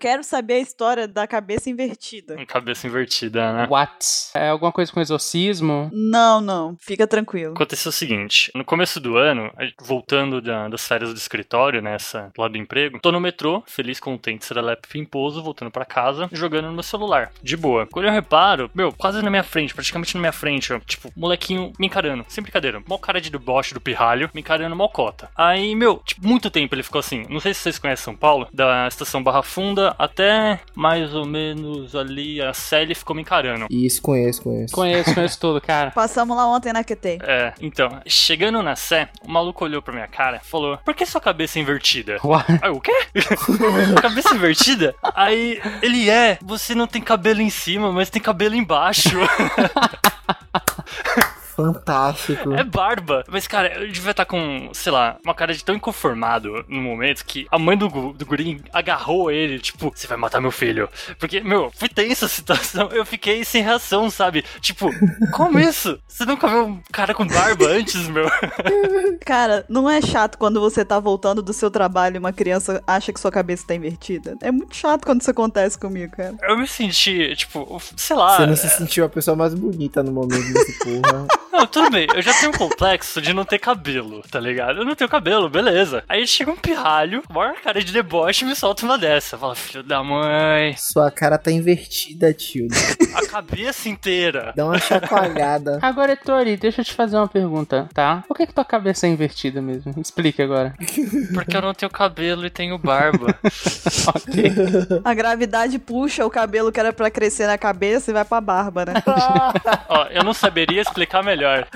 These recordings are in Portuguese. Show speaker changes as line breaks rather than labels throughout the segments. Quero saber a história da cabeça invertida.
Cabeça invertida, né?
What? É alguma coisa com exorcismo?
Não, não. Fica tranquilo.
Aconteceu o seguinte, no começo do ano, a gente- voltando da- das férias do escritório, nessa, do lado do emprego, tô no metrô, feliz, contente, serelepe, fimposo, voltando pra casa, jogando no meu celular, de boa. Quando eu reparo, meu, quase na minha frente, praticamente na minha frente, ó, tipo, molequinho me encarando, sem brincadeira, mó cara de deboche do pirralho, me encarando mó cota. Aí, meu, tipo, muito tempo ele ficou assim, não sei se vocês conhecem São Paulo, da estação Barra Funda até mais ou menos ali a Célia ficou me encarando.
Isso, conheço, conheço.
Conheço, conheço tudo, cara.
Passamos lá ontem na QT.
É, então, chegando na Sé, o maluco olhou pra minha cara e falou: Por que sua cabeça é invertida?
What?
Aí, eu, o quê? cabeça invertida? Aí ele é, você não tem cabelo em cima, mas tem cabelo embaixo.
Fantástico.
É barba. Mas, cara, eu devia estar com, sei lá, uma cara de tão inconformado no momento que a mãe do, gu- do Green agarrou ele, tipo, você vai matar meu filho. Porque, meu, foi tensa a situação. Eu fiquei sem reação, sabe? Tipo, como isso? Você nunca viu um cara com barba antes, meu?
Cara, não é chato quando você tá voltando do seu trabalho e uma criança acha que sua cabeça tá invertida? É muito chato quando isso acontece comigo, cara.
Eu me senti, tipo, sei lá.
Você não se sentiu a pessoa mais bonita no momento desse porra.
Não, tudo bem, eu já tenho um complexo de não ter cabelo, tá ligado? Eu não tenho cabelo, beleza. Aí chega um pirralho, maior cara de deboche e me solta uma dessa. Fala, filho da mãe,
Sua cara tá invertida, tio.
a cabeça inteira.
Dá uma chacoalhada.
Agora, Tori, deixa eu te fazer uma pergunta, tá? Por que, que tua cabeça é invertida mesmo? Explique agora.
Porque eu não tenho cabelo e tenho barba.
ok.
A gravidade puxa o cabelo que era pra crescer na cabeça e vai pra barba, né?
Ó, eu não saberia explicar melhor.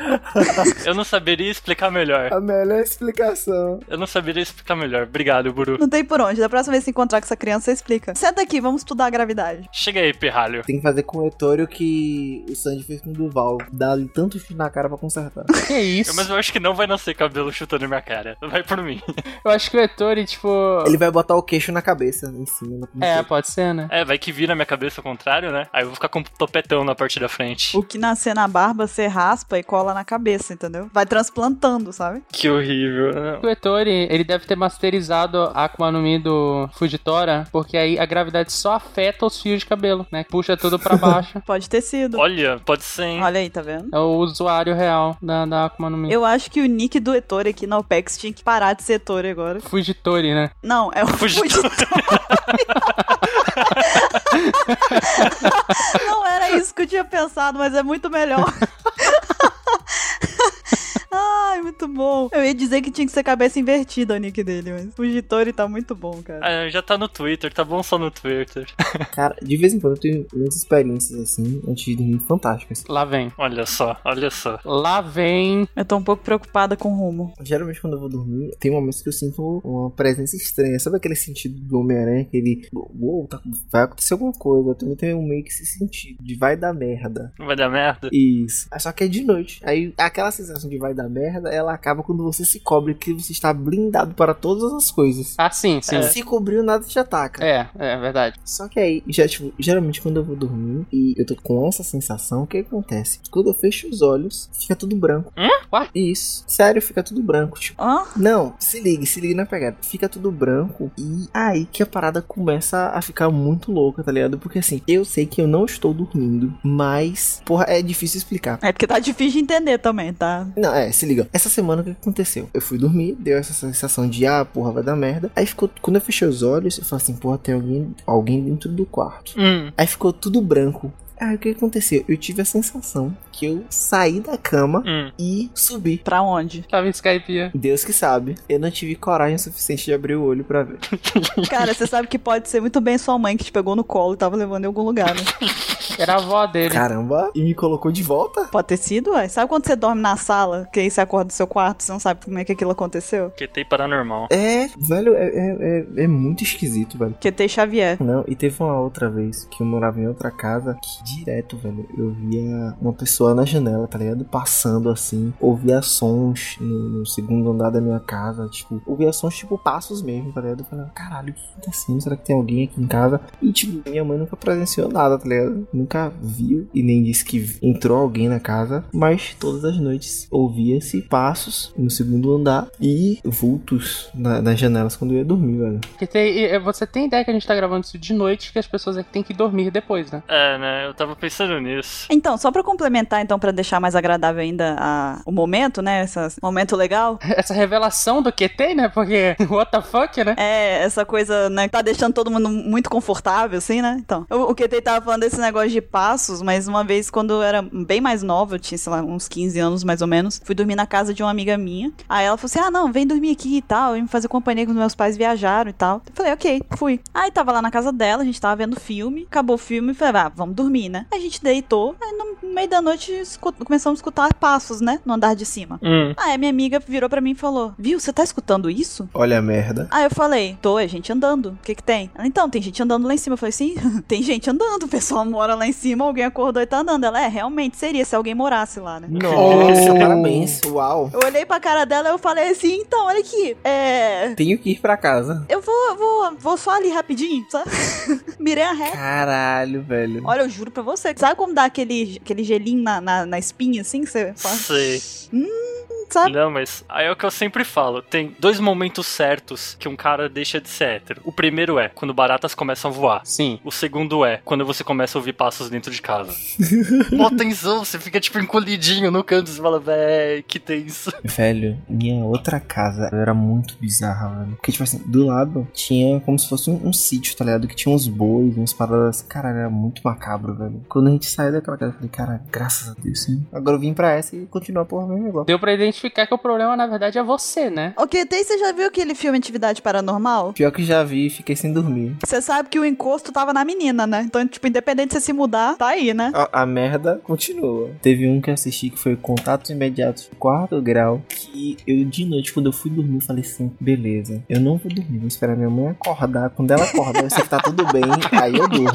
Eu não saberia explicar melhor.
A melhor explicação.
Eu não saberia explicar melhor. Obrigado, Buru.
Não tem por onde. Da próxima vez que encontrar com essa criança, você explica. Senta aqui, vamos estudar a gravidade.
Chega aí, pirralho.
Tem que fazer com o Ettore o que o Sandy fez com o Duval. Dá ali tanto chute na cara pra consertar.
que é isso?
Eu- Mas eu acho que não vai nascer cabelo chutando minha cara. Vai por mim.
Eu acho que o Ettore, tipo.
Ele vai botar o queixo na cabeça, em cima. não
É,
sei.
pode ser, né?
É, vai que vira minha cabeça ao contrário, né? Aí eu vou ficar com um topetão na parte da frente.
O que nascer na barba, você raspa e cola na cabeça, entendeu? Vai transplantando, sabe?
Que horrível. né?
O Ettore, ele deve ter masterizado a Akuma no Mi do Fujitora, porque aí a gravidade só afeta os fios de cabelo, né? Puxa tudo pra baixo.
Pode ter sido.
Olha, pode ser, hein?
Olha aí, tá vendo?
É o usuário real da, da Akuma no Mi.
Eu acho que o nick do Ettore aqui na OPEX tinha que parar de ser Ettore agora.
Fujitori, né?
Não, é o
Fugitório.
Fugitório. Não era isso que eu tinha pensado, mas é muito melhor. Ai, muito bom. Eu ia dizer que tinha que ser cabeça invertida o nick dele, mas Fugitório tá muito bom, cara.
Ah, já tá no Twitter, tá bom só no Twitter.
Cara, de vez em quando eu tenho umas experiências assim, antes de dormir, fantásticas.
Lá vem.
Olha só, olha só.
Lá vem.
Eu tô um pouco preocupada com o rumo.
Geralmente quando eu vou dormir, tem momentos que eu sinto uma presença estranha. Sabe aquele sentido do Homem-Aranha? Aquele. Uou, tá- vai acontecer alguma coisa. Eu também tenho meio que esse sentido de vai dar merda.
Não vai dar merda?
Isso. Ah, Só que é de noite. Aí aquela sensação de vai dar merda, ela acaba quando você se cobre que você está blindado para todas as coisas.
Ah, sim, sim.
Se cobriu, nada te ataca.
É, é verdade.
Só que aí, já, tipo, geralmente quando eu vou dormir e eu tô com essa sensação, o que acontece? Quando eu fecho os olhos, fica tudo branco.
Hã? What?
Isso. Sério, fica tudo branco. Tipo,
Hã?
não, se ligue, se ligue na pegada. Fica tudo branco e aí que a parada começa a ficar muito louca, tá ligado? Porque assim, eu sei que eu não estou dormindo, mas, porra, é difícil explicar.
É porque tá difícil de entender também, tá?
Não, é, se liga. Essa semana o que aconteceu? Eu fui dormir, deu essa sensação de, ah, porra, vai dar merda. Aí ficou, quando eu fechei os olhos, eu falei assim, porra, tem alguém, alguém dentro do quarto.
Hum.
Aí ficou tudo branco. Aí o que aconteceu? Eu tive a sensação que eu saí da cama
Hum.
e subi.
Pra onde?
Tava em Skype. é.
Deus que sabe, eu não tive coragem suficiente de abrir o olho pra ver.
Cara, você sabe que pode ser muito bem sua mãe que te pegou no colo e tava levando em algum lugar, né?
Era a avó dele.
Caramba, e me colocou de volta?
Pode ter sido, ué. Sabe quando você dorme na sala, que aí você acorda do seu quarto, você não sabe como é que aquilo aconteceu?
QT paranormal.
É, velho, é, é, é- é muito esquisito, velho.
QT Xavier.
Não, e teve uma outra vez que eu morava em outra casa que direto, velho, eu via uma pessoa pessoa na janela, tá ligado? Passando assim, ouvia sons no, no segundo andar da minha casa, tipo, ouvia sons tipo passos mesmo, tá ligado? Eu falava, caralho, o que tá acontecendo? Será que tem alguém aqui em casa? E tipo, minha mãe nunca presenciou nada, tá ligado? Nunca viu e nem disse que entrou alguém na casa, mas todas as noites ouvia-se passos no segundo andar e vultos na- nas janelas quando eu ia dormir, velho.
Porque tem- e, é, você tem ideia que a gente tá gravando isso de noite, que as pessoas é que têm que dormir depois, né?
É, né? Eu tava pensando nisso.
Então, só pra complementar, então, pra deixar mais agradável ainda a- o momento, né? Esse momento legal.
Essa revelação do QT, né? Porque, what the fuck, né?
É, essa coisa, né, que tá deixando todo mundo muito confortável, assim, né? Então, o, o QT tava falando desse negócio de passos, mas uma vez, quando eu era bem mais nova, eu tinha, sei lá, uns 15 anos mais ou menos, fui dormir na casa de uma amiga minha. Aí ela falou assim: ah, não, vem dormir aqui e tal, e me fazer companhia quando meus pais viajaram e tal. Eu falei, ok, fui. Aí tava lá na casa dela, a gente tava vendo filme, acabou o filme, falei, ah, vamos dormir, né? A gente deitou, aí no meio da noite escu- começamos a escutar passos, né? No andar de cima.
Hum.
Aí minha amiga virou pra mim e falou: Viu, você tá escutando isso?
Olha a merda.
Aí eu falei, tô, é gente andando. O que que tem? Ela, então, tem gente andando lá em cima. Eu falei, sim, tem gente andando. O pessoal mora lá em cima, alguém acordou e tá andando. Ela, é, realmente seria se alguém morasse lá, né?
Nossa,
Oh.
parabéns. Uau.
Eu olhei pra cara dela e eu falei assim, então, olha aqui, é...
Tenho que ir pra casa.
Eu vou, vou, vou só ali rapidinho, sabe? Mirei a reta.
É. Caralho, velho.
Olha, eu juro pra você. Sabe como dá aquele, aquele gelinho na, na, na espinha, assim, que você faz?
Sei. Hum,
Sabe?
Não, mas aí é o que eu sempre falo. Tem dois momentos certos que um cara deixa de ser hétero. O primeiro é quando baratas começam a voar.
Sim.
O segundo é quando você começa a ouvir passos dentro de casa. Mó tensão, você fica tipo encolhidinho no canto e fala, véi, que tenso.
Velho, minha outra casa era muito bizarra, velho. Porque, tipo assim, do lado tinha como se fosse um, um sítio, tá ligado? Que tinha uns bois, umas paradas. assim. Caralho, era muito macabro, velho. Quando a gente saiu daquela casa, eu falei, cara, graças a Deus, hein? Agora eu vim pra essa e continuar por mesmo igual.
Deu pra identificar que o problema, na verdade, é você, né?
Ô, Ketei, você já viu aquele filme Atividade Paranormal?
Pior que já vi, fiquei sem dormir.
Você sabe que o encosto tava na menina, né? Então, tipo, independente de você se mudar, tá aí, né?
A, a merda continua. Teve um que eu assisti que foi Contatos Imediatos Quarto Grau. Que eu, de noite, quando eu fui dormir, eu falei assim: beleza, eu não vou dormir, vou esperar minha mãe acordar. Quando ela acordar, eu sei que tá tudo bem, aí eu durmo.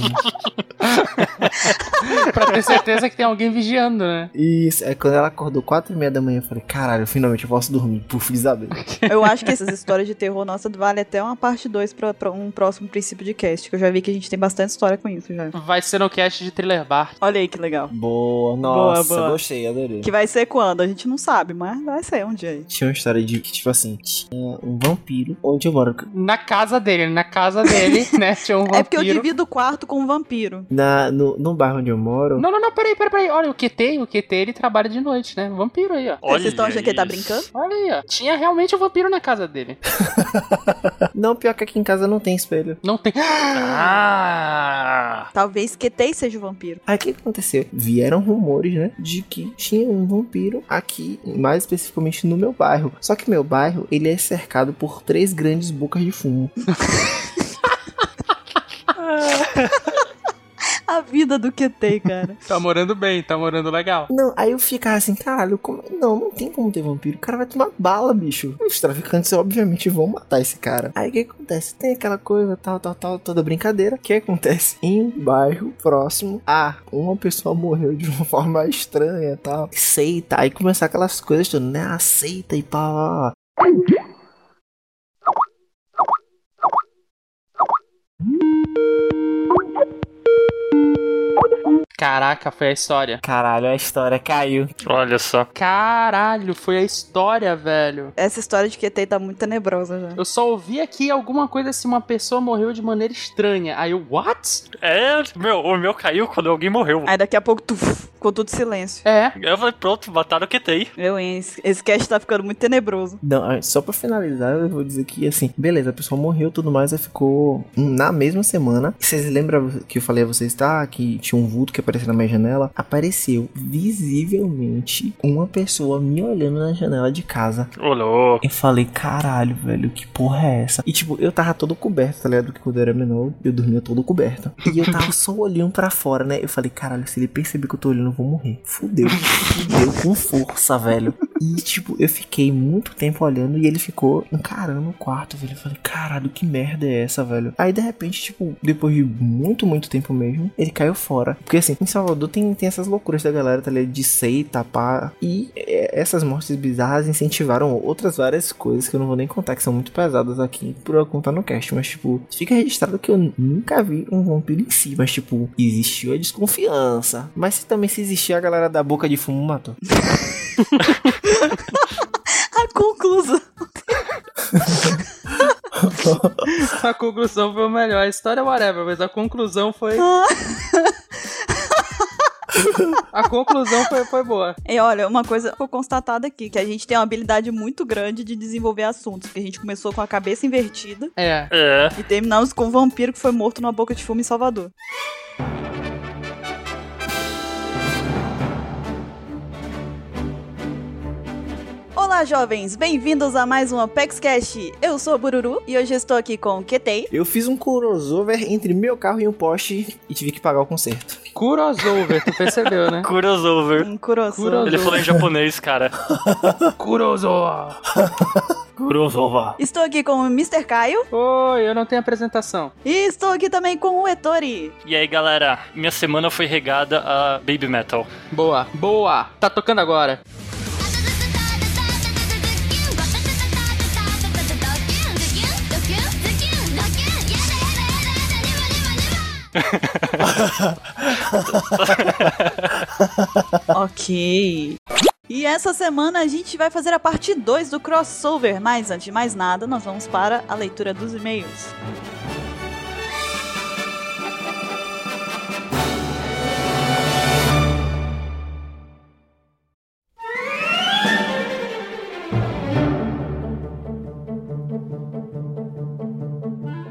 Pra ter certeza que tem alguém vigiando, né?
Isso, é quando ela acordou quatro e meia da manhã, eu falei, caralho, finalmente eu posso dormir. Puf, desabei.
Eu acho que essas histórias de terror nossa vale até uma parte 2 pra, pra um próximo princípio de cast, que eu já vi que a gente tem bastante história com isso já.
Vai ser no cast de Thriller Bar.
Olha aí que legal.
Boa, nossa,
boa.
gostei, adorei.
Que vai ser quando? A gente não sabe, mas vai ser um dia aí.
Tinha uma história de que, tipo assim, tinha um vampiro onde eu moro.
Na casa dele, na casa dele, né? Tinha um vampiro.
É porque eu divido o quarto com um vampiro.
Na, no, no bairro onde eu moro.
Não, não, não, peraí, peraí, peraí. Olha, o QT, o QT, ele trabalha de noite, né? Vampiro aí, ó.
Vocês estão achando que ele tá
isso.
brincando?
Olha aí, ó. Tinha realmente um vampiro na casa dele.
Não, pior que aqui em casa não tem espelho.
Não tem.
Ah!
Talvez Ketei seja o vampiro.
Aí o que que aconteceu? Vieram rumores, né? De que tinha um vampiro aqui, mais especificamente no meu bairro. Só que meu bairro, ele é cercado por três grandes bocas de fumo.
A vida do Ketei, cara.
Tá morando bem, tá morando legal.
Não, aí eu ficava assim, caralho, como... não, não tem como ter vampiro. O cara vai tomar bala, bicho. Os traficantes, obviamente, vão matar esse cara. Aí o que acontece? Tem aquela coisa, tal, tal, tal, toda brincadeira. O que acontece? Em um bairro próximo, ah, uma pessoa morreu de uma forma estranha e tal. Seita. Aí começar aquelas coisas, tudo, né? Aceita e pá, pá, pá.
Caraca, foi a história.
Caralho, a história caiu.
Olha só.
Caralho, foi a história, velho.
Essa história de Ketei tá muito tenebrosa já.
Eu só ouvi aqui alguma coisa assim, uma pessoa morreu de maneira estranha. Aí eu, what?
É, meu, o meu caiu quando alguém morreu.
Aí daqui a pouco, tu, ficou tudo silêncio.
É.
Eu falei, pronto, mataram o QTI.
Meu, hein, esse esse cast tá ficando muito tenebroso.
Não, ah, só pra finalizar, eu vou dizer que, assim, beleza, a pessoa morreu e tudo mais, aí ficou hum, na mesma semana. Vocês lembram que eu falei a vocês, tá? Que tinha um vulto que apareceu na minha janela? Apareceu visivelmente uma pessoa me olhando na janela de casa.
Ô, louco.
Eu falei, caralho, velho, que porra é essa? E tipo, eu tava todo coberto, tá ligado? Porque quando eu era menor, eu dormia todo coberto. E eu tava só olhando pra fora, né? Eu falei, caralho, se ele perceber que eu tô olhando eu vou morrer. Fudeu. Fudeu com força, velho. E, tipo, eu fiquei muito tempo olhando e ele ficou encarando o quarto, velho. Eu falei, caralho, que merda é essa, velho? Aí, de repente, tipo, depois de muito, muito tempo mesmo, ele caiu fora. Porque, assim, em Salvador tem, tem essas loucuras da galera, tá ligado? De seita, pá. E é, essas mortes bizarras incentivaram outras várias coisas que eu não vou nem contar, que são muito pesadas aqui, por eu contar no cast. Mas, tipo, fica registrado que eu nunca vi um vampiro em si. Mas, tipo, existiu a desconfiança. Mas também se existir, a galera da boca de fumo matou.
A conclusão.
A conclusão foi o melhor. A história é whatever, mas a conclusão foi. A conclusão foi, foi boa.
E olha, uma coisa foi constatada aqui, que a gente tem uma habilidade muito grande de desenvolver assuntos, porque a gente começou com a cabeça invertida
É.
É.
e terminamos com um vampiro que foi morto numa boca de fumo em Salvador. Olá, jovens! Bem-vindos a mais um Apex Cash. Eu sou a Bururu e hoje eu estou aqui com o Ketei.
Eu fiz um crossover entre meu carro e um poste e tive que pagar o conserto.
Crossover, tu percebeu, né?
Crossover.
Um Kurosu.
Kuro-
Ele falou em japonês, cara.
Crossover.
Crossover.
Estou aqui com o Mr. Caio
Oi, eu não tenho apresentação.
e estou aqui também com o Etori.
E aí, galera? Minha semana foi regada a baby metal.
Boa, boa. Tá tocando agora.
Ok. E essa semana a gente vai fazer a parte 2 do crossover, mas antes de mais nada, nós vamos para a leitura dos e-mails.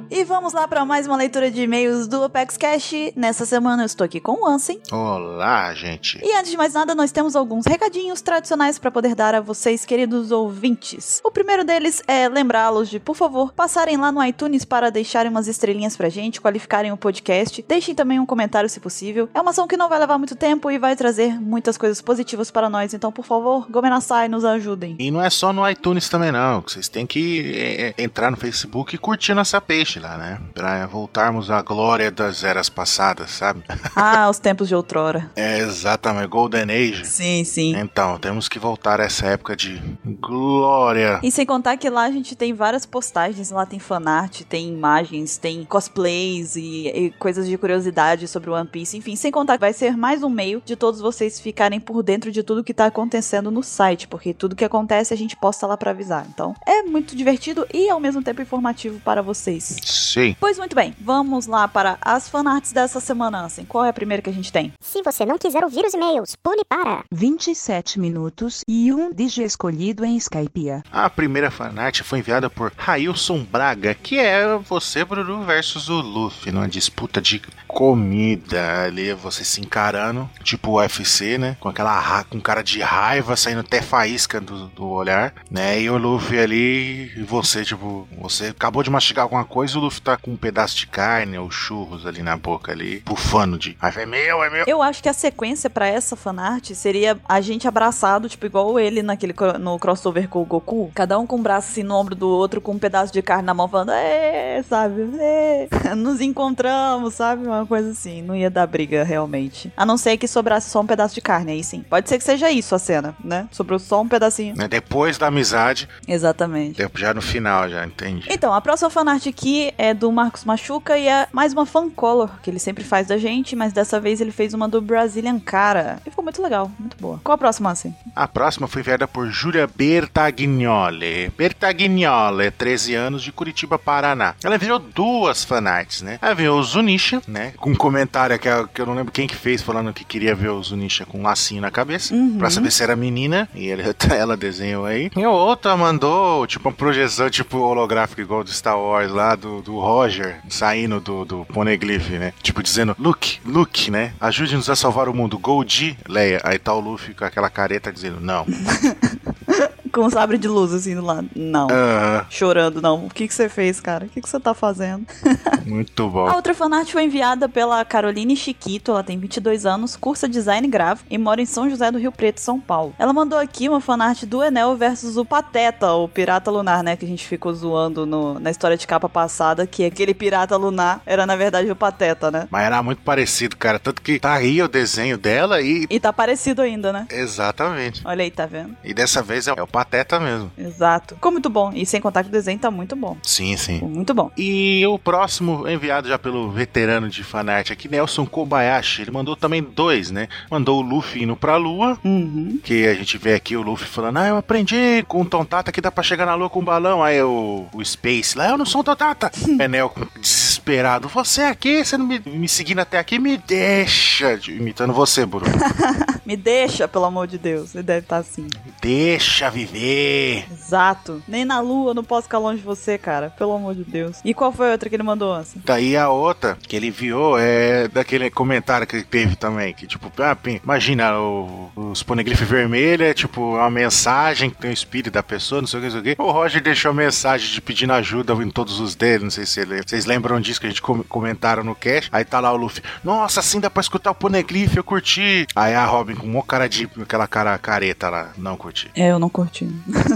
E vamos lá para mais uma leitura de e-mails do Opex Cash. Nessa semana eu estou aqui com o Ansem.
Olá, gente.
E antes de mais nada, nós temos alguns recadinhos tradicionais para poder dar a vocês, queridos ouvintes. O primeiro deles é lembrá-los de, por favor, passarem lá no iTunes para deixarem umas estrelinhas pra gente, qualificarem o podcast, deixem também um comentário se possível. É uma ação que não vai levar muito tempo e vai trazer muitas coisas positivas para nós, então, por favor, Gomenasai, nos ajudem.
E não é só no iTunes também, não. que Vocês têm que é, é, entrar no Facebook e curtir nossa peixe lá, né? Pra voltarmos à glória das eras passadas, sabe?
Ah, os tempos de outrora.
É exatamente, Golden Age.
Sim, sim.
Então, temos que voltar a essa época de glória.
E sem contar que lá a gente tem várias postagens, lá tem fanart, tem imagens, tem cosplays e, e coisas de curiosidade sobre o One Piece, enfim, sem contar que vai ser mais um meio de todos vocês ficarem por dentro de tudo que tá acontecendo no site, porque tudo que acontece a gente posta lá pra avisar. Então, é muito divertido e ao mesmo tempo informativo para vocês.
Sim.
Pois muito bem, vamos lá para as fanarts dessa semana, assim. Qual é a primeira que a gente tem?
Se você não quiser ouvir os e-mails, pule para.
27 minutos e um DJ escolhido em Skype.
A primeira fanart foi enviada por Railson Braga, que é você, Bruno, versus o Luffy, numa disputa de comida. Ali você se encarando, tipo UFC, né? Com aquela ra- com cara de raiva, saindo até faísca do, do olhar, né? E o Luffy ali, e você, tipo, você acabou de mastigar alguma coisa, o Luffy tá com um pedaço de carne ou churros ali na boca ali, bufando de. Aí é meu, é meu.
Eu acho que a sequência pra essa fanart seria a gente abraçado, tipo, igual ele naquele cro- no crossover com o Goku. Cada um com um braço assim no ombro do outro, com um pedaço de carne na mão, falando, é, sabe? "Ê, nos encontramos, sabe? Uma coisa assim. Não ia dar briga, realmente. A não ser que sobrasse só um pedaço de carne, aí sim. Pode ser que seja isso a cena, né? Sobrou só um pedacinho.
Né, Depois da amizade,
Exatamente.
já no final, já entendi.
Então, a próxima fanart aqui é do Marcos Machuca e é mais uma fan color que ele sempre faz da gente, mas dessa vez ele fez uma do Brazilian Cara. E ficou muito legal, muito boa. Qual a próxima, assim?
A próxima foi enviada por Júlia Bertagnoli. Bertagnoli, 13 anos, de Curitiba, Paraná. Ela virou duas fanarts, né? Ela virou o Zunisha, né? Com um comentário que eu, que eu não lembro quem que fez, falando que queria ver o Zunisha com um lacinho na cabeça,
Uhum.
pra saber se era menina. né? E ele- ela desenhou aí. E a outra mandou, tipo, uma projeção, tipo, holográfica, igual do Star Wars lá, do, do Roger, saindo do, do Poneglyph, né? Tipo, dizendo, Luke, Luke, né? Ajude-nos a salvar o mundo. Goldie, Leia. Aí tá o Luffy com aquela careta dizendo, não.
com um sabre de luz, assim, do lado. Não.
Ah,
Chorando, não. O que que você fez, cara? O que que você tá fazendo?
muito bom.
A outra fanart foi enviada pela Caroline Chiquito, ela tem 22 anos, cursa design gráfico e mora em São José do Rio Preto, São Paulo. Ela mandou aqui uma fanart do Enel versus o Pateta, o pirata lunar, né, que a gente ficou zoando no- na história de capa passada, que aquele pirata lunar era na verdade o Pateta, né?
Mas era muito parecido, cara. Tanto que tá aí o desenho dela e.
E tá parecido ainda, né?
Exatamente.
Olha aí, tá vendo?
E dessa vez é é o Pateta mesmo.
Exato. Ficou muito bom. E sem contar que o desenho tá muito bom.
Sim, sim.
Ficou muito bom.
E o próximo, enviado já pelo veterano de fanart aqui, Nelson Kobayashi. Ele mandou também dois, né? Mandou o Luffy indo pra lua,
Uhum.
que a gente vê aqui o Luffy falando: Ah, eu aprendi com o Tontata que dá pra chegar na lua com um balão. Aí o, o Space lá, eu não sou um Tontata. Enel desesperado: Você aqui, você não me, me seguindo até aqui, me deixa. de- Imitando você, Bruno.
Me deixa, pelo amor de Deus. Ele deve estar assim.
Me deixa viver.
Exato. Nem na lua eu não posso ficar longe de você, cara. Pelo amor de Deus. E qual foi a outra que ele mandou, assim?
Daí Tá a outra que ele viu é daquele comentário que ele teve também, que tipo, ah, pin- imagina, o, os poneglyphs vermelhos é tipo uma mensagem que tem o espírito da pessoa, não sei o que, não sei o que. O Roger deixou a mensagem de pedindo ajuda em todos os dele, não sei se ele, vocês lembram disso que a gente com- comentaram no cast. Aí tá lá o Luffy, nossa, assim dá pra escutar o poneglyph, eu curti. Aí a Robin com uma cara de, aquela cara careta lá, não curti.
É, eu não curti.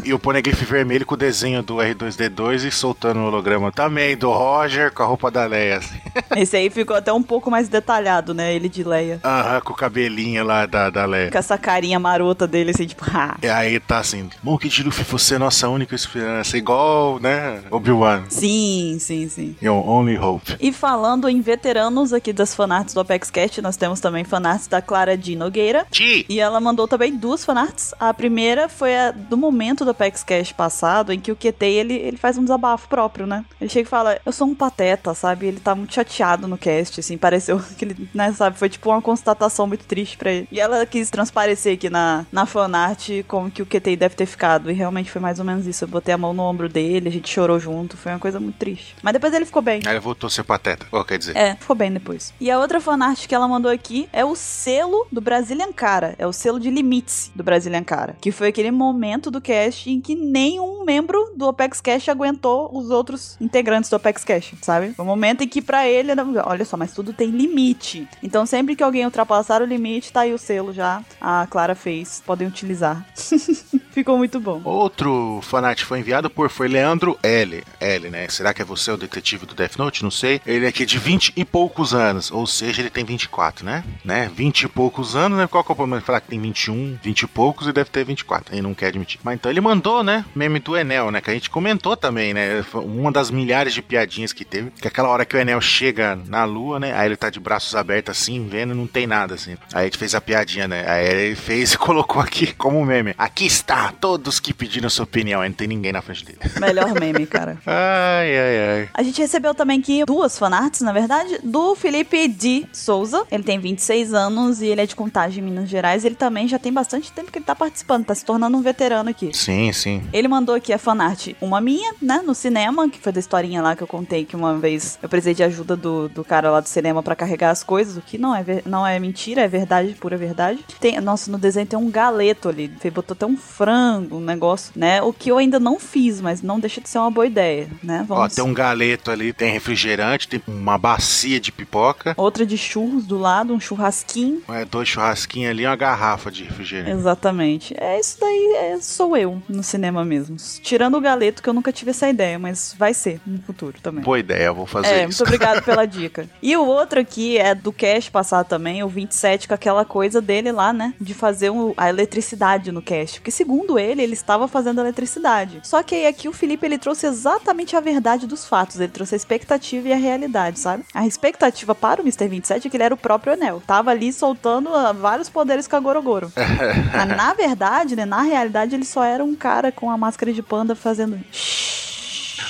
E o poneglyph vermelho com o desenho do R2D2 e soltando o holograma também, do Roger com a roupa da Leia, assim.
Esse aí ficou até um pouco mais detalhado, né? Ele de Leia.
Aham, com o cabelinho lá da, da Leia.
Com essa carinha marota dele, assim, tipo, ah.
E aí tá assim, Monkey de Luffy, você é nossa única esperança, igual, né, Obi-Wan.
Sim, sim, sim.
Your only hope.
E falando em veteranos aqui das fanarts do Apex Cast, nós temos também fanarts da Clara de Nogueira,
Ti!
E ela mandou também duas fanarts. A primeira foi a do momento do Apex Cash passado, em que o QT ele, ele faz um desabafo próprio, né? Ele chega e fala: Eu sou um pateta, sabe? Ele tá muito chateado no cast, assim. Pareceu que ele, né, sabe? Foi tipo uma constatação muito triste pra ele. E ela quis transparecer aqui na, na fanart como que o QT deve ter ficado. E realmente foi mais ou menos isso. Eu botei a mão no ombro dele, a gente chorou junto. Foi uma coisa muito triste. Mas depois ele ficou bem.
Aí ele voltou a ser pateta. Ou quer dizer,
É, ficou bem depois. E a outra fanart que ela mandou aqui é o selo do Brazilian Cara. É o selo de limites do Brazilian Cara. Que foi aquele momento do cast em que nenhum membro do Apex Cash aguentou os outros integrantes do Apex Cash, sabe? Foi o momento em que pra ele, era, olha só, mas tudo tem limite. Então sempre que alguém ultrapassar o limite, tá aí o selo já. A Clara fez, podem utilizar. Ficou muito bom.
Outro fanart foi enviado por foi Leandro L. L, né? Será que é você o detetive do Death Note? Não sei. Ele é aqui de 20 e poucos anos, ou seja, ele tem 24, né? Né? 20 e poucos anos, né? Qual que é o problema de falar que tem 21, 20 e poucos e deve ter 24? Ele não quer admitir. Mas então ele mandou, né? Meme do Enel, né? Que a gente comentou também, né? Foi Uma das milhares de piadinhas que teve, que é aquela hora que o Enel chega na lua, né? Aí ele tá de braços abertos assim, vendo, não tem nada assim. Aí a gente fez a piadinha, né? Aí ele fez e colocou aqui como meme. Aqui está todos que pediram sua opinião. Aí não tem ninguém na frente dele.
Melhor meme, cara.
Ai, ai, ai.
A gente recebeu também aqui duas fanarts, na verdade, do Felipe de Souza. Ele tem 26 anos e ele é de Contagem, Minas Gerais. Ele também já tem bastante tempo que ele tá participando, tá se tornando um veterano aqui.
Sim, sim.
Ele mandou aqui a fanart, uma minha, né, no cinema, que foi da historinha lá que eu contei que uma vez eu precisei de ajuda do, do cara lá do cinema pra carregar as coisas, o que não é, ver- não é mentira, é verdade, pura verdade. Tem, nossa, no desenho tem um galeto ali, ele botou até um frango, um negócio, né, o que eu ainda não fiz, mas não deixa de ser uma boa ideia, né,
Ó,
vamos...
tem um galeto ali, tem refrigerante, tem uma bacia de pipoca,
Outra de churros do lado, um churrasquinho.
é, dois churrasquinhos ali e uma garrafa de refrigerante.
Exatamente. É isso daí, é, sou eu no cinema mesmo. Tirando o galeto, que eu nunca tive essa ideia, mas vai ser no futuro também.
Boa ideia, eu vou fazer
É, muito
isso.
obrigado pela dica. E o outro aqui é do cast passar também, o 27, com aquela coisa dele lá, né? De fazer um- a eletricidade no cast. Porque segundo ele, ele estava fazendo eletricidade. Só que aí aqui o Felipe, ele trouxe exatamente a verdade dos fatos. Ele trouxe a expectativa e a realidade, sabe? A expectativa para o Mr. 27 é que ele era o próprio Enel. Tava ali soltando ah, vários poderes com a Gorogoro. Mas na verdade, né? Na realidade, ele só era um cara com a máscara de panda fazendo...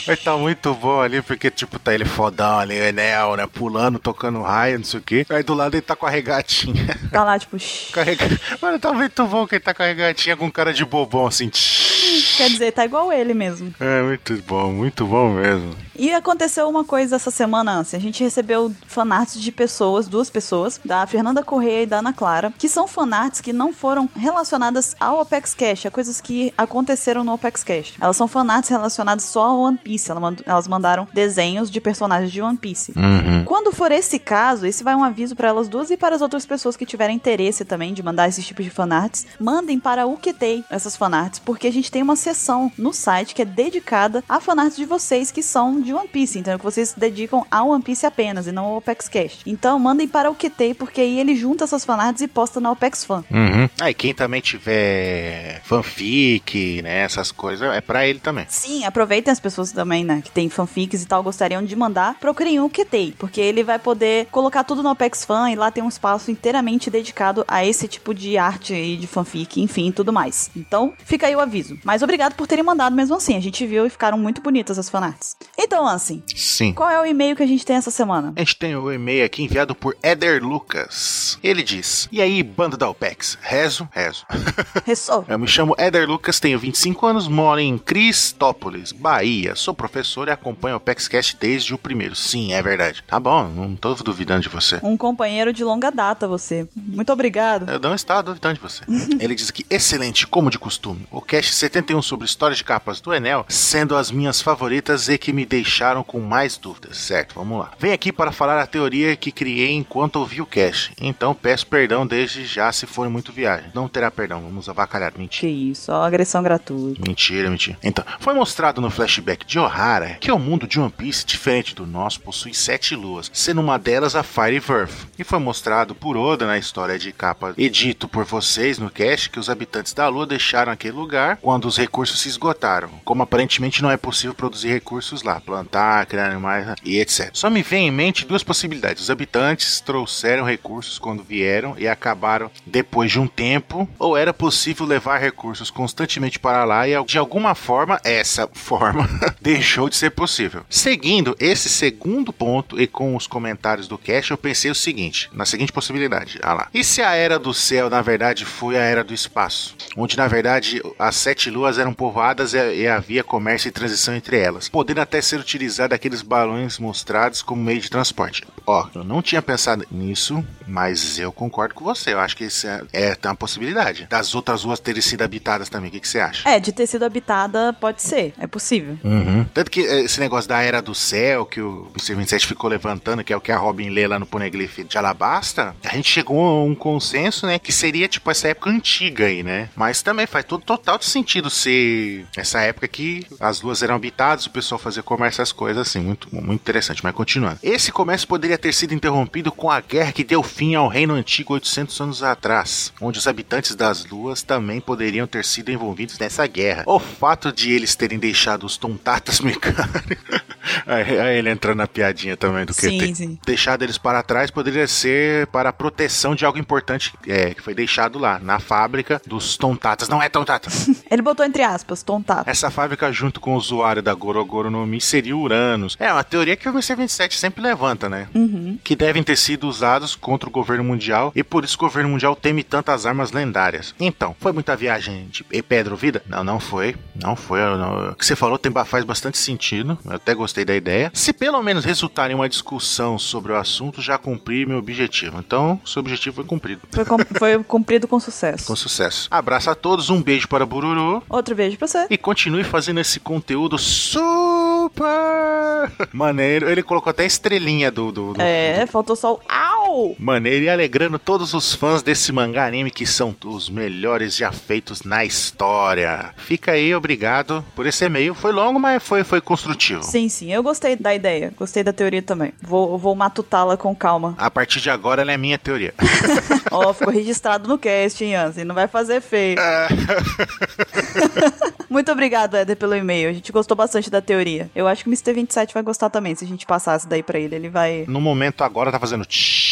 Mas tá muito bom ali, porque, tipo, tá ele fodão ali, o Enel, né? Pulando, tocando raio, não sei o quê. Aí do lado ele tá com a regatinha.
Tá lá, tipo... "Shh".
Carrega... Mano, tá muito bom que ele tá com a regatinha com cara de bobão, assim.
Quer dizer, tá igual ele mesmo.
É muito bom, muito bom mesmo.
E aconteceu uma coisa essa semana, assim, a gente recebeu fanarts de pessoas, duas pessoas, da Fernanda Correia e da Ana Clara, que são fanarts que não foram relacionadas ao Apex Cash, a coisas que aconteceram no Apex Cash. Elas são fanarts relacionadas só ao One Piece, ela mand- elas mandaram desenhos de personagens de One Piece.
Uhum.
Quando for esse caso, esse vai um aviso para elas duas e para as outras pessoas que tiverem interesse também de mandar esses tipos de fanarts, mandem para o QT essas fanarts, porque a gente tem uma seção no site que é dedicada a fanarts de vocês que são de One Piece, então que vocês se dedicam a One Piece apenas e não ao Opex Cash. Então mandem para o QT, porque aí ele junta essas fanarts e posta na Opex Fan.
Uhum. Aí quem também tiver fanfic, né, essas coisas, é pra ele também.
Sim, aproveitem as pessoas também, né, que tem fanfics e tal, gostariam de mandar, procurem o QT, porque ele vai poder colocar tudo no Apex Fan e lá tem um espaço inteiramente dedicado a esse tipo de arte e de fanfic, enfim, tudo mais. Então, fica aí o aviso. Mas obrigado por terem mandado mesmo assim, a gente viu e ficaram muito bonitas as fanarts. Então, assim,
Sim.
qual é o e-mail que a gente tem essa semana?
A gente tem o e-mail aqui enviado por Eder Lucas. Ele diz: E aí, banda da OPEX? Rezo, rezo.
Ressou.
Eu me chamo Éder Lucas, tenho 25 anos, moro em Cristópolis, Bahia. Sou professor e acompanho o PEXCast desde o primeiro. Sim, é verdade. Tá bom, não tô duvidando de você.
Um companheiro de longa data, você. Muito obrigado.
Eu não estava duvidando de você. Ele diz aqui, excelente, como de costume. O cast 71 sobre histórias de capas do Enel, sendo as minhas favoritas e que me deixaram com mais dúvidas. Certo, vamos lá. Vem aqui para falar a teoria que criei enquanto ouvi o cast. Então peço perdão desde já se for muito viagem. Não terá perdão, vamos avacalhar. Mentira.
Que isso, ó, agressão gratuita.
Mentira, mentira. Então, foi mostrado no flashback de Ohara que o mundo de One Piece, diferente do nosso, possui sete luas, sendo uma delas a Fire Verve. E foi mostrado por Oda na história de capa e dito por vocês no cast que os habitantes da lua deixaram aquele lugar quando os recursos se esgotaram. Como aparentemente não é possível produzir recursos lá, plantar, criar animais e etc. Só me vem em mente duas possibilidades. Os habitantes trouxeram recursos quando vieram e acabaram depois de um tempo, ou era possível levar recursos constantemente para lá e de alguma forma essa forma deixou de ser possível. Seguindo esse segundo ponto e com os comentários do Cash, eu pensei o seguinte, na seguinte possibilidade, ah lá. E se a era do céu na verdade foi a era do espaço, onde na verdade as sete luas eram povoadas e, e havia comércio e transição entre elas, podendo até ser utilizado aqueles balões mostrados como meio de transporte. Ó, eu não tinha pensado nisso, mas eu concordo com você. Eu acho que isso é, é tem uma possibilidade. Das outras ruas terem sido habitadas também. O que, que você acha?
É, de ter sido habitada, pode ser. É possível.
Uhum. Tanto que eh, esse negócio da Era do Céu, que o Mr. 27 ficou levantando, que é o que a Robin lê lá no Poneglyph de Alabasta, a gente chegou a um consenso, né, que seria, tipo, essa época antiga aí, né? Mas também faz todo total de sentido ser essa época que as luas eram habitadas, o pessoal fazia comércio, essas coisas, assim, muito, muito interessante. Mas continuando. Esse comércio poderia ter sido interrompido com a guerra que deu fim ao Reino Antigo 800 anos atrás, onde os habitantes das luas também poderiam ter sido envolvidos nessa guerra. O fato de eles terem deixado os tontatas mecânicos. aí, aí ele entrando na piadinha também do QT
Sim, sim.
deixado eles para trás poderia ser para a proteção de algo importante é, que foi deixado lá na fábrica dos tontatas. Não é tontata.
Ele botou entre aspas, tontado.
Essa fábrica, junto com o usuário da Gorogoro no Mi, seria Uranus. É uma teoria que o MC27 sempre levanta, né?
Uhum.
Que devem ter sido usados contra o governo mundial e por isso o governo mundial teme tantas armas lendárias. Então, foi muita viagem de e Pedro Vida? Não, não foi. Não foi. eu não- O que você falou tem, ba- faz bastante sentido. Eu até gostei da ideia. Se pelo menos resultar em uma discussão sobre o assunto, já cumpri meu objetivo. Então, seu objetivo foi cumprido.
Foi, com- foi cumprido com sucesso.
Com sucesso. Abraço a todos, um beijo para Bururu.
Outro beijo pra você.
E continue fazendo esse conteúdo super maneiro. Ele colocou até a estrelinha do. do, do-
É, faltou só o au!
Maneiro e alegrando todos os fãs desse mangá anime que são os melhores já feitos na história. Fica aí, obrigado por esse e-mail. Foi longo, mas foi, foi construtivo.
Sim, sim, eu gostei da ideia, gostei da teoria também. Vou, vou matutá-la com calma.
A partir de agora, ela é minha teoria.
Ó, ficou registrado no cast, hein, Ansem? Não vai fazer feio. Muito obrigado, Éder, pelo e-mail. A gente gostou bastante da teoria. Eu acho que o Mr. 27 vai gostar também. Se a gente passar isso daí pra ele, ele vai.
no momento agora, tá fazendo. tsh.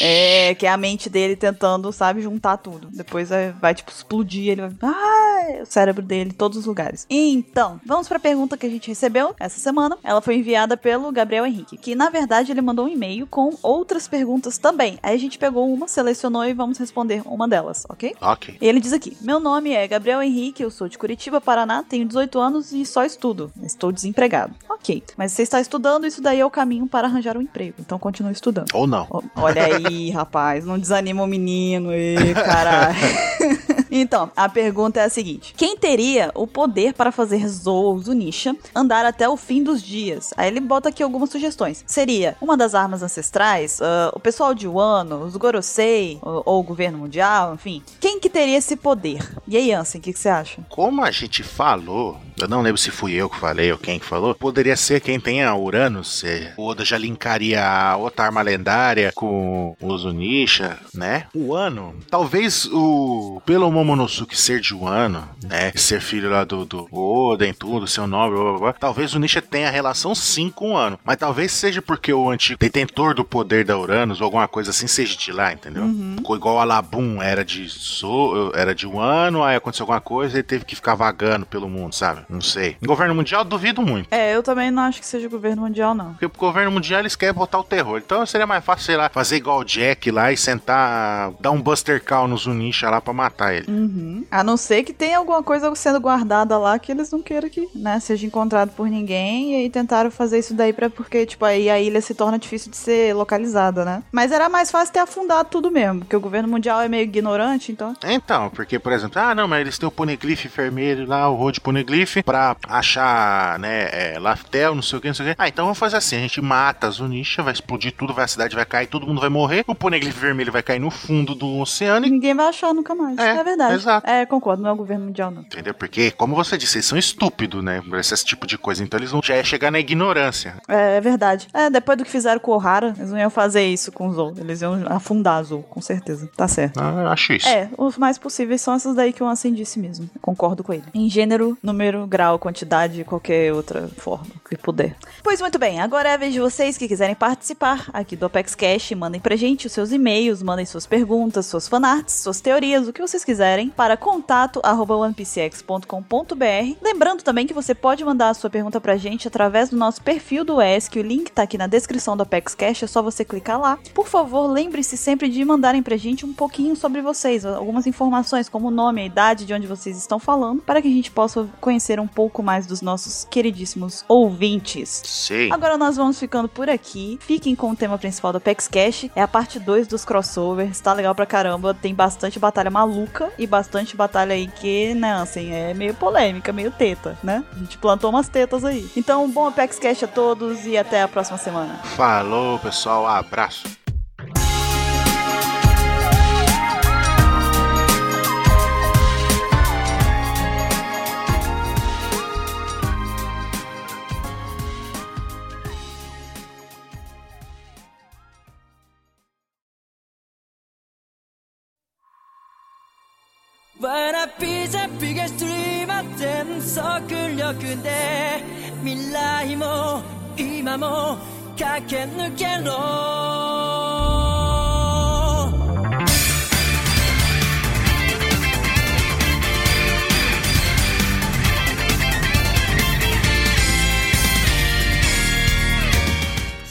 É, que é a mente dele tentando, sabe, juntar tudo. Depois vai, vai, tipo, explodir, ele vai... Ah, o cérebro dele, em todos os lugares. Então, vamos pra pergunta que a gente recebeu essa semana. Ela foi enviada pelo Gabriel Henrique, que, na verdade, ele mandou um e-mail com outras perguntas também. Aí a gente pegou uma, selecionou e vamos responder uma delas, ok?
Ok.
E ele diz aqui: Meu nome é Gabriel Henrique, eu sou de Curitiba, Paraná, tenho 18 anos e só estudo. Estou desempregado. Ok. Mas você está estudando, isso daí é o caminho para arranjar um emprego. Então continue estudando.
Ou não.
O- Olha aí, rapaz, não desanima o menino, e caralho. Então, a pergunta é a seguinte: Quem teria o poder para fazer Zou Zunisha andar até o fim dos dias? Aí ele bota aqui algumas sugestões. Seria uma das armas ancestrais, ah, o pessoal de Wano, os Gorosei, ou, ou o governo mundial, enfim. Quem que teria esse poder? E aí, Ansem, o que que você acha?
Como a gente falou, eu não lembro se fui eu que falei ou quem que falou, poderia ser quem tenha Uranus. é, O Oda já linkaria a outra arma lendária com o Zunisha, né? O Ano. Talvez o. Pelo Momonosuke ser de Wano, né? Ser filho lá do, do Oda em tudo, seu nome, blá, blá, blá. Talvez o Nisha tenha relação sim com o Ano. Mas talvez seja porque o antigo detentor do poder da Uranus ou alguma coisa assim seja de lá, entendeu? Ficou Igual a Labum era de so, era de um ano, aí aconteceu alguma coisa e ele teve que ficar vagando pelo mundo, sabe? Não sei. Em governo mundial, duvido muito.
É, eu também não acho que seja governo mundial, não.
Porque pro governo mundial eles querem botar o terror. Então seria mais fácil, sei lá, fazer igual o Jack lá e sentar, dar um Buster Call no Zunisha lá pra matar ele.
Uhum. A não ser que tenha alguma coisa sendo guardada lá que eles não queiram que, né, seja encontrado por ninguém. E aí tentaram fazer isso daí pra porque, tipo, aí a ilha se torna difícil de ser localizada, né? Mas era mais fácil ter afundado tudo mesmo, porque o governo mundial é meio ignorante, então.
Então, porque, por exemplo, ah, não, mas eles têm o Poneglyph vermelho lá, o Road Poneglyph, pra achar, né, é, Laftel, não sei o que, não sei o que. Ah, então vamos fazer assim: a gente mata a Zunisha, vai explodir tudo, vai, a cidade vai cair, todo mundo vai morrer, o Poneglyph vermelho vai cair no fundo do oceano e.
Ninguém vai achar nunca mais.
É,
É, verdade.
exato.
É, concordo, não é o governo mundial, não.
Entendeu? Porque, como você disse, eles são estúpidos, né? pra Esse tipo de coisa. Então eles vão já é chegar na ignorância.
É, é verdade. É, depois do que fizeram com o Ohara, eles não iam fazer isso com o Zou. Eles iam afundar o Zou, com certeza. Tá certo.
Ah, eu acho isso.
É, os mais possíveis são essas daí que o Ansem disse mesmo. Concordo com ele. Em gênero, número, grau, quantidade, qualquer outra forma que puder. Pois muito bem, agora é a vez de vocês que quiserem participar aqui do Apex Cash. Mandem pra gente os seus e-mails, mandem suas perguntas, suas fanarts, suas teorias, o que vocês quiserem, para contato arroba onepcx.com.br. Lembrando também que você pode mandar a sua pergunta pra gente através do nosso perfil do ESC, o link tá aqui na descrição do Apex Cash, é só você clicar lá. Por favor, lembre-se sempre de mandarem pra gente um pouquinho sobre vocês, algumas informações, como o nome, a idade de onde vocês estão falando, para que a gente possa conhecer um pouco mais dos nossos queridíssimos ouvintes.
Sei.
Agora nós vamos ficando por aqui. Fiquem com o tema principal do Apex Cash. É a parte 2 dos crossovers. Tá legal pra caramba. Tem bastante batalha maluca e bastante batalha aí que, né, assim, é meio polêmica, meio teta, né? A gente plantou umas tetas aí. Então, um bom Apex Cash a todos e até a próxima semana.
Falou, pessoal. Abraço.
But a piece of bigger dream at them so good look there Mirai mo ima mo kakenukero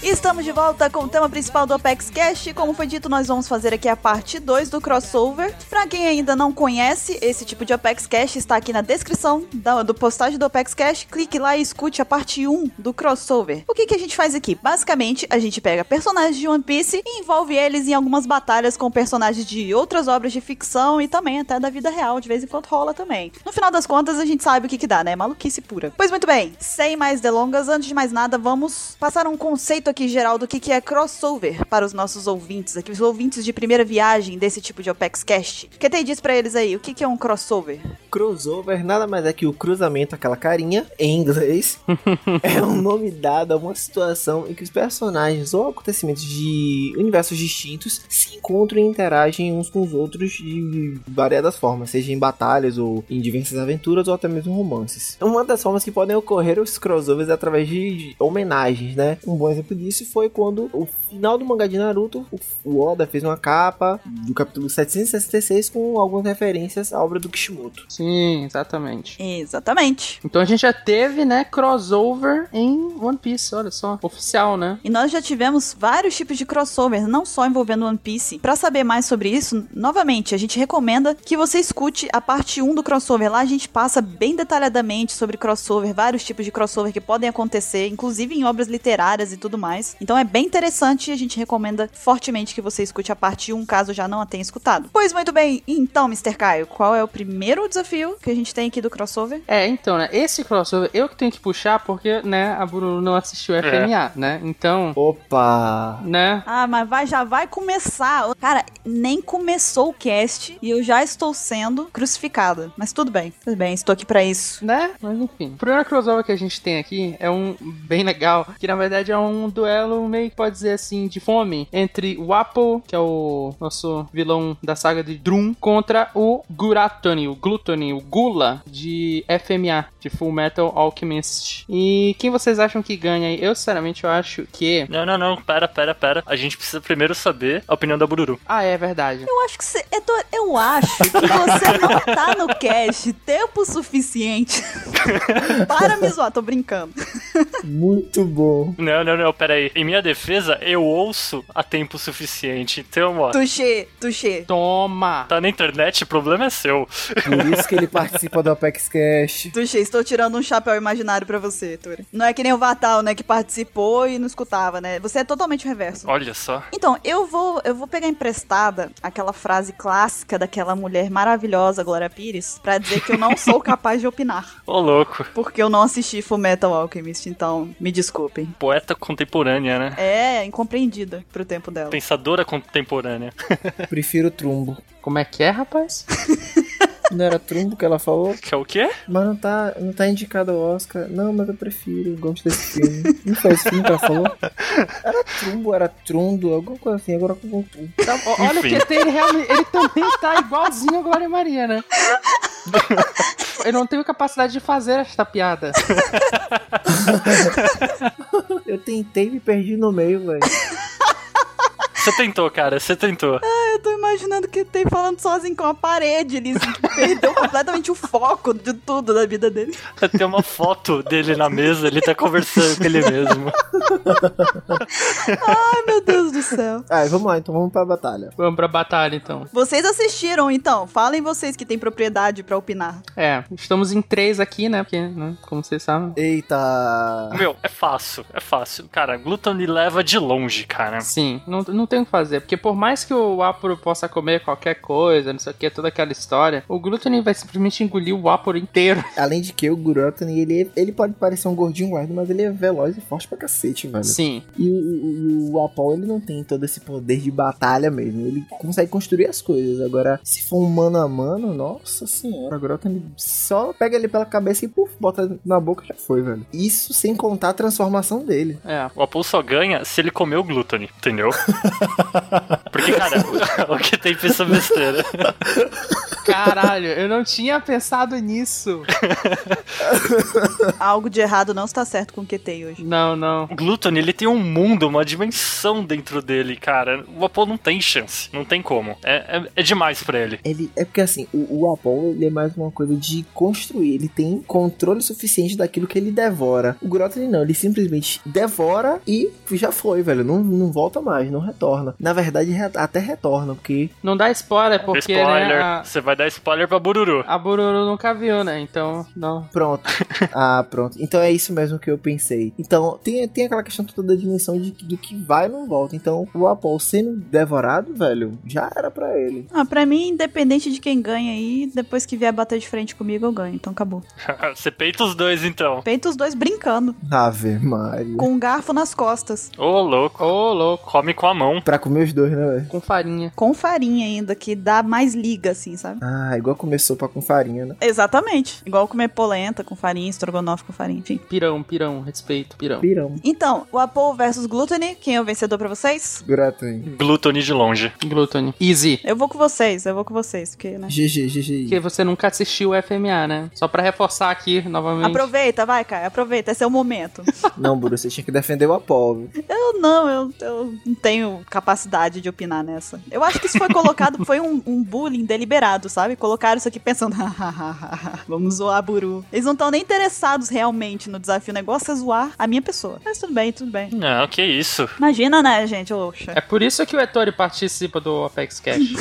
Estamos de volta com o tema principal do Apex Cash. Como foi dito, nós vamos fazer aqui a parte 2 do crossover. Pra quem ainda não conhece, esse tipo de Apex Cash está aqui na descrição da- do postagem do Apex Cash. Clique lá e escute a parte 1 do crossover. O que, que a gente faz aqui? Basicamente, a gente pega personagens de One Piece e envolve eles em algumas batalhas com personagens de outras obras de ficção e também até da vida real, de vez em quando rola também. No final das contas, a gente sabe o que, que dá, né? Maluquice pura. Pois muito bem, sem mais delongas, antes de mais nada, vamos passar um conceito aqui geral do que, que é crossover para os nossos ouvintes, aqui, os ouvintes de primeira viagem desse tipo de Opex Cast. Que tem diz pra eles aí, o que, que é um crossover?
Crossover nada mais é que o cruzamento, aquela carinha, em inglês, é um nome dado a uma situação em que os personagens ou acontecimentos de universos distintos se encontram e interagem uns com os outros de variadas formas, seja em batalhas ou em diversas aventuras ou até mesmo romances. Uma das formas que podem ocorrer os crossovers é através de de homenagens, né? Um bom exemplo disso isso foi quando o final do mangá de Naruto, o- o Oda fez uma capa do capítulo 766 com algumas referências à obra do Kishimoto.
Sim, exatamente.
Exatamente.
Então a gente já teve, né, crossover em One Piece, olha só, oficial, né?
E nós já tivemos vários tipos de crossovers, não só envolvendo One Piece. Pra saber mais sobre isso, novamente, a gente recomenda que você escute a parte 1 do crossover. Lá a gente passa bem detalhadamente sobre crossover, vários tipos de crossover que podem acontecer, inclusive em obras literárias e tudo mais. Então é bem interessante e a gente recomenda fortemente que você escute a parte 1, caso já não a tenha escutado. Pois muito bem, então, Mr. Caio, qual é o primeiro desafio que a gente tem aqui do crossover?
É, então, né, esse crossover eu que tenho que puxar porque, né, a Bururu não assistiu FMA, né? Então,
Opa!
né,
Ah, mas vai, já vai começar. Cara, nem começou o cast e eu já estou sendo crucificada. Mas tudo bem, tudo bem, estou aqui pra isso.
né? Mas enfim. O primeiro crossover que a gente tem aqui é um bem legal, que na verdade é um duelo meio que pode dizer assim, de fome, entre o Apple, que é o nosso vilão da saga de Drum, contra o Guratani, o Glutani, o Gula, de FMA, de Full Metal Alchemist. E quem vocês acham que ganha aí? Eu, sinceramente, eu acho que...
Não, não, não, pera, pera, pera. A gente precisa primeiro saber a opinião da Bururu.
Ah, é verdade.
Eu acho que você. Eu, tô- eu acho que você não tá no cast tempo suficiente para me zoar, tô brincando.
Muito bom!
Não, não, não, pera aí. Em minha defesa, eu ouço a tempo suficiente. Então, ó,
Tuxê, tuxê.
Toma!
tá na internet, o problema é seu.
Por isso que ele participa do Apex Cash.
Tuxê, estou tirando um chapéu imaginário pra você, Tori. Não é que nem o Vatal, né, que participou e não escutava, né? Você é totalmente o reverso.
Olha só.
Então, eu vou, eu vou pegar emprestada aquela frase clássica daquela mulher maravilhosa, Glória Pires, pra dizer que eu não sou capaz de opinar.
Ô, louco.
Porque eu não assisti Full Metal Alchemist, então me desculpem.
Poeta contemporânea, né?
É incompreendida pro tempo dela.
Pensadora contemporânea.
Prefiro trumbo.
Como é que é, rapaz?
Não era trumbo que ela falou?
Que é o quê?
Mas não tá, não tá indicado ao Oscar. Não, mas eu prefiro, eu gosto desse filme. Não foi esse filme que ela falou? Era trumbo, era trundo, alguma coisa assim, agora com trumbo.
Tá, ó, olha o
Enfim.
que tem, ele, realmente, ele também tá igualzinho a Glória Maria, né? Eu não tenho capacidade de fazer esta piada.
Eu tentei me perdi no meio, velho.
Você tentou, cara, você tentou.
Eu tô imaginando que ele tem falando sozinho com a parede, ele assim, que perdeu completamente o foco de tudo da vida dele.
Tem uma foto dele na mesa, ele tá conversando com ele mesmo.
Ai, meu Deus do céu.
Ah, vamos lá, então vamos pra batalha.
Vamos pra batalha, então.
Vocês assistiram, então? Falem vocês que têm propriedade pra opinar.
É, estamos em três aqui, né? Porque, né, como vocês sabem.
Eita!
Meu, é fácil, é fácil. Cara, Glutton leva de longe, cara.
Sim, não, não tem o que fazer. Porque por mais que o Aporo possa comer qualquer coisa, não sei o que, toda aquela história, o Glutton vai simplesmente engolir o Aporo inteiro.
Além de que o Gurotani, ele, ele pode parecer um gordinho guarda, mas ele é veloz e forte pra cacete, velho.
Sim,
E, o- o- o Apol, ele não tem todo esse poder de batalha mesmo. Ele consegue construir as coisas. Agora, se for um mano a mano, nossa senhora, a Grota ele só pega ele pela cabeça e puf, bota na boca e já foi, velho. Isso sem contar a transformação dele.
é.
O Apollo só ganha se ele comer o glúten, entendeu? Porque, cara, o que tem pensa besteira.
Caralho, eu não tinha pensado nisso.
Algo de errado não está certo com o QT hoje.
Não, não.
O glúten, ele tem um mundo, uma dimensão dentro dele, cara. O Apollo não tem chance, não tem como. É, é, é demais pra ele.
Ele, é porque assim, o, o Apol, ele é mais uma coisa de construir. Ele tem controle suficiente daquilo que ele devora. O Grota, ele não. Ele simplesmente devora e já foi, velho. Não, não volta mais, não retorna. Na verdade, re- até retorna, porque
Não dá spoiler, porque,
spoiler,
né, a-
você vai dar spoiler pra Bururu.
A Bururu nunca viu, né? Então, não.
Pronto. Ah, pronto. Então é isso mesmo que eu pensei. Então, tem, tem aquela questão toda da dimensão de, do que vai e não volta. Então, o Apol sendo devorado, velho, já era pra ele.
Ah, pra mim, independente de quem ganha aí, depois que vier bater de frente comigo, eu ganho. Então acabou.
você peita os dois, então.
Peito os dois brincando,
Ave Maria.
com um garfo nas costas.
Ô, louco.
Ô, louco.
Come com a mão.
Pra comer os dois, né, velho?
Com farinha.
Com farinha ainda, que dá mais liga, assim, sabe?
Ah, igual começou pra com farinha, né?
Exatamente. Igual comer polenta com farinha, estrogonofe com farinha, enfim.
Pirão, pirão, respeito, pirão.
Pirão.
Então, o Apple versus Glutony, quem é o vencedor pra vocês?
Gratani.
Glutone de longe.
Glutone. Easy.
Eu vou com vocês, eu vou com vocês, porque, né?
GG, GG.
Porque você nunca assistiu o FMA, né? Só pra reforçar aqui novamente.
Aproveita, vai, Caio, aproveita, esse é o momento.
Não, Buru, você tinha que defender o Apollo.
Eu não, eu, eu não tenho capacidade de opinar nessa. Eu acho que isso foi colocado, foi um, um bullying deliberado, sabe? Colocaram isso aqui pensando, vamos zoar Buru. Eles não estão nem interessados realmente no desafio, o negócio é zoar a minha pessoa. Mas tudo bem, tudo bem.
Não, que isso.
Imagina, né, gente, oxa.
É por isso que o Ettore participa do Apex Cash.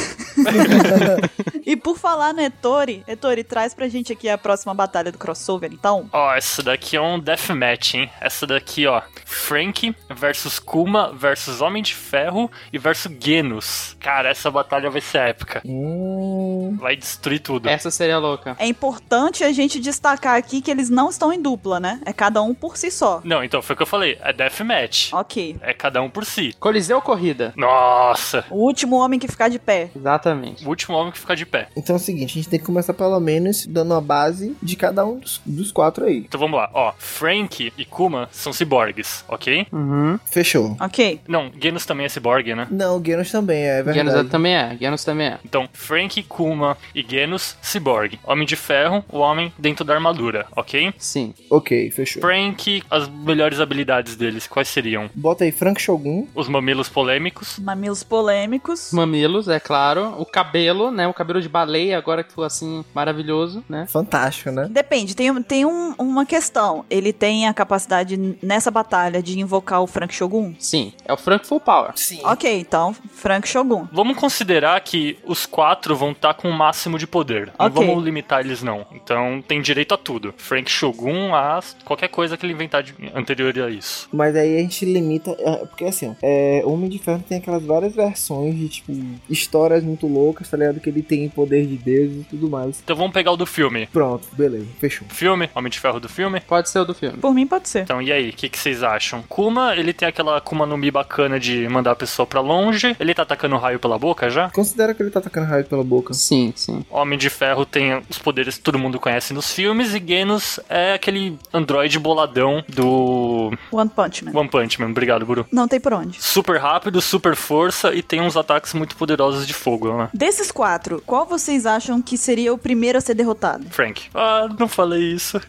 E por falar no Ettore, Ettore, traz pra gente aqui a próxima batalha do crossover, então.
Ó, essa daqui é um deathmatch, hein? Essa daqui, ó. Frank versus Kuma versus Homem de Ferro e versus Genos. Cara, essa batalha vai ser épica.
Hum.
Vai destruir tudo.
Essa seria louca.
É importante a gente destacar aqui que eles não estão em dupla, né? É cada um por si só.
Não, então foi o que eu falei. É deathmatch.
Ok.
É cada um por si.
Coliseu Corrida.
Nossa.
O último homem que ficar de pé.
Exatamente.
O último homem que ficar de pé.
Então é o seguinte, a gente tem que começar pelo menos dando a base de cada um dos, dos quatro aí.
Então vamos lá. Ó, Frank e Kuma são ciborgues, ok?
Uhum.
Fechou.
Ok.
Não, Genos também é ciborgue, né?
Não, o Genos também, é verdade.
Genos também é. Genos também é.
Então, Frank, Kuma e Genos, ciborgue. Homem de ferro, o homem dentro da armadura, ok?
Sim.
Ok, fechou.
Frank, as melhores habilidades deles, quais seriam?
Bota aí Frank Shogun.
Os mamilos polêmicos.
Mamilos polêmicos.
Mamilos, é claro. O cabelo, né? O cabelo de baleia agora que ficou assim maravilhoso, né?
Fantástico, né?
Depende, tem, tem um- uma questão. Ele tem a capacidade n- nessa batalha de invocar o Frank Shogun?
Sim. É o Frank Full Power.
Sim.
Ok, então, Frank Shogun.
Vamos considerar que os quatro vão estar com o máximo de poder. Não
Ok.
vamos limitar eles, não. Então tem direito a tudo. Frank Shogun, a qualquer coisa que ele inventar de- anterior a isso.
Mas aí a gente limita. é, Porque assim, ó, é, Homem de Ferro tem aquelas várias versões de, tipo, histórias muito loucas, tá ligado? Que ele tem poder de Deus e tudo mais.
Então vamos pegar o do filme.
Pronto, beleza, fechou.
Filme? Homem de Ferro do filme?
Pode ser o do filme.
Por mim, pode ser.
Então, e aí, o que, que vocês acham? Kuma, ele tem aquela Kuma no Mi bacana de mandar a pessoa pra longe. Ele tá atacando raio pela boca já?
Considera que ele tá atacando raio pela boca.
Sim, sim.
Homem de Ferro tem os poderes que todo mundo conhece nos filmes. E Genos é aquele androide boladão do
One Punch Man.
One Punch Man. Obrigado, Guru.
Não tem por onde.
Super rápido, super força e tem uns ataques muito poderosos de fogo, né?
Desses quatro, qual vocês acham que seria o primeiro a ser derrotado?
Frank. Ah, não falei isso.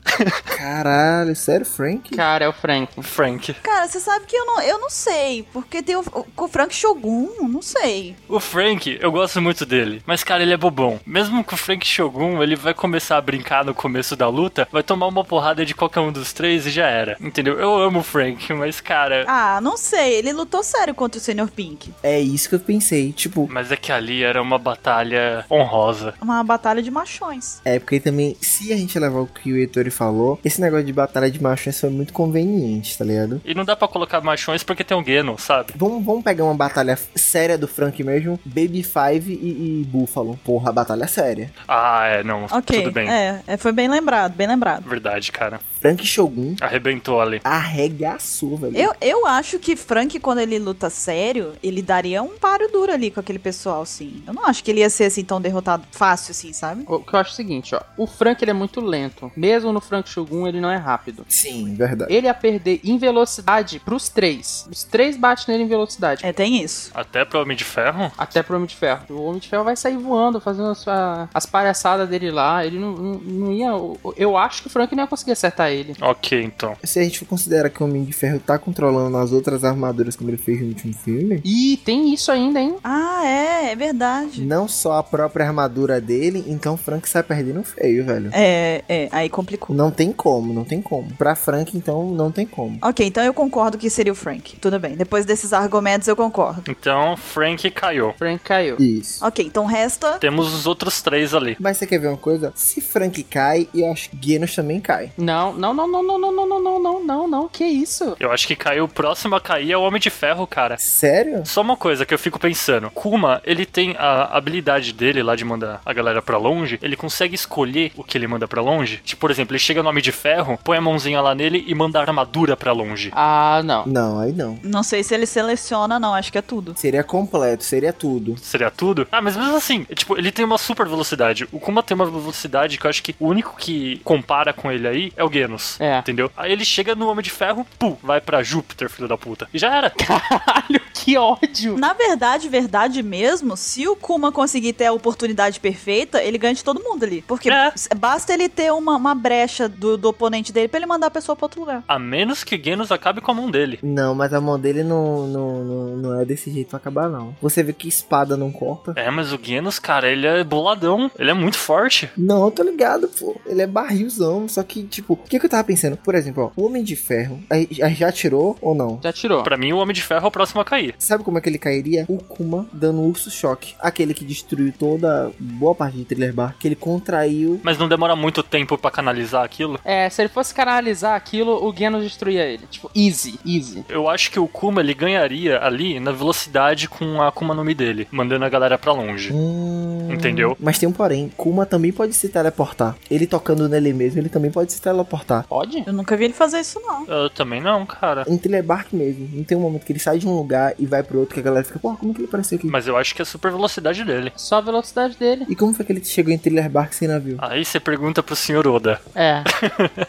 Caralho, sério, Frank?
Cara, é o Frank.
Frank.
Cara, você sabe que eu não, eu não sei, porque tem o, o Frank Shogun, não sei.
O Frank, eu gosto muito dele, mas cara, ele é bobão. Mesmo com o Frank Shogun, ele vai começar a brincar no começo da luta, vai tomar uma porrada de qualquer um dos três e já era. Entendeu? Eu amo o Frank, mas cara.
Ah, não sei, ele lutou sério contra o Sr. Pink.
É isso que eu pensei, tipo.
Mas é que ali era uma batalha honrosa.
Uma batalha de machões.
É, porque aí também, se a gente levar o que o Heitor falou, esse negócio de batalha de machões foi muito conveniente, tá ligado?
E não dá pra colocar machões porque tem um Geno, sabe?
Vamos, vamos pegar uma batalha séria do Frank mesmo, Baby Five e, e Buffalo. Porra, batalha séria.
Ah, é, não.
Ok,
Tudo bem.
é, é, foi bem lembrado, bem lembrado.
Verdade, cara.
Frank Shogun
Arrebentou ali.
arregaçou, velho.
Eu, eu acho que Frank, quando ele luta sério, ele daria um paro duro ali com aquele pessoal, sim. Eu não acho que ele ia ser assim tão derrotado fácil, assim, sabe?
O que eu acho é o seguinte, ó. O Frank, ele é muito lento. Mesmo no Frank Shogun, ele não é rápido.
Sim, verdade.
Ele ia perder em velocidade pros três. Os três batem nele em velocidade.
É, tem isso.
Até pro Homem de Ferro?
Até pro Homem de Ferro. O Homem de Ferro vai sair voando, fazendo a sua- as palhaçadas dele lá. Ele não, não, não ia. Eu acho que o Frank não ia conseguir acertar ele.
Ok, então.
Se a gente for considerar que o Homem de Ferro tá controlando as outras armaduras como ele fez no último filme,
E tem isso ainda, hein?
Ah, é, é verdade.
não só a própria armadura dele, então o Frank sai perdendo feio, velho.
É, é, aí complicou.
Não tem como, não tem como. Pra Frank, então, não tem como.
Ok, então eu concordo que seria o Frank. Tudo bem, depois desses argumentos eu concordo.
Então, Frank caiu.
Frank caiu.
Isso.
Ok, então resta.
Temos os outros três ali.
Mas você quer ver uma coisa? Se Frank cai, eu acho que Genos também cai.
Não, não, não, não, não, não, não, não, não, não, não, não. Que isso?
Eu acho que caiu o próximo a cair é o Homem de Ferro, cara.
Sério?
Só uma coisa que eu fico pensando. Kuma, ele tem a habilidade dele lá de mandar a galera pra longe. Ele consegue escolher o que ele manda pra longe. Tipo, por exemplo, ele chega no Homem de Ferro, põe a mãozinha lá nele e manda a armadura pra longe.
Ah, não.
Não, aí não.
Não sei se ele seleciona, não. Acho que é tudo.
Seria completo, seria tudo.
Seria tudo? Ah, mas mesmo assim, tipo, ele tem uma super velocidade. O Kuma tem uma velocidade que eu acho que o único que compara com ele aí é o Genos.
É.
Entendeu? Aí ele chega no Homem de Ferro, pum, vai pra Júpiter, filho da puta. E já era.
Caralho, que ódio.
Na verdade, verdade mesmo, se o Kuma conseguir ter a oportunidade perfeita, ele ganha de todo mundo ali. Porque
É.
s- basta ele ter uma, uma brecha do, do oponente dele pra ele mandar a pessoa pra outro lugar.
A menos que Genos acabe com a mão dele.
Não, mas a mão dele não, não, não, não é desse jeito pra acabar, não. Você vê que espada não corta?
É, mas o Genos, cara, ele é boladão. Ele é muito forte.
Não, tô ligado, pô. Ele é barrilzão. Só que, tipo, o que, que eu tava pensando? Por exemplo, ó, o Homem de Ferro. Aí, aí já tirou ou não?
Já tirou.
Pra mim, o Homem de Ferro é o próximo a cair.
Sabe como é que ele cairia? O Kuma dando o urso choque. Aquele que destruiu toda boa parte de Thriller Bar. Que ele contraiu.
Mas não demora muito tempo pra canalizar aquilo.
É, se ele fosse canalizar aquilo, o Genos destruía ele. Tipo, easy, easy.
Eu acho que o Kuma ele ganharia ali na velocidade com a Akuma no Mi dele, mandando a galera pra longe.
Hum...
Entendeu?
Mas tem um porém. Kuma também pode se teleportar. Ele tocando nele mesmo, ele também pode se teleportar.
Pode?
Eu nunca vi ele fazer isso, não.
Eu também não, cara.
Em Telebark mesmo. Não tem um momento que ele sai de um lugar e vai pro outro que a galera fica, pô, como que ele apareceu aqui?
Mas eu acho que é a super velocidade dele.
Só a velocidade dele.
E como foi que ele chegou em Thriller Bark sem navio?
Aí você pergunta pro senhor Oda.
É.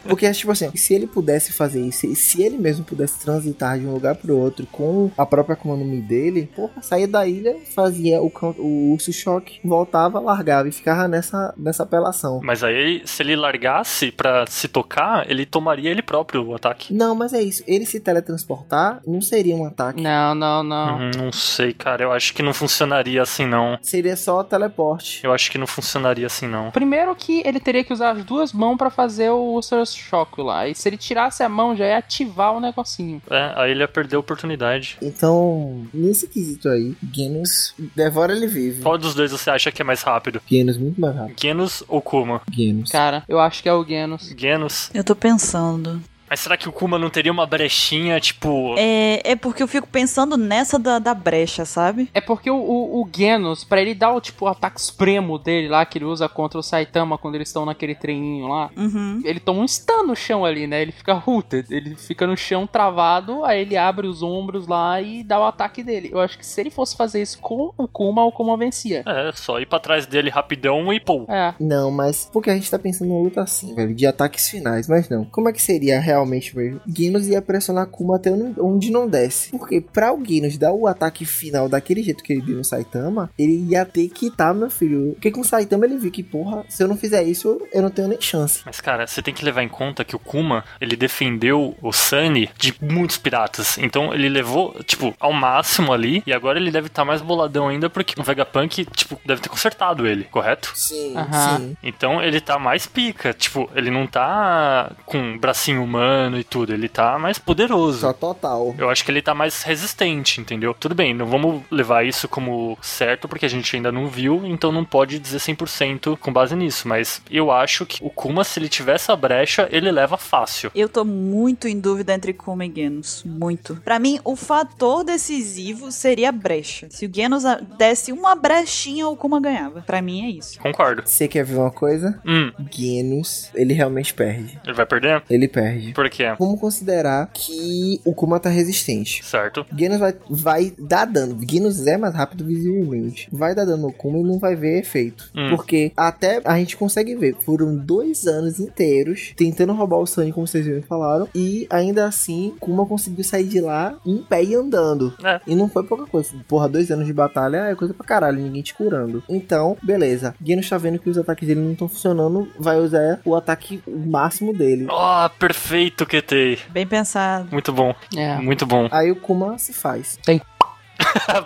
Porque, tipo assim, se ele pudesse fazer isso, e se ele mesmo pudesse transitar de um lugar pro outro com a própria Akuma no Mi dele, porra, saía da ilha, fazia o, can- o urso choque, voltava, largava e ficava nessa, nessa apelação.
Mas aí, se ele largasse pra se tocar, ele tomaria ele próprio o ataque.
Não, mas é isso. Ele se teletransportar não seria um ataque.
Não, não, não.
Hum, Não sei, cara. Eu acho que não funcionaria assim, não.
Seria só teleporte.
Eu acho que não funcionaria assim, não.
Primeiro que ele teria que usar as duas mãos pra fazer o Ulcer Shock lá. E se ele tirasse a mão, já ia ativar o negocinho.
É, aí ele ia perder a oportunidade.
Então, nesse quesito aí, Genos devora ele vivo.
Qual dos dois você acha que é mais rápido?
Genos muito mais rápido.
Genos ou Kuma?
Genos.
Cara, eu acho que é o Genos.
Genos.
Eu tô pensando.
Mas será que o Kuma não teria uma brechinha, tipo.
É, é porque eu fico pensando nessa da, da brecha, sabe?
É porque o, o, o Genos, pra ele dar o tipo o ataque supremo dele lá, que ele usa contra o Saitama quando eles estão naquele treininho lá,
Uhum.
ele toma um stun no chão ali, né? Ele fica rooted, ele fica no chão travado, aí ele abre os ombros lá e dá o ataque dele. Eu acho que se ele fosse fazer isso com o Kuma, o Kuma vencia.
É, só ir pra trás dele rapidão e pô.
É.
Não, mas porque a gente tá pensando em luta assim, velho, de ataques finais, mas não. Como é que seria realmente, velho? Genos ia pressionar Kuma até onde- onde não desce. Porque pra o Genos dar o ataque final daquele jeito que ele deu no Saitama, ele ia ter que estar, meu filho. Porque com o Saitama ele viu que, porra, se eu não fizer isso, eu- eu não tenho nem chance.
Mas, cara, você tem que levar em conta que o Kuma, ele defendeu o Sunny de muitos piratas. Então, ele levou, tipo, ao máximo ali. E agora ele deve estar mais boladão ainda, porque o Vegapunk, tipo, deve ter consertado ele, correto?
Sim,
Aham.
sim.
Então, ele tá mais pica. Tipo, ele não tá com um bracinho humano e tudo. Ele tá mais poderoso.
Só total.
Eu acho que ele tá mais resistente, entendeu? Tudo bem, não vamos levar isso como certo, porque a gente ainda não viu, então não pode dizer 100% com base nisso. Mas eu acho que o Kuma, se ele tiver essa brecha, ele leva fácil.
Eu tô muito em dúvida entre Kuma e Genos. Muito. Pra mim, o fator decisivo seria a brecha. Se o Genos a- desse uma brechinha, o Kuma ganhava. Pra mim é isso.
Concordo.
Você quer ver uma coisa?
Hum,
Genos, ele realmente perde.
ele vai perder?
Ele perde.
Por quê?
Vamos considerar que o Kuma tá resistente.
Certo.
Genos vai, vai dar dano. Genos é mais rápido visivelmente. Vai dar dano no Kuma e não vai ver efeito.
Hum.
Porque até a gente consegue ver. Foram dois anos inteiros tentando roubar o Sunny, como vocês mesmo falaram. E ainda assim, Kuma conseguiu sair de lá em pé e andando.
É.
E não foi pouca coisa. Porra, dois anos de batalha é coisa pra caralho. Ninguém te curando. Então, beleza. Genos tá vendo que os ataques dele não estão funcionando. Vai usar o ataque máximo dele.
Ah, perfeito, QT.
Bem pensado.
Muito bom,
É.
muito bom.
Aí o Kuma se faz.
Tem.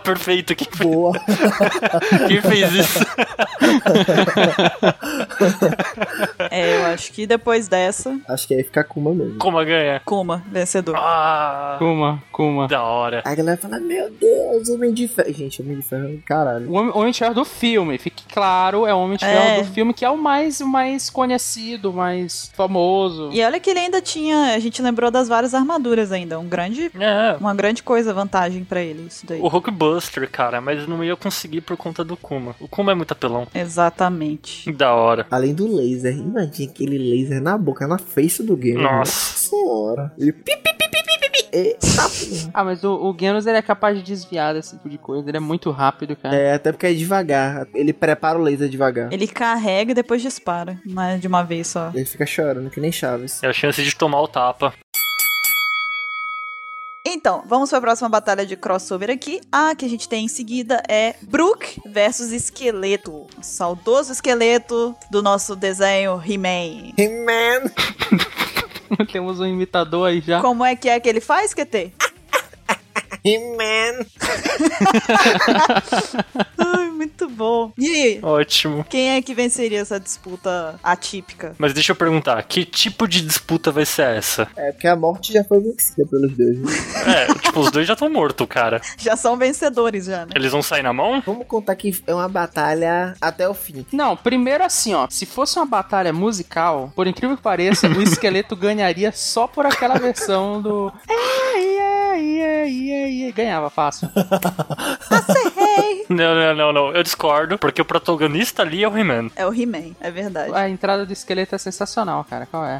Perfeito, quem fez,
Boa.
quem fez isso?
É, eu acho que depois dessa,
Acho que aí fica Kuma mesmo.
Kuma ganha.
Kuma, vencedor.
Ah,
Kuma, Kuma.
da hora.
Aí a galera fala, meu Deus, Homem de Ferro. Gente, Homem de Ferro, é um caralho.
O Homem, Homem de Ferro do filme, fique claro, é o Homem de
É.
Ferro do filme que é o mais, o mais conhecido, o mais famoso.
E olha que ele ainda tinha, a gente lembrou das várias armaduras ainda, um grande,
É,
uma grande coisa, vantagem pra ele, isso daí.
o Hulkbuster, cara, mas não ia conseguir por conta do Kuma. O Kuma é muito apelão.
Exatamente.
Da hora.
Além do laser, imagina aquele laser na boca, na face do game. né?
Nossa.
Senhora. Ele pi, pi, pi, pi, pi, pi, pi. Eita, porra.
Ah, mas o, o Genos ele é capaz de desviar desse tipo de coisa, ele é muito rápido, cara.
É, até porque é devagar. Ele prepara o laser devagar.
Ele carrega e depois dispara, não é de uma vez só.
Ele fica chorando, que nem Chaves.
É a chance de tomar o tapa.
Então, vamos pra próxima batalha de crossover aqui. A que a gente tem em seguida é Brook versus Esqueleto. O saudoso esqueleto do nosso desenho He-Man.
He-Man!
É.
Temos um imitador aí já.
Como é que é que ele faz, QT?
He-Man!
Ai, muito bom. E aí,
Ótimo.
quem é que venceria essa disputa atípica?
Mas deixa eu perguntar, que tipo de disputa vai ser essa?
É, porque a morte já foi vencida pelos dois. né?
É, tipo, os dois já estão mortos, cara.
Já são vencedores, já, né?
Eles vão sair na mão?
Vamos contar que é uma batalha até o fim.
Não, primeiro assim, ó. Se fosse uma batalha musical, por incrível que pareça, o esqueleto ganharia só por aquela versão do. É, é, é, é, é. Ganhava fácil.
Não, não, não, não. Eu discordo, porque o protagonista ali é o He-Man.
É o He-Man, é verdade.
A entrada do esqueleto é sensacional, cara. Qual é?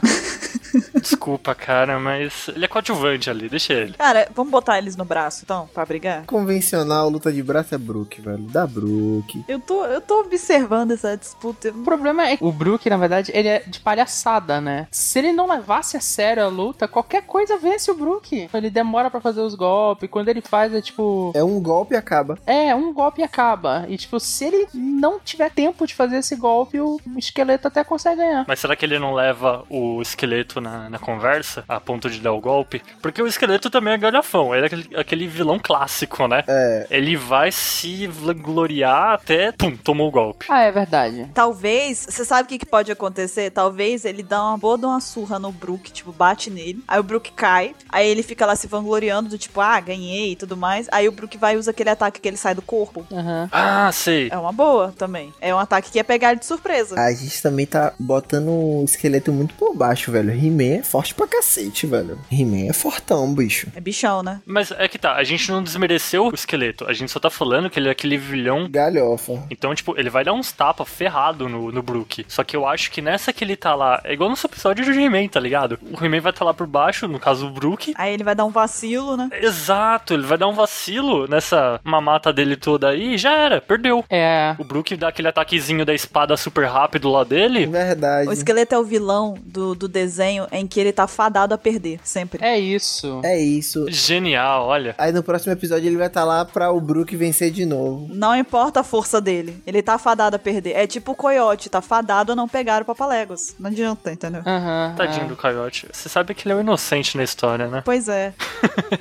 Desculpa, cara, mas ele é coadjuvante ali, deixa ele.
Cara, vamos botar eles no braço, então, pra brigar?
Convencional, luta de braço é Brook, velho. Da Brook.
Eu tô, eu tô observando essa disputa.
O problema é que o Brook, na verdade, ele é de palhaçada, né? Se ele não levasse a sério a luta, qualquer coisa vence o Brook. Ele demora pra fazer os golpes, quando ele faz é tipo.
É um golpe e acaba.
É, um golpe e acaba. E tipo, se ele não tiver tempo de fazer esse golpe, o esqueleto até consegue ganhar.
Mas será que ele não leva o esqueleto na, na conversa, a ponto de dar o golpe? Porque o esqueleto também é galhafão, ele é aquele, aquele vilão clássico, né?
É.
Ele vai se vangloriar até, pum, tomou o golpe.
Ah, é verdade.
Talvez, você sabe o que, que pode acontecer? Talvez ele dá uma boa de uma surra no Brook, tipo, bate nele. Aí o Brook cai, aí ele fica lá se vangloriando do tipo, ah, ganhei e tudo mais. Aí o Brook vai e usa aquele ataque que ele sai do corpo.
Aham.
Ah, sei.
É uma boa também. É um ataque que ia pegar ele de surpresa.
A gente também tá botando o esqueleto muito por baixo, velho. He-Man é forte pra cacete, velho. He-Man é fortão, bicho.
É bichão, né?
Mas é que tá, a gente não desmereceu o esqueleto, a gente só tá falando que ele é aquele vilão.
Galhofa.
Então, tipo, ele vai dar uns tapas ferrado no, no Brook. Só que eu acho que nessa que ele tá lá, é igual nosso episódio do He-Man, tá ligado? O He-Man vai tá lá por baixo, no caso o Brook.
Aí ele vai dar um vacilo, né?
Exato, ele vai dar um vacilo nessa mamata dele toda aí e já era, perdeu.
É.
O Brook dá aquele ataquezinho da espada super rápido lá dele.
Verdade.
O esqueleto é o vilão do, do desenho em que ele tá fadado a perder, sempre.
É isso.
É isso.
Genial, olha.
Aí no próximo episódio ele vai estar lá pra o Brook vencer de novo.
Não importa a força dele, ele tá fadado a perder. É tipo o coiote, tá fadado a não pegar o Papaléguas. Não adianta, entendeu?
Aham. é.
Tadinho do Coyote. Você sabe que ele é o inocente na história, né?
Pois é.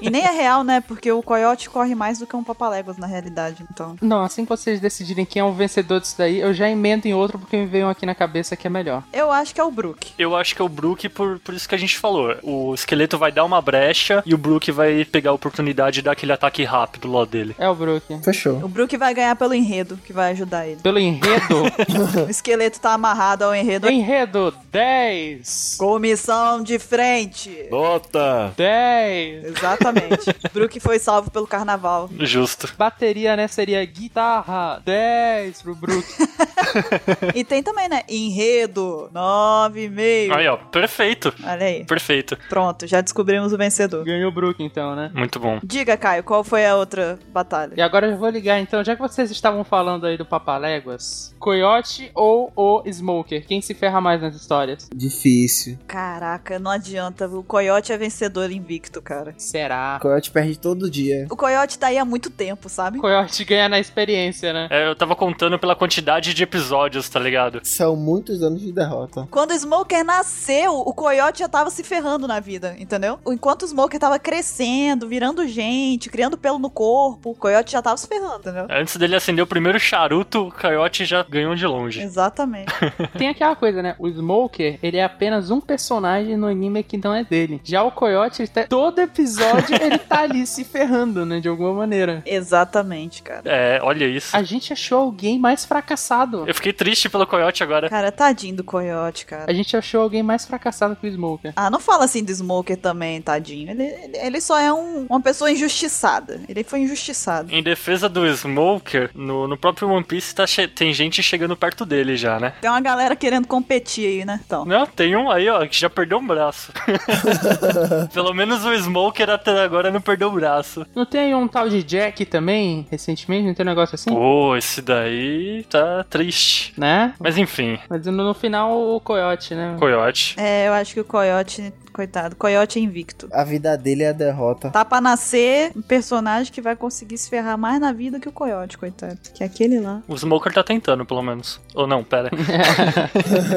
E nem é real, né? Porque o coiote corre mais do que um papaléguas na realidade, então.
é. Não, assim que vocês decidirem quem é o vencedor disso daí, eu já emendo em outro porque me veio um aqui na cabeça que é melhor.
Eu acho que é o Brook.
Eu acho que é o Brook, por, por isso que a gente falou. O esqueleto vai dar uma brecha e o Brook vai pegar a oportunidade de dar aquele ataque rápido lá dele.
É o Brook.
Fechou.
O Brook vai ganhar pelo enredo, que vai ajudar ele.
Pelo enredo.
O esqueleto tá amarrado ao enredo.
enredo 10.
Comissão de frente!
Nota!
10.
Exatamente. Brook foi salvo pelo carnaval.
Justo.
Bateria, né? Seria guitarra 10 pro Brook.
E tem também, né? Enredo 9,5.
Aí, ó, perfeito.
Olha aí.
Perfeito.
Pronto, já descobrimos o vencedor.
Ganhou o Brook, então, né?
Muito bom.
Diga, Caio, qual foi a outra batalha?
E agora eu vou ligar então, já que vocês estavam falando aí do Papaléguas, Coyote ou o Smoker? Quem se ferra mais nas histórias?
Difícil.
Caraca, não adianta. O Coyote é vencedor invicto, cara.
Será?
O Coyote perde todo dia.
O Coyote tá aí há muito tempo, sabe?
Coyote ganha na experiência, né?
É, eu tava contando pela quantidade de episódios, tá ligado?
São muitos anos de derrota.
Quando o Smoker nasceu, o Coyote já tava se ferrando na vida, entendeu? Enquanto o Smoker tava crescendo, virando gente, criando pelo no corpo, o Coyote já tava se ferrando, entendeu?
Antes dele acender o primeiro charuto, o Coyote já ganhou de longe.
Exatamente.
Tem aquela coisa, né? O Smoker, ele é apenas um personagem no anime que não é dele. Já o Coyote, ele tá- todo episódio, ele tá ali se ferrando, né? De alguma maneira.
Exatamente, cara.
É, olha isso.
A gente achou alguém mais fracassado.
Eu fiquei triste pelo Coyote agora.
Cara, tadinho do Coyote, cara.
A gente achou alguém mais fracassado que o Smoker.
Ah, não fala assim do Smoker também, tadinho. Ele, ele, ele só é um- uma pessoa injustiçada. Ele foi injustiçado.
Em defesa do Smoker, no, no próprio One Piece tá che- tem gente chegando perto dele já, né?
Tem uma galera querendo competir aí, né? Então.
Não, tem um aí, ó, que já perdeu um braço. Pelo menos o Smoker até agora não perdeu o braço.
Não tem aí um tal de Jack também, recentemente? Não tem um negócio assim?
Pô, esse daí tá triste.
Né?
Mas enfim,
Mas no, no final, o Coyote, né?
Coyote.
É, eu acho que o Coyote, coitado, Coyote é invicto.
A vida dele é a derrota.
Tá pra nascer um personagem que vai conseguir se ferrar mais na vida que o Coyote, coitado. Que é aquele lá.
O Smoker tá tentando, pelo menos. Ou não, pera.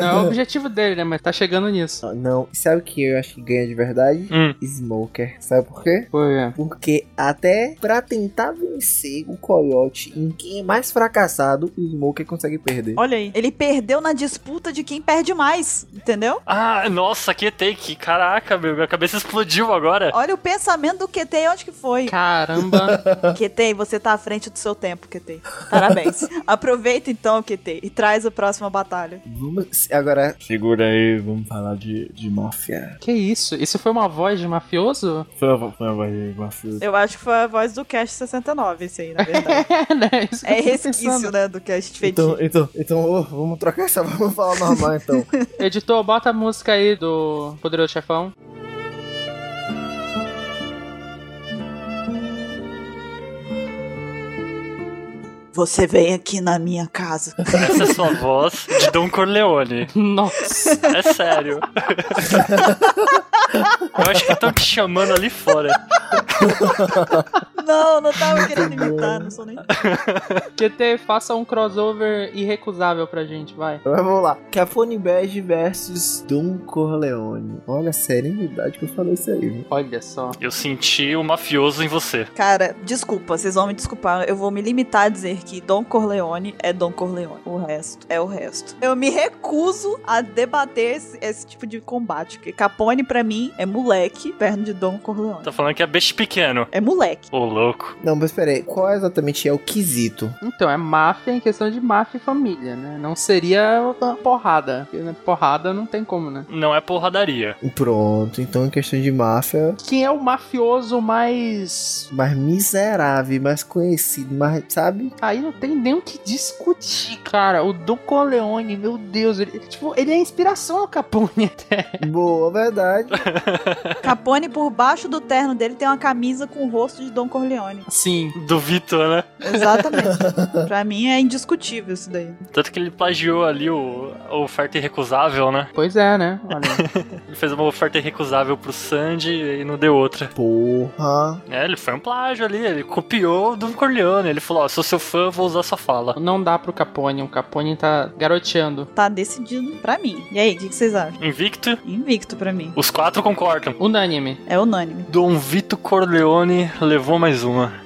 não é o objetivo dele, né? Mas tá chegando nisso.
Não, sabe o que eu acho que ganha de verdade?
Hum.
Smoker. Sabe por quê?
Pô, é.
Porque até pra tentar vencer o Coyote em quem é mais fracassado, o Smoker consegue perder.
Olha aí. Ele perdeu na disputa de quem perde mais, entendeu?
Ah, nossa, que take. Caraca, meu, minha cabeça explodiu agora.
Olha o pensamento do QT onde que foi.
Caramba.
QT, você tá à frente do seu tempo, QT. Parabéns. Aproveita então, QT, e traz a próxima batalha.
Vamos agora. Segura aí, vamos falar de, de máfia.
que isso? Isso foi uma voz de mafioso?
Foi uma, foi uma voz de mafioso.
Eu acho que foi a voz do Cast 69, esse aí, na verdade.
É, né? Isso que
É
eu tô
resquício,
pensando.
né, do Cast feitiço.
Então, então, então ô, vamos trocar essa, vamos falar normal então.
Editor, bota a música aí do Poderoso Chefão.
Você vem aqui na minha casa.
Essa é sua voz de Don Corleone.
Nossa.
É sério. Eu acho que estão te chamando ali fora.
não, não tava querendo imitar, não sou nem.
QT, faça um crossover irrecusável pra gente, vai.
Mas vamos lá. Capone Bege versus Don Corleone. Olha a serenidade que eu falei isso aí. viu?
Olha só.
Eu senti o mafioso em você.
Cara, desculpa, vocês vão me desculpar. Eu vou me limitar a dizer que Don Corleone é Don Corleone. O resto é o resto. Eu me recuso a debater esse, esse tipo de combate. Porque Capone, pra mim, é moleque perto de Don Corleone.
Tá falando que é beijo pequeno.
É moleque.
Ô, louco.
Não, mas peraí, qual exatamente é o quesito?
Então, é máfia em questão de máfia e família, né? Não seria uma porrada. Porque, né, Porrada não tem como, né?
Não é porradaria.
Pronto, então em questão de máfia,
Quem é o mafioso mais.
mais miserável, mais conhecido, mais, sabe?
Aí não tem nem o que discutir, cara. O Don Corleone, meu Deus. Ele, tipo, ele é a inspiração ao Capone até.
Boa verdade.
Capone, por baixo do terno dele, tem uma camisa com o rosto de Don Corleone.
Sim.
Do Vitor, né?
Exatamente. pra mim é indiscutível isso daí.
Tanto que ele plagiou ali o, a oferta irrecusável, né?
Pois é, né? Olha.
Ele fez uma oferta irrecusável pro Sandy e não deu outra.
Porra.
É, ele foi um plágio ali, ele copiou do Corleone. Ele falou, ó, sou seu fã, vou usar sua fala.
então não dá pro Capone. O Capone tá garoteando.
Tá decidido pra mim. E aí, o que, que vocês acham?
Invicto,
Invicto pra mim.
os quatro concordam.
Unânime.
É unânime.
Dom Vito Corleone levou mais uma.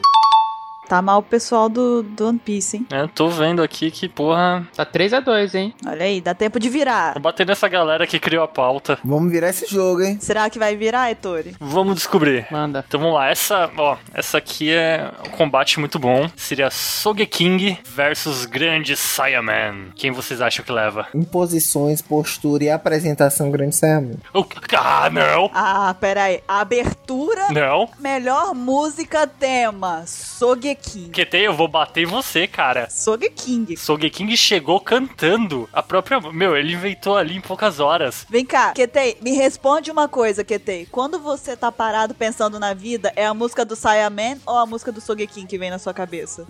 Tá mal o pessoal do, do One Piece, hein?
É, tô vendo aqui que, porra,
Tá 3 a 2 hein?
Olha aí, dá tempo de virar.
vou bater nessa galera que criou a pauta.
Vamos virar esse jogo, hein?
Será que vai virar, Ettore?
Vamos descobrir.
Manda.
Então vamos lá, essa, ó, essa aqui é um combate muito bom. Seria Sogeking versus Grande Saiyaman. Quem vocês acham que leva?
Imposições, postura e apresentação grande sermão.
Oh, ah, não!
Ah, pera aí. Abertura,
Não!
melhor música tema, Sogeking.
QT, eu vou bater em você, cara.
Sogeking.
Sogeking chegou cantando a própria. Meu, ele inventou ali em poucas horas.
Vem cá, Ketei, me responde uma coisa, Ketei. Quando você tá parado pensando na vida, é a música do Saiyaman ou a música do Sogeking que vem na sua cabeça?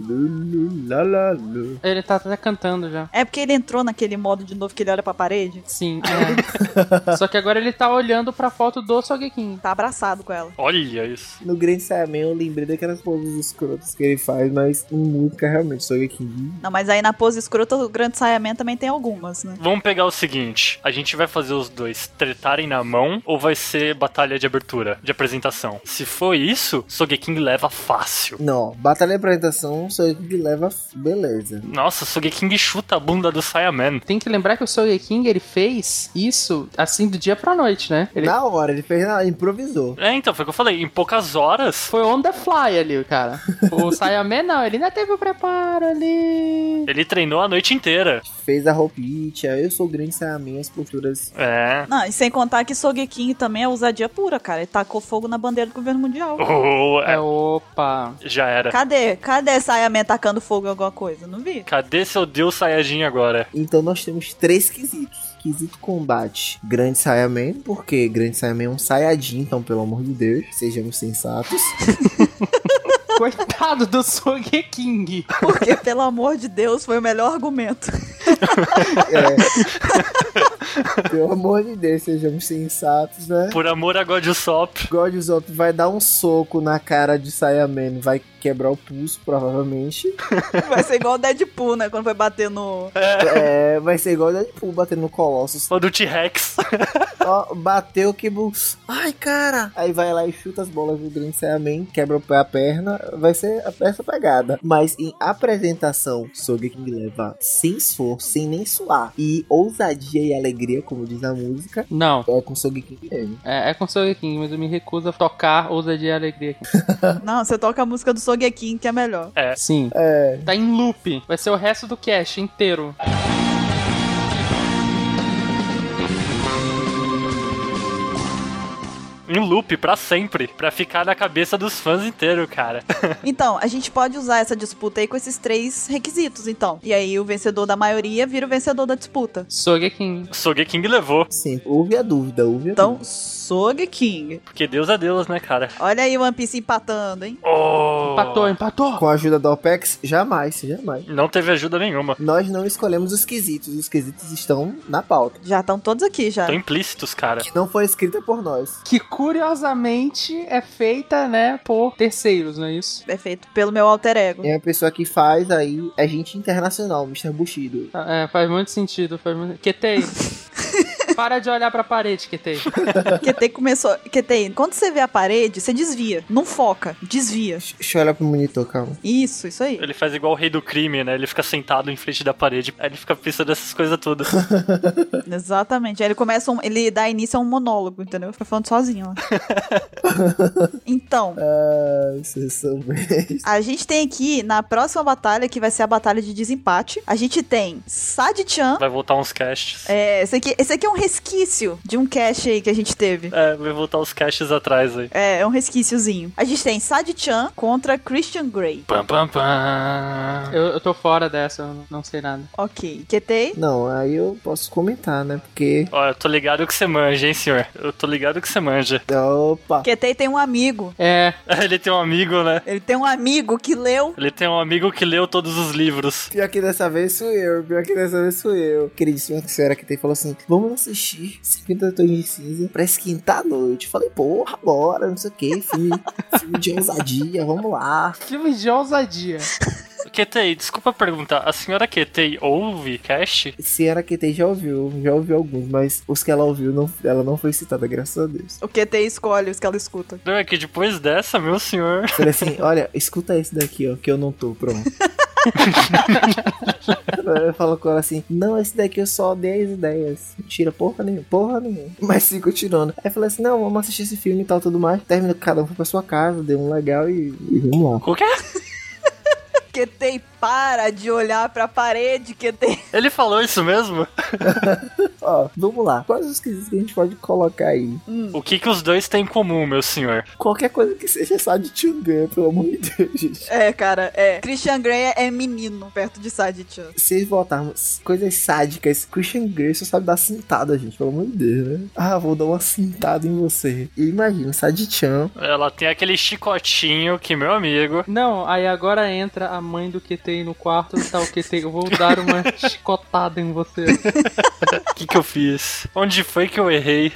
Ele tá até cantando já.
É porque ele entrou naquele modo de novo que ele olha pra parede?
Sim, é. Só que agora ele tá olhando pra foto do Sogeking.
Tá abraçado com ela.
Olha isso.
No grande sermão eu lembrei daquelas poses escrotas que ele faz, mas em música realmente, Sogeking.
Não, mas aí na pose escrota o Grande Saiyaman também tem algumas, né?
Vamos pegar o seguinte: a gente vai fazer os dois tretarem na mão ou vai ser batalha de abertura, de apresentação? Se for isso, Sogeking leva fácil.
Não, batalha e apresentação, Sogeking leva beleza.
Nossa, Sogeking chuta a bunda do Saiyaman.
Tem que lembrar que o Sogeking, ele fez isso assim do dia pra noite, né? Ele
Na hora, ele fez na improvisou.
É, então, foi o que eu falei, em poucas horas
foi on the fly ali, cara. O Saiyaman não, ele ainda teve o preparo ali.
ele treinou a noite inteira.
Fez a roupinha, eu sou grande, sai a minha, as posturas.
É.
Não, e sem contar que Sogeking também é ousadia pura, cara. Ele tacou fogo na bandeira do governo mundial.
Oh, é,
É, opa.
já era.
Cadê? Cadê Saiyaman tacando fogo em alguma coisa? Não vi.
Cadê seu Deus Saiyajin agora?
Então nós temos três quesitos. Quesito combate, grande Saiyaman, porque grande Saiyaman é um Saiyajin, então pelo amor de Deus, sejamos sensatos.
Coitado do Sogeking.
Porque, pelo amor de Deus, foi o melhor argumento.
É. pelo amor de Deus, sejamos sensatos, né?
Por amor a God Sop.
God Zop vai dar um soco na cara de Saiyaman, vai quebrar o pulso, provavelmente.
Vai ser igual o Deadpool, né? Quando foi bater no.
É, vai ser igual o Deadpool batendo no Colossus.
Ou do T-Rex.
Ó, bateu que bu- Ai, cara! Aí vai lá e chuta as bolas do Grande Saiyaman, quebra o pé a perna, vai ser a- essa pegada. Mas em apresentação, Sogeking leva sem esforço, sem nem suar. E ousadia e alegria, como diz a música,
Não,
é com Sogeking que tem.
é, é com o Sogeking, mas eu me recuso a tocar ousadia e alegria aqui.
Não, você toca a música do Sogeking, que é melhor.
Sim.
É,
Tá em loop. Vai ser o resto do cast inteiro.
em loop pra sempre. Pra ficar na cabeça dos fãs inteiro, cara.
Então, a gente pode usar essa disputa aí com esses três requisitos, então. E aí o vencedor da maioria vira o vencedor da disputa.
Sogeking.
Sogeking levou.
sim, houve a dúvida, houve a
Então,
dúvida.
Sogeking.
Porque Deus é Deus, né, cara?
Olha aí o One Piece empatando, hein?
Oh.
Empatou, empatou.
Com a ajuda do Opex, jamais, jamais.
Não teve ajuda nenhuma.
Nós não escolhemos os quesitos, os quesitos estão na pauta.
Já estão todos aqui já.
Tão implícitos, cara.
Que não foi escrita por nós.
Que curiosamente é feita, né, por terceiros, não é isso?
É feito pelo meu alter ego.
É a pessoa que faz aí, é gente internacional, Mr. Bushido.
É, faz muito sentido. Faz muito... Ketei. Para de olhar pra parede, Ketei.
QT começou. QT, quando você vê a parede, você desvia. Não foca, desvia.
Deixa eu olhar pro monitor, calma.
Isso, isso aí.
Ele faz igual o rei do crime, né? Ele fica sentado em frente da parede. Aí ele fica pensando nessas coisas todas.
Exatamente. Aí ele começa um, ele dá início a um monólogo, entendeu? Fica falando sozinho. ó. então,
Ah, vocês são bem.
a gente tem aqui na próxima batalha, que vai ser a batalha de desempate, a gente tem Sadi-chan.
Vai voltar uns casts.
É, esse aqui, esse aqui é um resquício de um cache aí que a gente teve.
É, vai voltar os casts atrás aí.
É, é um resquíciozinho. A gente tem Sadi-chan contra Christian Grey.
Pam, pam, pam.
Eu, eu tô fora dessa, eu não sei nada.
Ok. QT?
Não, aí eu posso comentar, né? Porque.
Ó, eu tô ligado que você manja, hein, senhor? Eu tô ligado que você manja.
Opa!
QT tem um amigo.
É,
Ele tem um amigo, né?
Ele tem um amigo que leu
Ele tem um amigo que leu todos os livros.
Pior que dessa vez sou eu, pior que dessa vez sou eu. Queridíssima senhora que tem falou assim: vamos assistir 50 tons de cinza pra esquentar a noite. Eu Falei, porra, bora, não sei o que, filme, filme de ousadia, vamos lá.
filme de ousadia.
Ketei, desculpa perguntar. A senhora Ketei ouve cast?
Senhora que tem já ouviu, já ouviu alguns, mas os que ela ouviu, não, ela não foi citada, graças a Deus.
o QT escolhe os que ela escuta.
Não, é que depois dessa, meu senhor.
Eu Falei assim: olha, escuta esse daqui, ó, que eu não tô, pronto. Ela falou com ela assim: Não, esse daqui eu só dei as ideias. Tira porra nenhuma, porra nenhuma. Mas ficou tirando. Aí falou assim: Não, vamos assistir esse filme e tal, tudo mais. Termina, cada um foi pra sua casa, deu um legal e, e vamos lá.
O quê?
QT para de olhar pra parede, QT.
Ele falou isso mesmo?
Ó, vamos lá. Quais os quesitos que a gente pode colocar aí?
O que que os dois têm em comum, meu senhor?
Qualquer coisa que seja só de Tchungan, pelo amor de Deus, gente.
É, cara, é. Christian Grey é menino perto de Sadi-chan.
Se votarmos coisas sádicas, Christian Grey só sabe dar cintada, gente, pelo amor de Deus, né? Ah, vou dar uma cintada em você. E imagina, Sadi-chan.
Ela tem aquele chicotinho que, meu amigo.
Não, aí agora entra a mãe do Ketei no quarto e tá o Ketei. Eu vou dar uma chicotada em você.
que, que eu fiz? Onde foi que eu errei?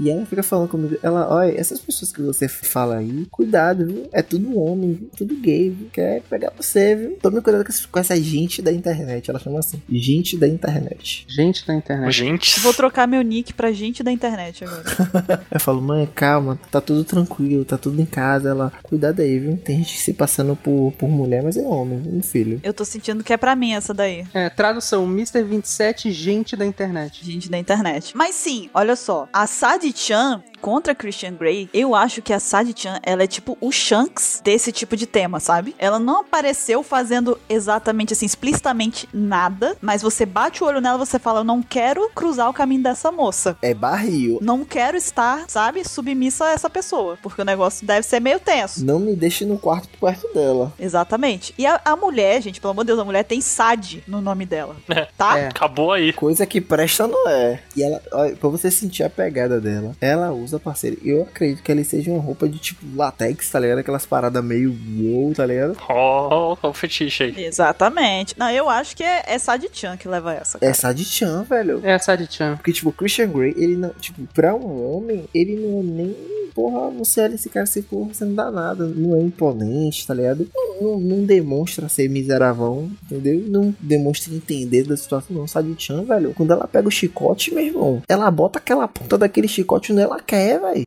E ela fica falando comigo, ela, olha, essas pessoas que você fala aí, cuidado, viu? É tudo homem, viu? Tudo gay, viu? Quer pegar você, viu? Tome cuidado com essa- com essa gente da internet. Ela chama assim, gente da internet.
Gente da internet.
Gente,
Vou trocar meu nick pra gente da internet agora.
Eu falo, mãe, calma, tá tudo tranquilo, tá tudo em casa. Ela, cuidado aí, viu? Tem gente se passando por, por mulher, mas é homem, viu, filho.
Eu tô sentindo que é pra mim essa daí.
É, tradução, Mr. 27, gente da internet.
Gente da internet. Mas sim, olha só. A Sadi-chan contra Christian Grey, eu acho que a Sadi-chan, ela é tipo o Shanks desse tipo de tema, sabe? Ela não apareceu fazendo exatamente assim, explicitamente nada, mas você bate o olho nela e você fala, eu não quero cruzar o caminho dessa moça.
É barril.
Não quero estar, sabe, submissa a essa pessoa, porque o negócio deve ser meio tenso.
Não me deixe no quarto perto dela.
Exatamente. E a, a mulher, gente, pelo amor de Deus, a mulher tem Sadi no nome dela. Tá?
É.
acabou aí.
Coisa que presta não é. E ela, olha, pra você sentir a pegada dela, ela usa, parceiro. Eu acredito que ela seja uma roupa de tipo latex, tá ligado? Aquelas paradas meio wow, tá ligado?
Ó, ó o fetiche aí.
Exatamente. Não, eu acho que é, é Sadi-chan que leva essa. cara.
Essa de Chan, velho.
É a Sadi-chan.
Porque, tipo, o Christian Grey, ele não. Tipo, pra um homem, ele não é nem. Porra, você olha esse cara assim, porra, você não dá nada. Não é imponente, tá ligado? Não, não- não demonstra ser miseravão, entendeu? Não demonstra entender da situação, não. Sabe, Chan, velho? Quando ela pega o chicote, meu irmão, ela bota aquela ponta daquele chicote onde ela quer, velho.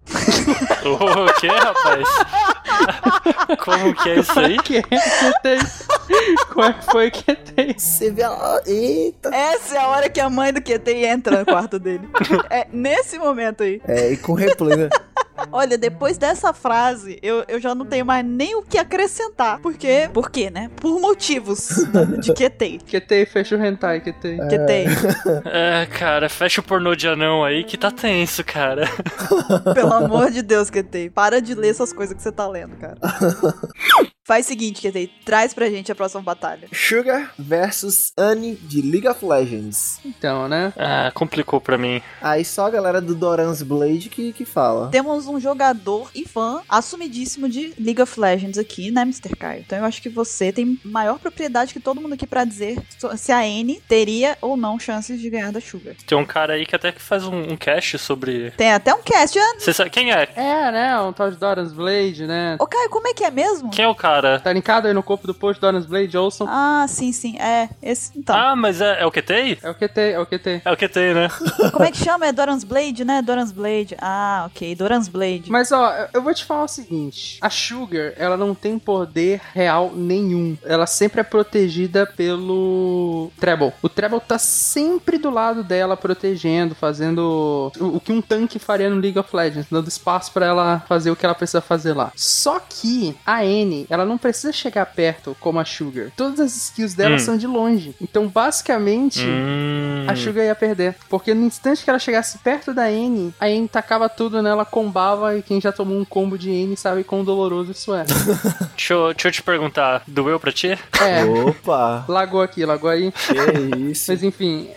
Ô, o que, é, rapaz? Como que é isso aí?
Que é que tem? Qual foi que tem?
Você vê ela. Eita!
Essa é a hora que a mãe do QT entra no quarto dele. É nesse momento aí.
É, e com replay, né?
Olha, depois dessa frase, eu, eu já não tenho mais nem o que acrescentar. Por quê? Por quê, né? Por motivos né, de QT.
Que tem, fecha o hentai, que tem.
QT,
É, cara, fecha o pornô de anão aí que tá tenso, cara.
pelo amor de Deus, QT. Para de ler essas coisas que você tá lendo, cara. Faz o seguinte, QT, traz pra gente a próxima batalha.
Sugar versus Annie de League of Legends.
Então, né?
Ah, complicou pra mim.
Aí só a galera do Doran's Blade que, que fala.
Temos um jogador e fã assumidíssimo de League of Legends aqui, né, Mr. Caio? Então eu acho que você tem maior propriedade que todo mundo aqui pra dizer so- se a N teria ou não chances de ganhar da Sugar.
Tem um cara aí que até que faz um, um cast sobre.
Tem até um cast, né?
Você sabe quem é?
É, né? Um tal de Doran's Blade, né?
Ô, Caio, como é que é mesmo?
Quem é o cara?
Tá linkado aí no corpo do post Doran's Blade, ouçam.
Ah, sim, sim. É, esse. Então.
Ah, mas é, é o QT?
É o que tem, é o que tem.
É o QT, né?
Como é que chama? É Doran's Blade, né? Doran's Blade. Ah, ok. Doran's Blade.
Mas ó, eu- eu vou te falar o seguinte: a Sugar, ela não tem poder real nenhum. Ela sempre é protegida pelo Treble. O Treble tá sempre do lado dela, protegendo, fazendo o, o que um tanque faria no League of Legends, dando espaço pra ela fazer o que ela precisa fazer lá. Só que a N, ela não precisa chegar perto como a Sugar. Todas as skills dela
Hum.
são de longe. Então, basicamente,
Hum.
a Sugar ia perder. Porque no instante que ela chegasse perto da N, a N tacava tudo nela, combava, e quem já tomou um combo de N sabe quão doloroso isso é.
Deixa eu, deixa eu te perguntar, doeu pra ti?
É,
Opa!
lagou aqui, lagou aí.
Que isso?
Mas enfim,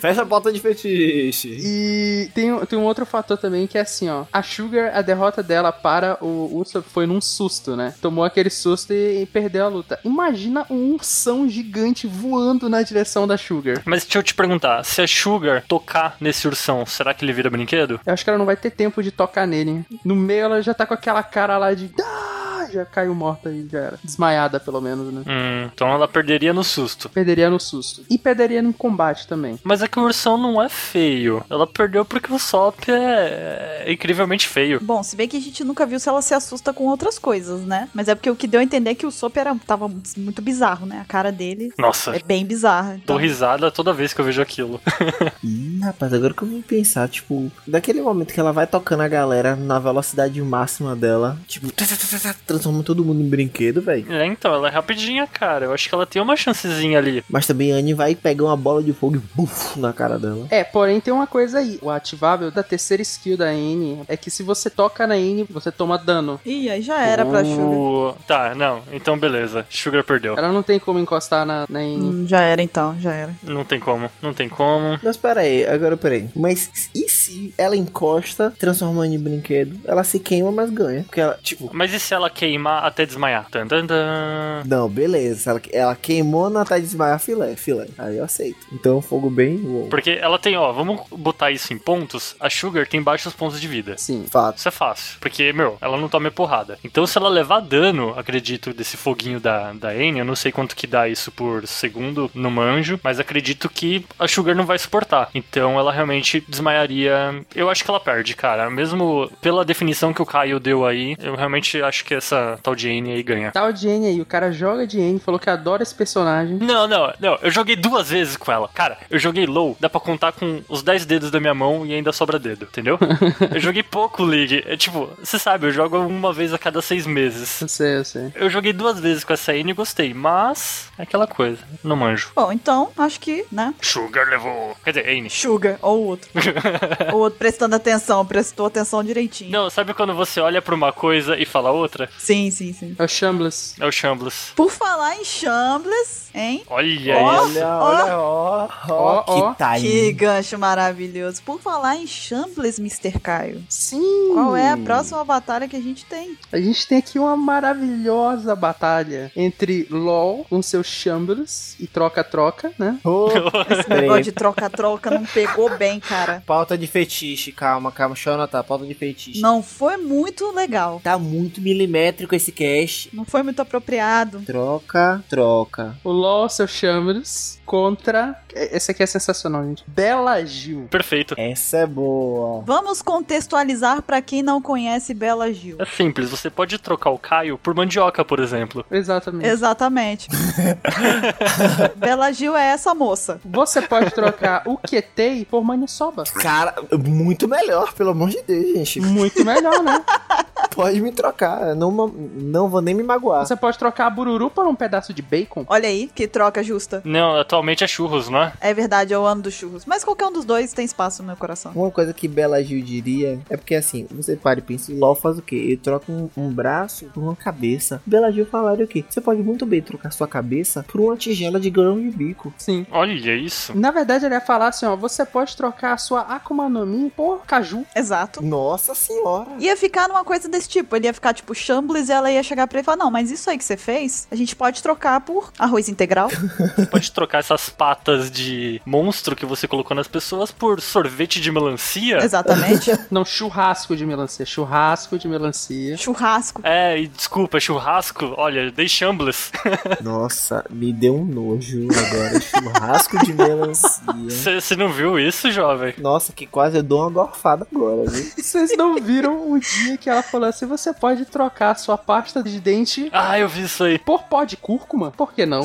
Fecha a porta de fetiche.
e tem, um- tem um outro fator também que é assim, ó. A Sugar, a derrota dela para o Usopp foi num susto, né? Tomou aquele susto e, e perdeu a luta. Imagina um ursão gigante voando na direção da Sugar.
Mas deixa eu te perguntar, se a Sugar tocar nesse ursão, será que ele vira brinquedo?
Eu acho que ela não vai ter tempo de tocar nele. hein? No meio ela já tá com aquela cara lá de. "Ah", Já caiu morta aí, já era. Desmaiada, pelo menos, né?
Hum, então ela perderia no susto.
Perderia no susto. E perderia no combate também.
Mas é que o ursão não é feio. Ela perdeu porque o Sop é é incrivelmente feio.
Bom, se bem que a gente nunca viu se ela se assusta com outras coisas, né? Mas é porque o que deu a entender é que o Sop era tava muito bizarro, né? A cara dele
Nossa,
é bem bizarra.
dou
Então,
risada toda vez que eu vejo aquilo.
Ih, rapaz, agora que eu vim pensar, tipo, daquele momento que ela vai tocando a galera na velocidade máxima dela, tipo, tá, tá, tá, tá, tá, transforma todo mundo em brinquedo, velho.
É, então, ela é rapidinha, cara. Eu acho que ela tem uma chancezinha ali.
Mas também a Annie vai pegar uma bola de fogo e buf na cara dela.
É, porém tem uma coisa aí. O ativável da terceira skill da N é que se você toca na N, você toma dano.
Ih, aí já era pra Sugar. É.
O- Tá, não. Então, beleza. Sugar perdeu.
Ela não tem como encostar na, na N.
Hum, já era Hum, então, já era.
Não tem como. Não tem como.
Mas pera aí, agora pera aí. Mas e se se ela encosta, transformando em brinquedo, ela se queima, mas ganha. Porque ela, tipo.
Mas e se ela queimar até desmaiar? Tan, tan, tan.
Não, beleza. Ela, ela queimou, não tá desmaiar filé, filé. Aí eu aceito. Então, fogo bem. Uou.
Porque ela tem, ó, vamos botar isso em pontos. A Sugar tem baixos pontos de vida.
Sim, fato.
Isso é fácil. Porque, meu, ela não toma porrada. Então, se ela levar dano, acredito, desse foguinho da, da N, eu não sei quanto que dá isso por segundo, no manjo, mas acredito que a Sugar não vai suportar. Então, ela realmente desmaiaria. Eu acho que ela perde, cara. Mesmo pela definição que o Caio deu aí, eu realmente acho que essa tal de N aí ganha.
Tal de N aí, o cara joga de N, falou que adora esse personagem.
Não, não, não. Eu joguei duas vezes com ela. Cara, eu joguei low, dá pra contar com os 10 dedos da minha mão e ainda sobra dedo, entendeu? eu joguei pouco League. É tipo, você sabe, eu jogo uma vez a cada seis meses.
Eu sei, eu sei.
Eu joguei duas vezes com essa N e gostei, mas é aquela coisa, não manjo.
Bom, então, acho que, né?
Sugar levou. Quer dizer, N.
Sugar, ou o outro. ou o outro prestando atenção, prestou atenção direitinho.
Não, sabe quando você olha pra uma coisa e fala outra?
Sim, sim, sim.
É o Shambles.
É o Shambles.
Por falar em Shambles, hein?
Olha
Ó.
isso.
Olha, olha, ó, ó,
Ó, ó.
que tá time.
Que gancho maravilhoso. Por falar em Shambles, Mr. Caio,
Sim!
qual é a próxima batalha que a gente tem?
A gente tem aqui uma maravilhosa batalha entre LOL com seus Shambles e troca-troca, né?
Ô,
Esse
peraí,
negócio de troca-troca não pegou bem, cara.
Pauta de fetiche, calma, calma, deixa eu anotar, pauta de fetiche.
Não foi muito legal.
Tá muito milimétrico esse cast.
Não foi muito apropriado.
Troca, troca.
O LOL, seus Shambles, contra. Esse aqui é sensacional, gente. Bela Gil.
Perfeito.
Essa é boa.
Vamos contextualizar pra quem não conhece Bela Gil.
É simples, você pode trocar o Caio por mandioca, por exemplo.
Exatamente.
Exatamente. Bela Gil é essa moça.
Você pode trocar o Ketei por Manisoba.
Cara, muito melhor, pelo amor de Deus, gente.
Muito melhor, né?
Pode me trocar, eu não, ma- não vou nem me magoar.
Você pode trocar a Bururu por um pedaço de bacon.
Olha aí, que troca justa.
Não, atualmente é churros, não é?
É verdade, eu amo dos churros. Mas qualquer um dos dois tem espaço no meu coração.
Uma coisa que Bela Gil diria é porque assim, você para e pensa, LOL faz o quê? Ele troca um, um braço por uma cabeça. Bela Gil falaria o quê? Você pode muito bem trocar sua cabeça por uma tigela de grão de bico.
Sim.
Olha isso.
Na verdade, ele ia falar assim, ó, você pode trocar a sua Akuma no Mi por Caju.
Exato.
Nossa senhora!
Ia ficar numa coisa desse tipo. Ele ia ficar tipo Shambles e ela ia chegar pra ele e falar: Não, mas isso aí que você fez, a gente pode trocar por arroz integral.
Você pode trocar essas patas de monstro que você colocou nas pessoas por sorvete de melancia.
Exatamente.
Não, churrasco de melancia. Churrasco de melancia.
Churrasco.
É, e desculpa, churrasco. Olha, dei shambles.
Nossa, me deu um nojo agora. Churrasco de melancia.
Você não viu isso, jovem?
Nossa, que quase eu dou uma gorfada agora, viu?
Vocês não viram o dia que ela falou assim: você pode trocar a sua pasta de dente
Ah, eu vi isso aí.
por pó de cúrcuma? Por que não?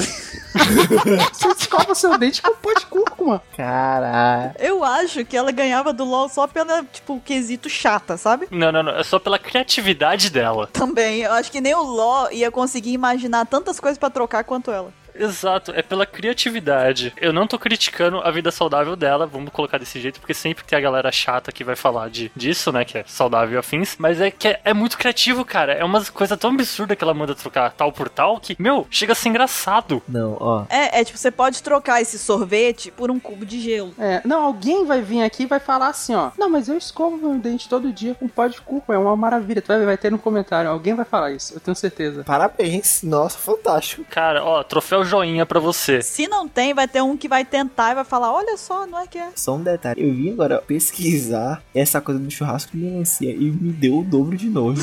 você escova seu dente com pó de cúrcuma.
Caralho.
Eu acho que ela ganhava do LOL só pela, tipo, quesito chata, sabe?
Não, não, não. É só pela criatividade dela.
Também, eu acho que nem o LOL ia conseguir imaginar tantas coisas pra trocar quanto ela.
Exato, é pela criatividade. Eu não tô criticando a vida saudável dela, vamos colocar desse jeito, porque sempre tem a galera chata que vai falar de, disso, né? Que é saudável e afins. Mas é que é, é muito criativo, cara. É uma coisa tão absurda que ela manda trocar tal por tal que, meu, chega a ser engraçado.
Não, ó.
É, é tipo, você pode trocar esse sorvete por um cubo de gelo.
É, não, alguém vai vir aqui e vai falar assim: ó, não, mas eu escovo meu dente todo dia com pó de cúrcuma, é uma maravilha. Tu vai, ver, vai ter no comentário, alguém vai falar isso, eu tenho certeza.
Parabéns. Nossa, fantástico.
Cara, ó, troféu joinha pra você.
Se não tem, vai ter um que vai tentar e vai falar: olha só, não é que é.
Só um detalhe. Eu vim agora pesquisar essa coisa do churrasco de melancia e me deu o dobro de nojo.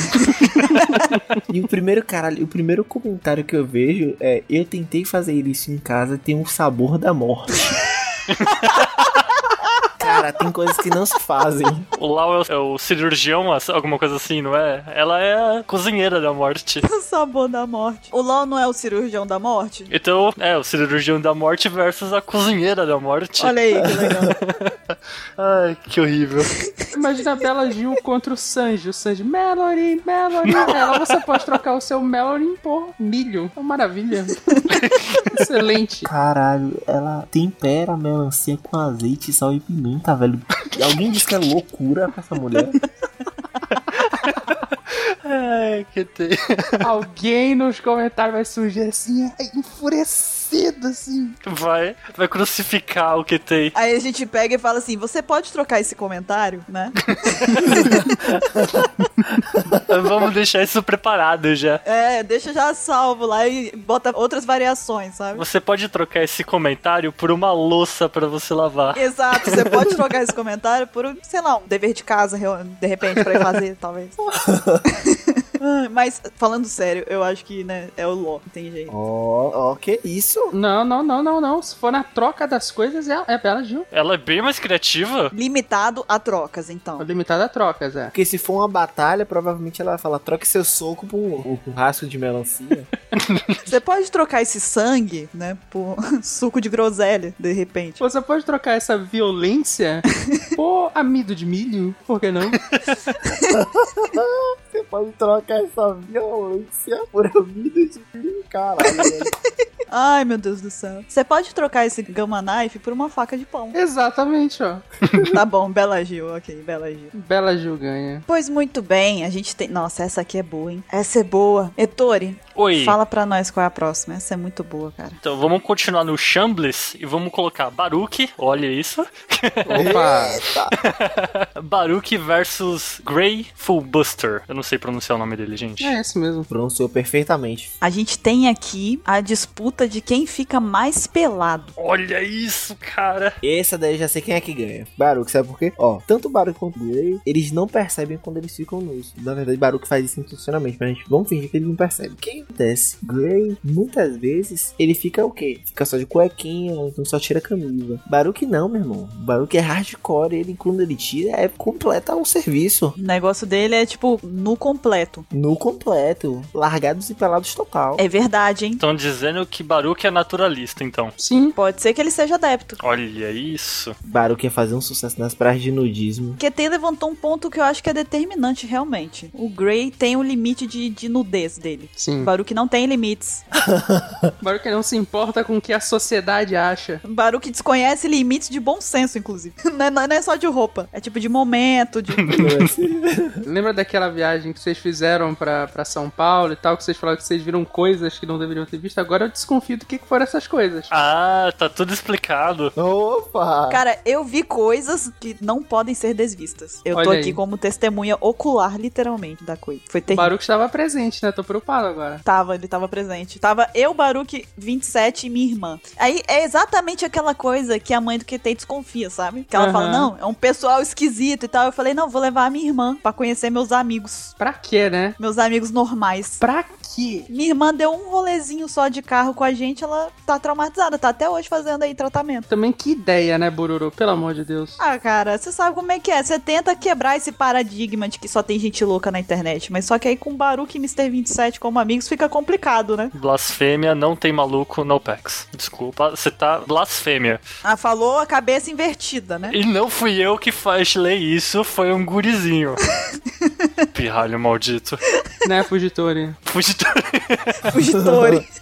e o primeiro, caralho, o primeiro comentário que eu vejo é: Eu tentei fazer isso em casa e tem um sabor da morte. Cara, tem coisas que não se fazem.
O Lau é o, é o cirurgião, as- alguma coisa assim, não é? Ela é a cozinheira da morte.
O sabor da morte. O LOL não é o cirurgião da morte?
Então, é, o cirurgião da morte versus a cozinheira da morte.
Olha aí que legal.
Ai, que horrível.
Imagina a Bela Gil contra o Sanji. O Sanji, Melody, Melody. Ela, você pode trocar o seu Melody por milho. É uma maravilha. Excelente.
Caralho, ela tempera a melancia com azeite, sal e pimenta, velho. Alguém disse que é loucura pra essa mulher?
Ai, Ai, que tem.
Alguém nos comentários vai surgir assim, ai, enfurecido, assim.
Vai, vai crucificar o que tem.
Aí a gente pega e fala assim: você pode trocar esse comentário, né?
Vamos deixar isso preparado já.
É, deixa já salvo lá e bota outras variações, sabe?
Você pode trocar esse comentário por uma louça pra você lavar.
Exato, você pode trocar esse comentário por, um, sei lá, um dever de casa, reu- de repente, pra ir fazer, talvez. Ah, Mas, falando sério, eu acho que, né, é o LOL, não tem jeito.
Ó, ó, que isso?
Não, não, não, não, não. Se for na troca das coisas, é, é Bela Gil.
Ela é bem mais criativa.
Limitado a trocas, então.
Limitada a trocas, é.
Porque se for uma batalha, provavelmente ela vai falar: troque seu soco por por churrasco de melancia.
Você pode trocar esse sangue, né, por suco de groselha, de repente.
Você pode trocar essa violência por amido de milho? Por que não?
Você pode trocar essa violência por vida de mim, caralho. velho.
Ai, meu Deus do céu. Você pode trocar esse Gamma Knife por uma faca de pão.
Exatamente, ó.
Tá bom, Bela Gil, ok, Bela Gil.
Bela Gil ganha.
Pois muito bem, a gente tem. Nossa, essa aqui é boa, hein? Essa é boa. Etori,
Oi.
fala pra nós qual é a próxima. Essa é muito boa, cara.
Então vamos continuar no Shambles e vamos colocar Baruch, olha isso.
Opa!
Baruch versus Grey Fullbuster. Eu não sei pronunciar o nome dele, gente.
É esse mesmo.
Pronunciou perfeitamente.
A gente tem aqui a disputa de quem fica mais pelado.
Olha isso, cara.
Essa daí eu já sei quem é que ganha. Baruque, sabe por quê? Ó, tanto o Baruque quanto o Grey, eles não percebem quando eles ficam nus. Na verdade, Baruque faz isso intencionalmente, mas a gente vamos fingir que ele não percebe. O que acontece? Grey, muitas vezes, ele fica o quê? Fica só de cuequinha, ou então só tira a camisa. Baruque não, meu irmão. Baruque é hardcore, ele quando ele tira, é completa o serviço.
O negócio dele é, tipo, no completo.
No completo. Largados e pelados total.
É verdade, hein?
Estão dizendo que Baruch é naturalista, então.
Sim.
Pode ser que ele seja adepto.
Olha isso.
Baruque ia fazer um sucesso nas praias de nudismo.
QT levantou um ponto que eu acho que é determinante, realmente. O Grey tem um limite de, de nudez dele.
Sim.
Baruque não tem limites.
Baruch não se importa com o que a sociedade acha.
Baruque desconhece limites de bom senso, inclusive. Não é, não é só de roupa. É tipo de momento, de.
Lembra daquela viagem que vocês fizeram pra, pra São Paulo e tal, que vocês falaram que vocês viram coisas que não deveriam ter visto? Agora eu desconfio do que, que foram essas coisas.
Ah, tá tudo explicado.
Opa!
Cara, eu vi coisas que não podem ser desvistas. Eu tô
Olha aí.
aqui como testemunha ocular, literalmente, da coisa. Foi
O
terrível.
Baruch estava presente, né? Tô preocupado agora.
Tava, ele tava presente. Tava eu, Baruque, 27 e minha irmã. Aí é exatamente aquela coisa que a mãe do QT desconfia, sabe? Que ela
Aham.
fala, não, é um pessoal esquisito e tal. Eu falei, não, vou levar a minha irmã pra conhecer meus amigos.
Pra quê, né?
Meus amigos normais.
Pra quê?
Minha irmã deu um rolezinho só de carro com a gente, ela tá traumatizada, tá até hoje fazendo aí tratamento.
Também que ideia, né, Bururu? Pelo amor de Deus.
Ah, cara, você sabe como é que é. Você tenta quebrar esse paradigma de que só tem gente louca na internet, mas só que aí com Baruque e Mr. 27 como amigos fica complicado, né?
Blasfêmia não tem maluco no PEX. Desculpa, você tá blasfêmia.
Ah, falou a cabeça invertida, né?
E não fui eu que falei isso, foi um gurizinho. Pirralho maldito.
né, Fugitori?
Fugiu
Fugitori.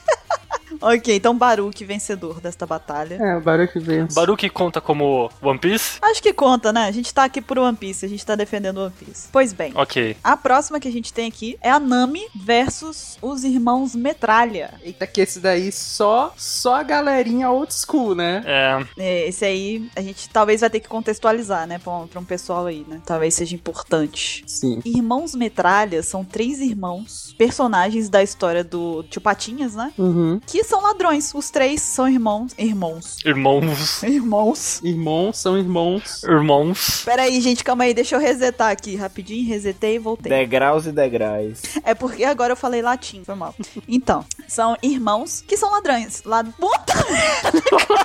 ok, então Baruque vencedor desta batalha.
É, o Baruch vence.
Baruque conta como One Piece?
Acho que conta, né? A gente tá aqui por One Piece, a gente tá defendendo One Piece. Pois bem,
Ok.
a próxima que a gente tem aqui é a Nami versus os irmãos Metralha.
Eita, que esse daí só, só a galerinha old school, né?
É,
É, Esse aí a gente talvez vai ter que contextualizar, né? Pra um, pra um pessoal aí, né? Talvez seja importante.
Sim.
Irmãos Metralha são três irmãos, personagens da história do Tio Patinhas, né?
Uhum.
Que são ladrões. Os três são irmãos. Irmãos.
irmãos.
Irmãos.
Irmãos são irmãos.
Irmãos.
Pera aí, gente, calma aí, deixa eu resetar aqui rapidinho, resetei e voltei.
Degraus e degraus.
É porque agora eu falei latim, foi mal. Então, são irmãos que são ladrões. Lá Puta, tá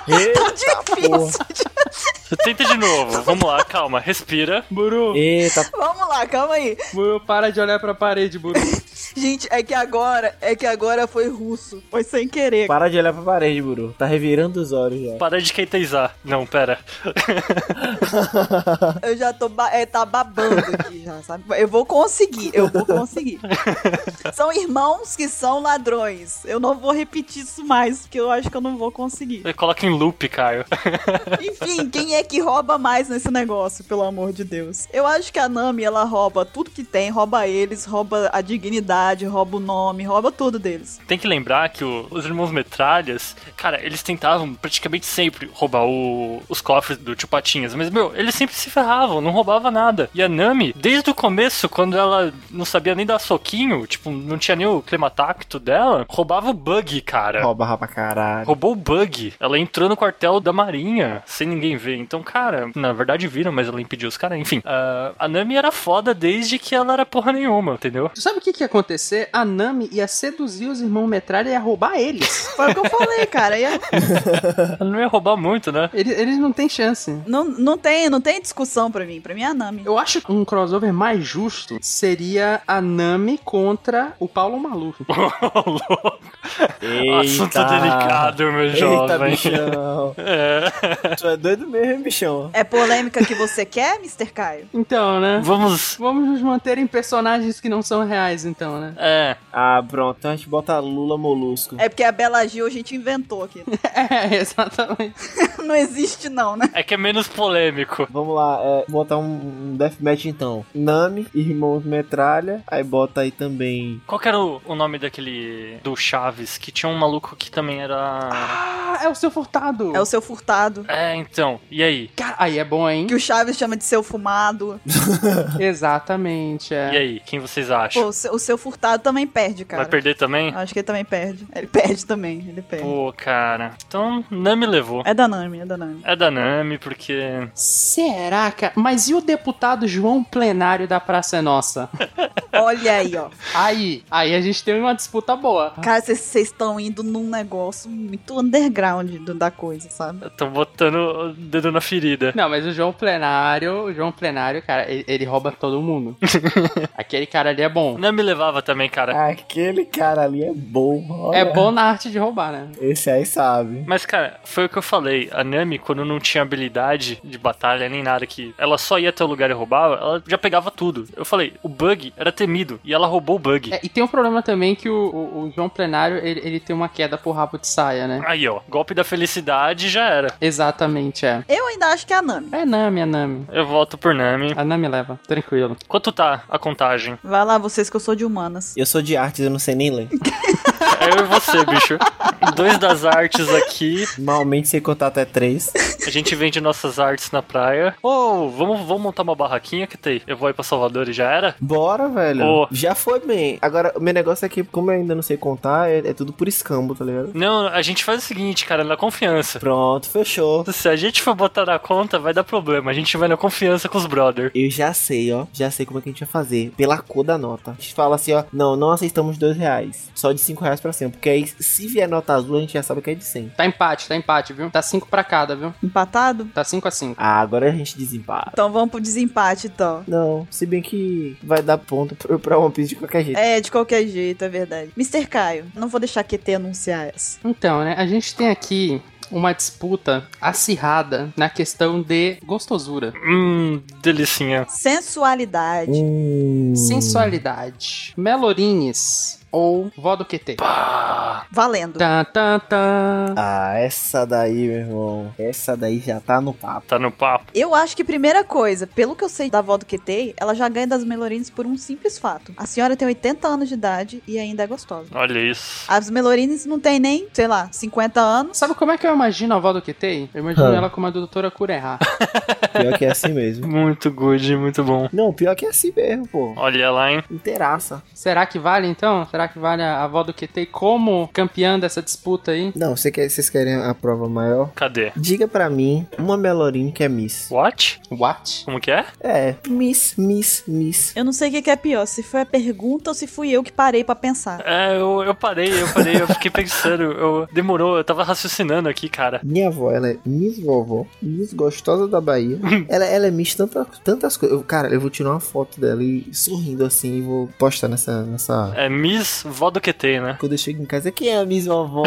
difícil.
porra.
Você Tenta de novo. Vamos lá, calma, respira.
Buru,
Eita,
Vamos lá, calma aí.
Buru, para de olhar pra parede, Buru.
Gente, é que agora, é que agora foi russo. Foi sem querer.
para de olhar pra parede, Buru. Tá revirando os olhos já.
Para de queiteizar. Não, pera.
Eu já tô ba- é, tá babando aqui já, sabe? Eu vou conseguir, eu vou conseguir. São irmãos que são ladrões. Eu não vou repetir isso mais, porque eu acho que eu não vou conseguir.
Coloca em loop, Caio.
Enfim, quem quem é que rouba mais nesse negócio, pelo amor de Deus. Eu acho que a Nami, ela rouba tudo que tem, rouba eles, rouba a dignidade, rouba o nome, rouba tudo deles.
Tem que lembrar que o- os irmãos Metralhas, cara, eles tentavam praticamente sempre roubar o- os cofres do Tio Patinhas, mas, meu, eles sempre se ferravam, não roubava nada. E a Nami, desde o começo, quando ela não sabia nem dar soquinho, tipo, não tinha nem o climatacto dela, roubava o bug, cara.
Rouba pra caralho.
Roubou o bug. Ela entrou no quartel da marinha, sem ninguém ver. Então, cara, na verdade viram, mas ela impediu os caras. Enfim, ah, a Nami era foda desde que ela era porra nenhuma, entendeu?
Tu sabe o que, que ia acontecer? A Nami ia seduzir os irmãos metralha e ia roubar eles.
Foi o que eu falei, cara. E é-
Ela não ia roubar muito, né?
eles. Eles não têm chance.
não, não, tem, não tem discussão pra mim. Pra mim é a Nami.
Eu acho que um crossover mais justo seria a Nami contra o Paulo Maluf.
Ô, louco.
Eita.
Assunto tá delicado, meu
Eita,
jovem.
bichão.
É.
tu é doido mesmo, bichão.
É polêmica que você quer, Mr. Caio?
Então, né?
Vamos.
Vamos nos manter em personagens que não são reais, então, né?
É,
Ah, pronto. Então a gente bota Lula Molusco.
É porque a Bela Gil a gente inventou aqui.
É, exatamente.
não existe, não, né?
é que é menos polêmico.
Vamos lá, é, botar um, um deathmatch então. Nami, Irmãos Metralha. Aí bota aí também.
Qual que era o, o nome daquele. do Chaves? Que tinha um maluco que também era.
Ah, é o seu furtado.
É o seu furtado.
É, então. E aí?
Cara, aí é bom, hein?
Que o Chaves chama de seu fumado.
Exatamente,
E
é.
aí? Quem vocês
Pô,
acham?
o seu, o seu furtado também perde, cara. Ah,
Vai perder também?
Acho que ele também perde. Ele perde também, ele perde.
Pô, cara. Então, Nami levou.
É da Nami, é da Nami.
É da Nami, porque.
Será, cara? Mas e o deputado João Plenário da Praça é Nossa?
Olha aí, ó.
Aí, aí a gente tem uma disputa boa.
Cara, vocês- vocês estão indo num negócio muito underground do- da coisa, sabe?
Eu tô botando o dedo na ferida.
Não, mas o João Plenário, o João Plenário, cara, ele, ele rouba todo mundo. Aquele cara ali é bom.
Nami levava também, cara.
Aquele cara ali é bom. olha.
É bom na arte de roubar, né?
Esse aí sabe.
Mas, cara, foi o que eu falei. A Nami, quando não tinha habilidade de batalha nem nada que ela só ia até o lugar e roubava, ela já pegava tudo. Eu falei, o bug era temido e ela roubou o bug.
É, e tem um problema também que o, o- o João Plenário, ele, ele tem uma queda por rabo de saia, né?
Aí, ó, golpe da felicidade já era.
Exatamente, é.
Eu ainda acho que é a Nami.
É Nami, é Nami.
Eu volto por Nami.
A Nami leva, tranquilo.
Quanto tá a contagem?
Vai lá, vocês que eu sou de humanas.
Eu sou de artes, eu não sei nem ler.
É eu e você, bicho. Dois das artes aqui.
Malmente sei contar até três.
A gente vende nossas artes na praia. Ô, vamos, vamos montar uma barraquinha que tem. Eu vou ir pra Salvador e já era?
Bora, velho.
Ô.
Já foi bem. Agora, o meu negócio é que, como eu ainda não sei contar, é, é tudo por escambo, tá ligado?
Não, a gente faz o seguinte, cara, na confiança.
Pronto, fechou.
Se a gente for botar na conta, vai dar problema. A gente vai na confiança com os brother.
Eu já sei, ó. Já sei como é que a gente vai fazer. Pela cor da nota. A gente fala assim, ó. Não, não aceitamos dois reais. Só de cinco reais pra cima. Porque aí, se vier nota azul, a gente já sabe que é de 100.
Tá empate, tá empate, viu? Tá 5 pra cada, viu?
Empatado?
Tá 5 a 5.
Ah, agora a gente desempata.
Então vamos pro desempate, então.
Não, se bem que vai dar ponto pro- pra One Piece de qualquer jeito.
É, de qualquer jeito, é verdade. Mr. Caio, não vou deixar QT anunciar essa.
Então, né? A gente tem aqui uma disputa acirrada na questão de gostosura,
Hum, delicinha.
Sensualidade.
Hum.
sensualidade, melorines ou vó do QT.
Valendo.
Tá, tá, tá.
Ah, essa daí, meu irmão. Essa daí já tá no papo.
Tá no papo.
Eu acho que, primeira coisa, pelo que eu sei da avó do QT, ela já ganha das Melorines por um simples fato. A senhora tem 80 anos de idade e ainda é gostosa.
Olha isso.
As Melorines não tem nem, sei lá, 50 anos.
Sabe como é que eu imagino a vó do QT? Eu imagino
Ah.
ela como a doutora Curerá.
Pior que é assim mesmo.
Muito good, muito bom.
Não, pior que é assim mesmo, pô.
Olha lá, hein?
Inteiraça.
Será que vale então? Será que vale a a avó do QT como campeã dessa disputa aí?
Não, você quer- vocês querem a prova maior?
Cadê?
Diga pra mim uma Melorine que é Miss.
What?
What?
Como que é?
É, Miss, Miss, Miss.
Eu não sei o que que é pior, se foi a pergunta ou se fui eu que parei pra pensar.
É, eu, eu parei, eu parei, eu fiquei pensando. Eu, demorou, eu tava raciocinando aqui, cara.
Minha avó, ela é Miss Vovó, Miss Gostosa da Bahia. ela, ela é Miss tanta, tantas coisas. Eu- Cara, eu vou tirar uma foto dela e sorrindo assim e vou postar nessa. nessa...
É Miss Vó do QT, né?
Quando eu chego em casa, quem é a Miss Vovó?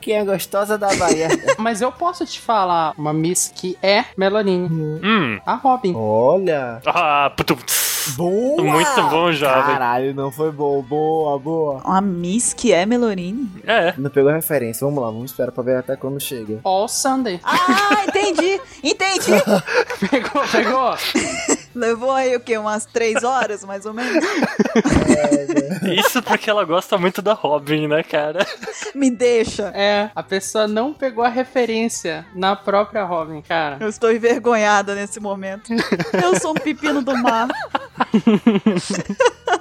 quem é a Gostosa da Bahia?
Mas eu posso te falar uma miss que é melorine.
Hum.
A Robin.
Olha!
Ah, putum. tss.
Boa!
Muito bom já, velho.
Caralho, não foi bom. Boa, boa.
A Miss que é Melorini?
É,
Não pegou a referência. Vamos lá, vamos esperar pra ver até quando chega.
All Sunday.
Ah, entendi! Entendi!
Pegou, pegou.
Levou aí o quê? Umas três horas, mais ou menos?
isso porque ela gosta muito da Robin, né, cara?
Me deixa!
É, a pessoa não pegou a referência na própria Robin, cara.
Eu estou envergonhada nesse momento. Eu sou um pepino do mar.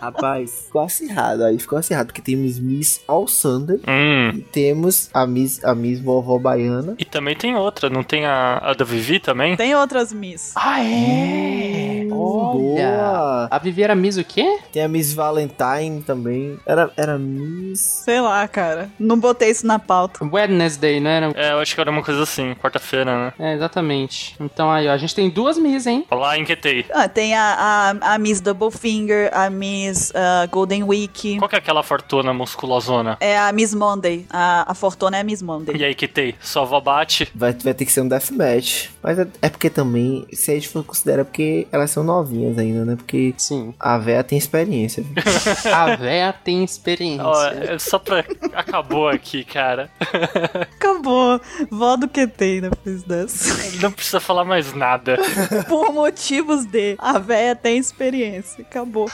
Rapaz, ficou acirrado aí. Ficou acirrado, porque temos Miss All Sunday
Hum.
e temos a Miss, a Miss Vovó Baiana.
E também tem outra, não tem a, a da Vivi também?
Tem outras Miss.
Ah, é? Olha.
Boa!
A Vivi era Miss o quê?
Tem a Miss Valentine também. Era, era Miss.
Sei lá, cara. Não botei isso na pauta.
Wednesday, não era?
É, eu acho que era uma coisa assim, quarta-feira, né?
É, exatamente. Então aí, ó, a gente tem duas Miss, hein?
Olá, enquetei.
Ah, tem a, a, a Miss Doublefinger, a Miss ah, Golden Week.
Qual que é aquela fortuna musculosona?
É a Miss Monday. A, a Fortuna é a Miss Monday.
E aí, Kitei, sua avó bate?
Vai, vai ter que ser um deathmatch. Mas é, é porque também, se a gente for considerar, é porque elas são novinhas ainda, né? Porque
Sim.
a véia tem experiência. viu?
A véia tem experiência.
Ó, é só pra... Acabou aqui, cara.
Acabou. Vó do QT na fez dessa.
Não precisa falar mais nada.
Por motivos de a véia tem experiência. Acabou.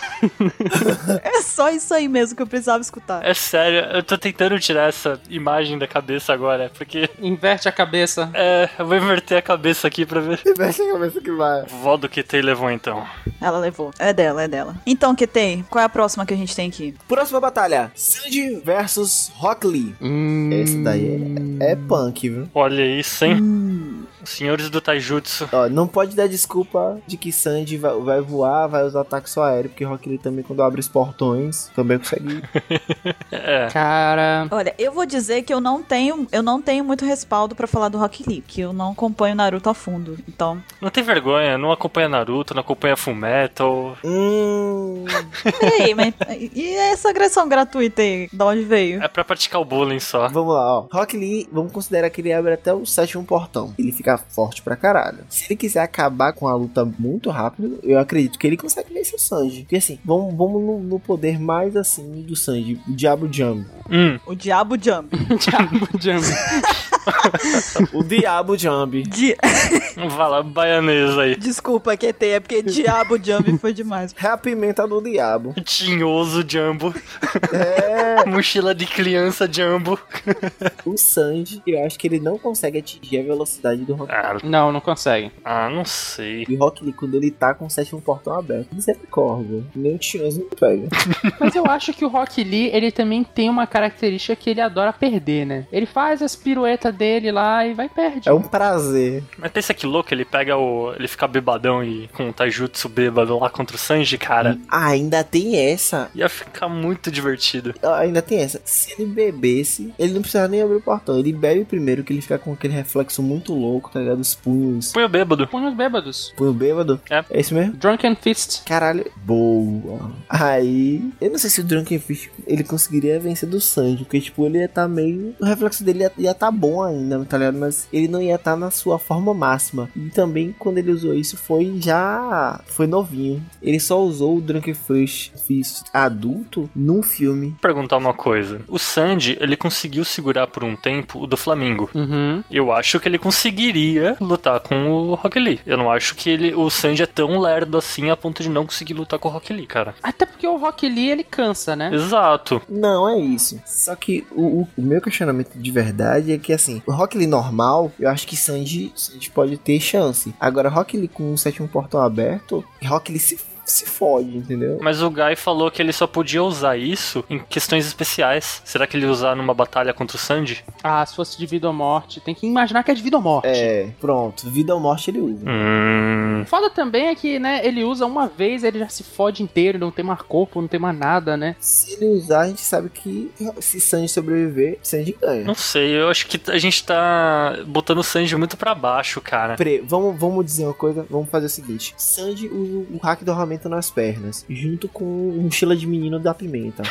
é só isso aí mesmo que eu precisava escutar.
É sério, eu tô tentando tirar essa imagem da cabeça agora, é porque...
Inverte a cabeça.
É, eu vou inverter a cabeça aqui pra ver.
Mexe a cabeça que vai.
Vó do Kitei levou, então.
Ela levou. É dela, é dela. Então, QT, qual é a próxima que a gente tem aqui?
Próxima batalha: Sandy versus Rock Lee.
Hum,
Essa daí é, é punk, viu?
Olha isso, hein? Os senhores do Taijutsu.
Ó, não pode dar desculpa de que Sandy vai, vai voar, vai usar ataque só aéreo, porque Rock Lee também, quando abre os portões, também consegue.
É,
Cara.
Olha, eu vou dizer que eu não tenho, eu não tenho muito respaldo pra falar do Rock Lee, que eu não acompanho Naruto a fundo. Então,
não tem vergonha, não acompanha Naruto, não acompanha Fullmetal.
hum.
peraí, mas e essa agressão gratuita aí, de onde veio?
É pra praticar o bullying só.
Vamos lá, ó. Rock Lee, vamos considerar que ele abre até o sétimo portão. Ele fica forte pra caralho. Se ele quiser acabar com a luta muito rápido, eu acredito que ele consegue vencer o Sanji. Porque assim, vamos, vamos no, no poder mais assim do Sanji, o Diabo Jump.
Hum,
O Diabo Jump.
Diabo Jump.
O Diabo Jump.
Di-
vai lá, baianês aí.
Desculpa, QT, é porque Diabo Jump foi demais.
É a pimenta do diabo.
Tinhoso Jumbo.
É.
Mochila de criança Jumbo.
o Sanji, eu acho que ele não consegue atingir a velocidade do Rock Lee.
Ah,
Não, não consegue.
ah, não sei.
E o Rock Lee, quando ele tá com o sétimo portão aberto, misericórdia. Nem o Chioso não pega.
Mas eu acho que o Rock Lee, ele também tem uma característica que ele adora perder, né? Ele faz as piruetas dele lá e vai e perde.
É um prazer.
Mas pensa que louco, ele pega o. Ele fica bebadão e com o Taijutsu bêbado lá contra o Sanji, cara.
Hum. ainda tem essa.
Ia ficar muito divertido.
Ainda tem essa. Se ele bebesse, ele não precisava nem abrir o portão. Ele bebe primeiro, que ele fica com aquele reflexo muito louco, tá ligado? Os punhos.
Punho bêbado.
Punhos bêbados.
Punho bêbado.
É.
É isso mesmo?
Drunken Fist.
Caralho. Boa. Aí. Eu não sei se o Drunken Fish ele conseguiria vencer do Sanji. Porque, tipo, ele ia tá meio. O reflexo dele ia, ia tá bom ainda, tá ligado? Mas ele não ia tá na sua forma máxima. E também, quando ele usou isso, foi já. Foi novinho. Ele só usou o Drunken Fish, Fish adulto num filme.
Perguntar uma coisa. O Sanji, ele conseguiu segurar por um tempo o do Flamengo.
Uhum.
Eu acho que ele conseguiria lutar com o Rock Lee. Eu não acho que ele, o Sanji é tão lerdo assim a ponto de não conseguir lutar com o Rock Lee, cara.
Até porque o Rock Lee, ele cansa, né?
Exato.
Não, é isso. Só que o, o- o meu questionamento de verdade é que, assim, o Rock Lee normal, eu acho que Sanji, Sanji pode ter chance. Agora, Rock Lee com o sétimo portão aberto, Rock Lee se, se fode, entendeu?
Mas o Guy falou que ele só podia usar isso em questões especiais. Será que ele ia usar numa batalha contra o Sanji?
Ah, se fosse de vida ou morte, tem que imaginar que é de vida ou morte.
É, pronto. Vida ou morte ele usa.
Hum.
O Foda também é que, né, ele usa uma vez, ele já se fode inteiro, não tem mais corpo, não tem mais nada, né?
Se ele usar, a gente sabe que se Sanji sobreviver, Sanji ganha.
Não sei, eu acho que a gente tá botando o Sanji muito pra baixo, cara.
Pre, vamos, vamos dizer uma coisa, vamos fazer o seguinte: Sanji usa o hack do armamento nas pernas, junto com o mochila de menino da pimenta.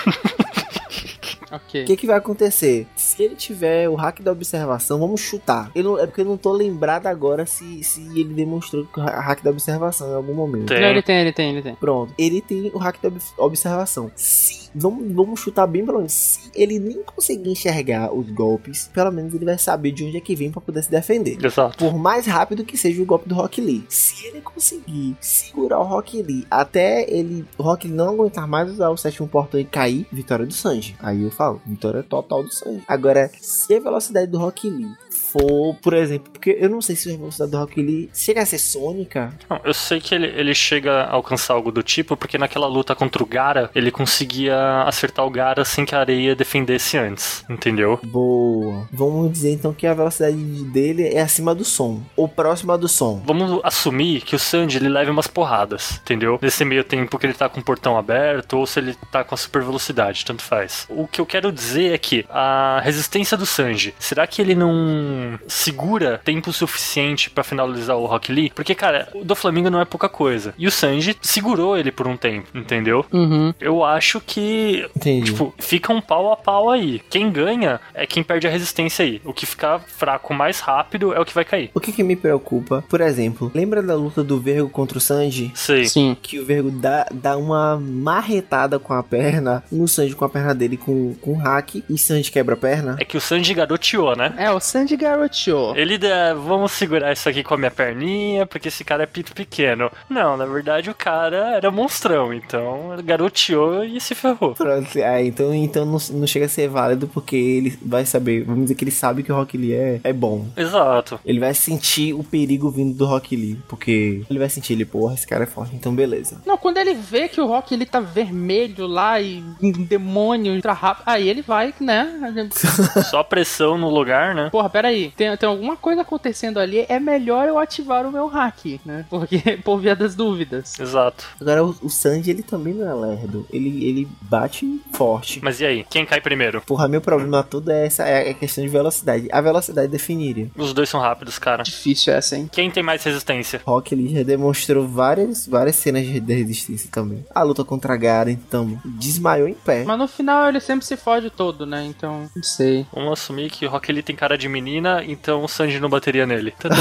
O
Ok.
que, que vai acontecer? Se ele tiver o hack da observação, vamos chutar. Eu não- é porque eu não tô lembrado agora se, se ele demonstrou o ha- hack da observação em algum momento.
Tem.
Não, ele tem, ele tem, ele tem.
Pronto. Ele tem o hack da ob- observação. Se. Vamos, vamos chutar bem pra longe. Se ele nem conseguir enxergar os golpes, pelo menos ele vai saber de onde é que vem pra poder se defender.
Exato.
Por mais rápido que seja o golpe do Rock Lee. Se ele conseguir segurar o Rock Lee até ele o Rock Lee não aguentar mais usar o sétimo portão e cair, vitória do Sanji. Aí eu falo, vitória total do Sanji. Agora, se a velocidade do Rock Lee for, por exemplo, porque eu não sei se a velocidade do Rock Lee chega a ser sônica.
Não, eu sei que ele, ele chega a alcançar algo do tipo, porque naquela luta contra o Gara, ele conseguia acertar o Gara sem que a areia defendesse antes, entendeu?
Boa. Vamos dizer então que a velocidade dele é acima do som, ou próxima do som.
Vamos assumir que o Sandy ele leva umas porradas, entendeu? Nesse meio tempo que ele tá com o portão aberto ou se ele tá com a super velocidade, tanto faz. O que eu quero dizer é que a resistência do Sanji, será que ele não segura tempo suficiente pra finalizar o Rock Lee? Porque, cara, o do Flamengo não é pouca coisa. E o Sanji segurou ele por um tempo, entendeu?
Uhum.
Eu acho que
Entendi.
Tipo, fica um pau a pau aí. Quem ganha é quem perde a resistência aí. O que ficar fraco mais rápido é o que vai cair.
O que, que me preocupa, por exemplo, lembra da luta do Vergo contra o Sanji?
Sei.
Sim.
que o Vergo dá, dá uma marretada com a perna no Sanji com a perna dele com, com o hack e Sanji quebra a perna.
É que o Sanji garoteou, né?
É, o Sandy Garoteou.
Ele dá, vamos segurar isso aqui com a minha perninha, porque esse cara é pito pequeno. Não, na verdade o cara era monstrão, então garoteou e se ferrou.
Pronto, ah, então, então não, não chega a ser válido porque ele vai saber, vamos dizer que ele sabe que o Rock Lee é, é bom.
Exato.
Ele vai sentir o perigo vindo do Rock Lee, porque ele vai sentir ele, porra, esse cara é forte, então beleza.
Não, quando ele vê que o Rock ele tá vermelho lá e um demônio entra rápido, aí ele vai, né?
Só pressão no lugar, né?
Porra, peraí, tem, tem alguma coisa acontecendo ali, é melhor eu ativar o meu hack, né? Porque, por via das dúvidas.
Exato.
Agora o, o Sanji, ele também não é lerdo, ele, ele bate forte.
Mas e aí? Quem cai primeiro?
Porra, meu problema todo é essa é a questão de velocidade. A velocidade definiria.
Os dois são rápidos, cara.
Difícil essa, hein?
Quem tem mais resistência?
Rock Lee já demonstrou várias, várias cenas de de resistência também. A luta contra Garen, então, desmaiou em pé.
Mas no final ele sempre se fode todo, né? Então, não sei.
Vamos Um assumir que Rock Lee tem cara de menina, então o Sanji não bateria nele. Tadã!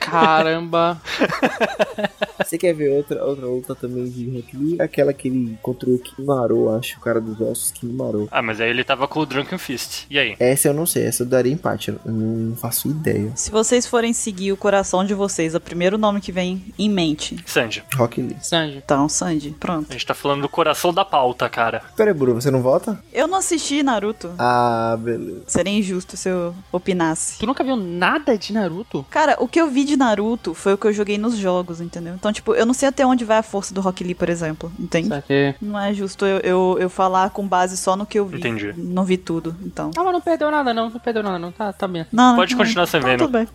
Caramba.
Você quer ver outra, outra luta também de Rock Lee? Aquela que ele encontrou o Kimaru, acho, o cara dos ossos Kimaru.
ah, mas aí ele tava com o Drunken Fist. E aí?
Essa eu não sei, essa eu daria empate, eu não, não faço ideia.
Se vocês forem seguir o coração de vocês, o primeiro nome que vem em mente.
Sanji,
Rock Lee.
Sanji.
Então, Sandy, pronto.
a gente tá falando do coração da pauta, cara.
Peraí, Bruno, você não vota?
Eu não assisti Naruto.
Ah, beleza.
Seria injusto se eu opinasse.
Tu nunca viu nada de Naruto?
Cara, o que eu vi de Naruto foi o que eu joguei nos jogos, entendeu? Então, tipo, eu não sei até onde vai a força do Rock Lee, por exemplo, entende?
Saquei.
Não é justo eu, eu, eu falar com base só no que eu vi.
Entendi.
Não vi tudo, então.
Ah, mas não perdeu nada não, não perdeu nada não, tá, tá bem.
Não,
Pode
não,
continuar sem
então
vendo.
Tudo bem.